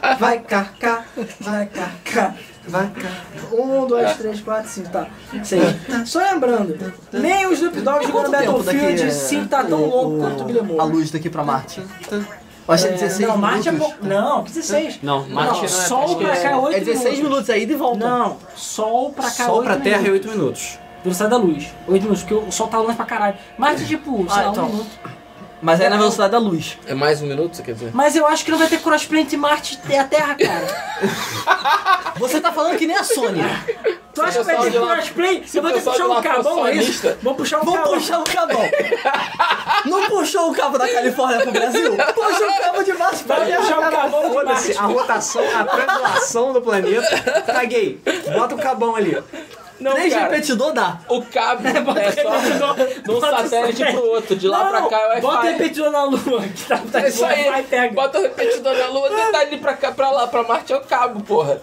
S7: vai, vai carcar, vai carcar, vai carcar.
S2: Um,
S7: É.
S2: dois, três, quatro, cinco, tá. Seis. Só lembrando, nem o Snoop Dogg jogando
S7: é
S2: Battlefield 5 tá tão louco quanto o Billy
S3: A
S2: Moore.
S3: luz daqui pra Marte. Eu acho que é 16
S2: não,
S3: minutos.
S2: Marte é pouco. Não, 16.
S7: Não, Marte não é-
S2: Sol
S7: acho que
S2: pra
S7: é-
S2: cá, 8
S3: É 16 minutos aí de volta.
S2: Não, sol pra cá, é
S7: Sol
S2: 8
S7: pra terra é em
S2: minutos.
S7: 8 minutos.
S2: Velocidade da luz, 8 minutos, porque o sol tá longe pra caralho. Marte, tipo, sei
S3: Ah,
S2: lá, um
S3: então.
S2: minuto.
S3: Mas é na velocidade da luz.
S1: É mais um minuto, você quer dizer?
S2: Mas eu acho que não vai ter crossplay entre Marte e a Terra, cara.
S3: Você tá falando que nem a Sony.
S2: Tu acha que vai
S1: pessoal
S2: ter
S1: de lá-
S2: crossplay?
S1: se
S2: Eu vou
S1: o
S2: ter que
S1: pessoal
S2: puxar
S1: de
S2: um
S1: lá for
S2: cabão, é isso?
S1: sonista,
S2: Vamos puxar um
S3: Vamos
S2: cabão.
S3: puxar o cabão. Não puxou o cabo da Califórnia pro Brasil? Puxa o cabo de baixo pra
S2: Vai
S3: cá.
S2: puxar um cabão de Marte.
S7: Foda-se, a rotação, a translação do planeta. Caguei. Bota o cabão ali.
S1: Não,
S3: Três
S1: cara.
S3: repetidor dá.
S1: O cabo é só de um
S2: Bota o
S1: satélite pro outro. De lá
S2: Não,
S1: pra cá é Wi-Fi.
S2: Bota o repetidor na lua, que tá, tá
S1: É isso aí.
S2: Vai, pega.
S1: Bota o repetidor na lua, tá ali pra cá, pra lá, pra Marte é o cabo, porra.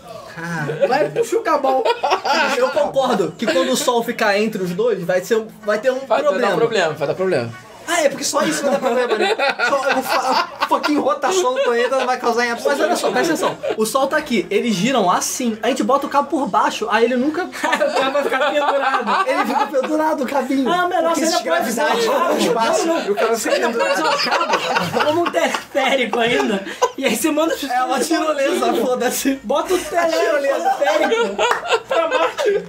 S3: Vai puxa o cabão. Eu concordo que quando o sol ficar entre os dois, vai, ser, um- vai ter um
S1: Vai
S3: problema.
S1: dar problema, vai dar problema.
S7: Ah, é porque só isso vai dar problema, né? Só o fa- a fucking rotação do planeta não vai causar em
S3: Mas olha só,
S7: absolutamente
S3: presta atenção. O sol tá aqui, eles giram assim, a gente bota o cabo por baixo, aí ele nunca.
S2: O cara vai ficar pendurado.
S3: Ele fica pendurado o cabinho.
S2: Ah, melhor
S7: Porque
S2: seria
S1: é
S7: existe gravidade no espaço. E o cara sempre
S2: Ah, Mas o cabo como um teleférico ainda. E aí você manda...
S3: É uma tirolesa, foda-se.
S2: Bota
S1: É
S2: o teleférico pra Marte.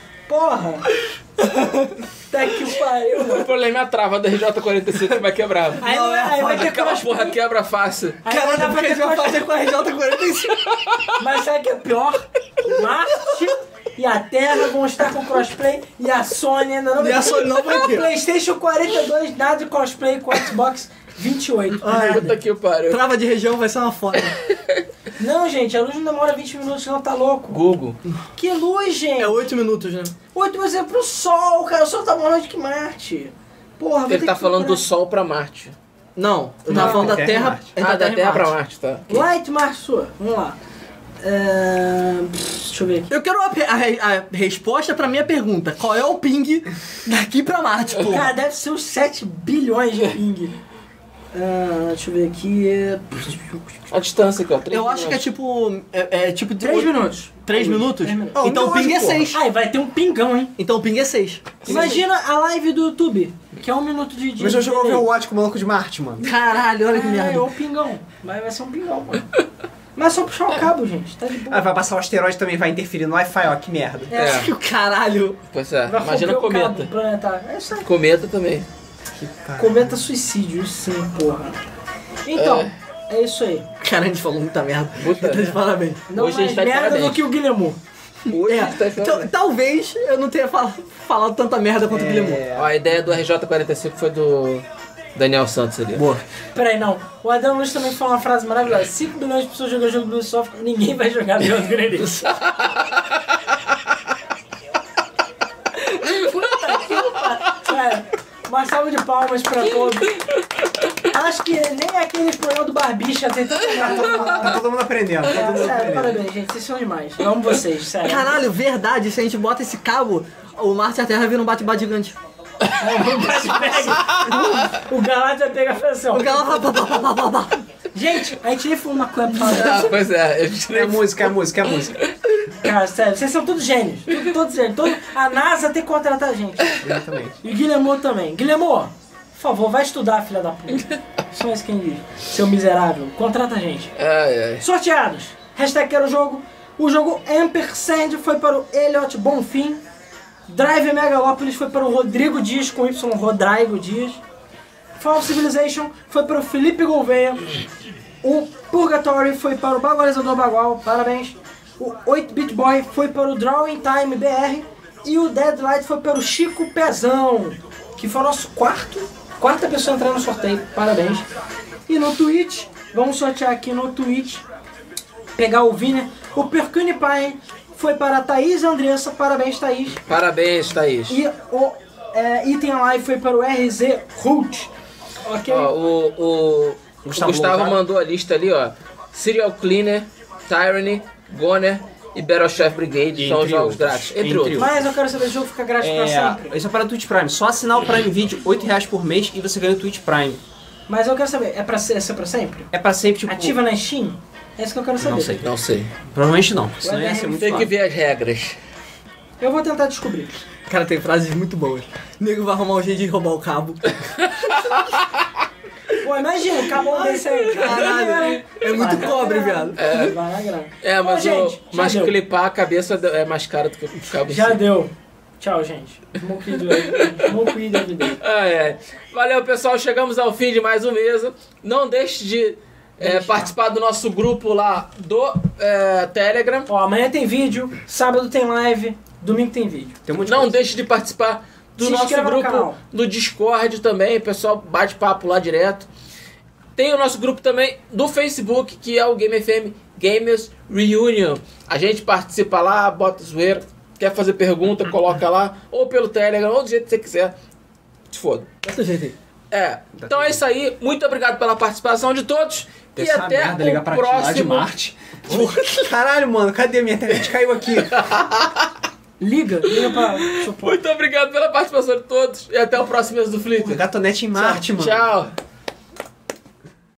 S2: Porra. Tá que pariu, mano.
S1: O problema é a trava da RJ45 que vai quebrar.
S2: Aí, não, é, aí vai ter
S1: Aquela
S2: crossplay.
S1: porra quebra fácil.
S2: Aí não dá pra ter crossplay.
S3: tá com a RJ45?
S2: Mas sabe o que é pior? Marte e a Terra vão estar com crossplay e a Sony ainda não
S3: E a Sony não vai ter.
S2: Playstation 42, nada de crossplay com Xbox 28.
S1: Puta que pariu.
S3: Trava de região vai ser uma foda.
S2: Não, gente, a luz não demora 20 minutos, não tá louco.
S1: Google.
S2: Que luz,
S3: É
S2: gente!
S3: 8 minutos, né?
S2: 8 minutos é pro Sol, cara. O Sol tá mais longe que Marte. Porra, vai ter
S1: Ele tá
S2: que
S1: falando do
S2: procurar.
S1: Sol pra Marte.
S3: Não, eu tava falando da
S7: Terra e
S3: Terra.
S7: Marte.
S2: tá
S3: entre
S1: Ah,
S3: a
S1: da
S3: e
S1: Terra pra
S3: Marte.
S1: Marte, tá.
S2: Light, Marte, sua. Vamos lá. É, pff, Deixa eu ver aqui.
S3: Eu quero a, a- a resposta pra minha pergunta. Qual é o ping daqui pra Marte, pô?
S2: Cara, deve ser uns 7 bilhões de ping. Ah, deixa eu ver aqui.
S1: A distância aqui, ó. três
S3: Eu acho que é
S1: minutos.
S3: tipo. É, é tipo.
S2: 3 minutos.
S3: 3 minutos?
S2: Três minutos.
S3: Então então o ping é 6.
S2: Ai, vai ter um pingão, hein?
S3: Então o ping é 6.
S2: Imagina a live do YouTube, que é um minuto de. de
S7: Mas eu
S2: de
S7: jogou o Watch com o maluco de Marte, mano.
S3: Caralho, olha que
S2: É, é
S3: merda.
S2: um pingão. Vai, vai ser um pingão, mano. Mas é só puxar o cabo, gente. Tá de boa.
S7: Ah, vai passar o asteroide também, vai interferir no Wi-Fi, ó, que merda.
S1: É,
S3: Caralho.
S1: pois é.
S2: Vai
S1: Imagina
S2: romper o cabo
S1: cometa.
S2: planetário. É isso aí.
S1: Cometa também.
S2: Cometa é suicídio, isso sim, porra. Então, é, isso aí.
S3: Cara, a gente falou muita merda.
S1: Puta.
S3: Tá de parabéns.
S2: Não
S1: Hoje a
S2: mais
S1: gente tá de
S2: merda
S1: parabéns.
S2: do que o Guilherme.
S1: Hoje a gente tá
S3: É, então, talvez eu não tenha fal- falado tanta merda quanto o Guilherme.
S1: Ó, A ideia do RJ45 foi do Daniel Santos ali.
S3: Boa.
S2: Peraí, não. O Adão Luiz também falou uma frase maravilhosa. 5 bilhões de pessoas jogam jogo do Ubisoft, ninguém vai jogar melhor do que ele. Puta que pariu. É, Uma salva de palmas pra todos. Acho que nem aquele programa do Barbicha tem tanta graça. É,
S7: Tá todo mundo aprendendo, tá todo mundo
S2: Sério,
S7: aprendendo.
S2: parabéns, gente. Vocês são demais. Eu amo vocês, sério.
S3: Caralho, verdade, se a gente bota esse cabo, o Marte e a Terra viram um bate-bate gigante.
S2: O Galate vai pegar a fração.
S3: O cara lá, pá, pá, pá, pá, pá, pá.
S2: Gente, a gente nem falou tá? uma coisa pra falar.
S1: Ah, pois é, eu tirei
S4: É música, é música, é música.
S2: Cara, sério, vocês são todos gênios. Tudo- Todos gênios. Todo... A NASA tem que contratar a gente.
S4: Exatamente.
S2: E o Guilhermo também. Guilhermo, por favor, vai estudar, filha da puta. Só isso quem diz. Seu miserável, contrata a gente.
S1: Ai, ai.
S2: Sorteados. Hashtag quero o jogo. O jogo Ampersand foi para o Elliot Bonfim. Drive Megalópolis foi para o Rodrigo Dias com Y, Rodrigo Dias. Fall Civilization foi para o Felipe Gouveia. O Purgatory foi para o Bagualizador Bagual, parabéns. O 8-Bit Boy foi para o Drawing Time BR. E o Deadlight foi para o Chico Pezão, que foi o nosso quarto, quarta pessoa a entrar no sorteio, parabéns. E no Twitch, vamos sortear aqui no Twitch, pegar o Viner. O Percune Pai foi para a Thaís Andressa, parabéns Thaís.
S1: Parabéns, Thaís.
S2: E o é, item live foi para o RZ Holt. Ok?
S4: Oh.
S1: Ó, o, o- o Gustavo, mandou a lista ali, ó. Serial Cleaner, Tyranny, Goner e Battle Chef Brigade
S4: Entre
S1: são os jogos
S4: outros.
S1: grátis. Entre,
S4: Entre
S1: outros.
S4: outros.
S2: Mas eu quero saber se o jogo fica grátis pra
S4: É,
S2: sempre.
S4: isso é para o Twitch Prime. Só assinar o Prime Video, R$ 8 reais por mês e você ganha o Twitch Prime.
S2: Mas eu quero saber, é pra ser, é ser pra sempre?
S4: É pra sempre, tipo...
S2: Ativa na Steam? É isso que eu quero saber.
S4: Não sei.
S1: Não sei.
S4: Provavelmente não. Senão ia ser muito
S1: Tem que
S4: foda.
S1: ver as regras.
S2: Eu vou tentar descobrir.
S3: Cara, tem frases muito boas. O nego vai arrumar um jeito de roubar o cabo.
S2: Pô, imagina, acabou um desse aí.
S3: Caralho, é muito pobre, viado.
S2: É. Vai na grana.
S1: É, mas,
S2: Ô,
S1: o-
S2: gente, já
S1: mas
S2: deu.
S1: clipar a cabeça é mais caro do que o cabo em
S2: Já
S1: si.
S2: deu. Tchau, gente. Mocuído aí. Mocuído aí, dele.
S1: Ah, é. Valeu, pessoal. Chegamos ao fim de mais um mesa. Não deixe de é, participar do nosso grupo lá do é, Telegram.
S2: Ó, amanhã tem vídeo, sábado tem live, domingo tem vídeo.
S4: Tem um monte de
S1: Não
S4: coisa.
S1: deixe de participar do
S2: Se
S1: nosso
S2: inscreva no
S1: grupo
S2: canal.
S1: no Discord também. O pessoal bate papo lá direto. Tem o nosso grupo também do Facebook, que é o Game FM Gamers Reunion. A gente participa lá, bota zoeira, quer fazer pergunta, coloca lá, ou pelo Telegram, ou do jeito que você quiser. Se foda.
S3: Desse jeito aí.
S1: É. Então é isso aí. Muito obrigado pela participação de todos. e
S4: Essa
S1: até
S4: merda, ligar
S1: o
S4: pra ti lá de
S1: próximo.
S4: Marte.
S7: Caralho, mano, cadê minha internet? Caiu aqui.
S2: Liga, liga pra suporte.
S1: Muito obrigado pela participação de todos. E até o próximo mês do Flitter.
S7: Gatonete em Marte, mano.
S1: Tchau.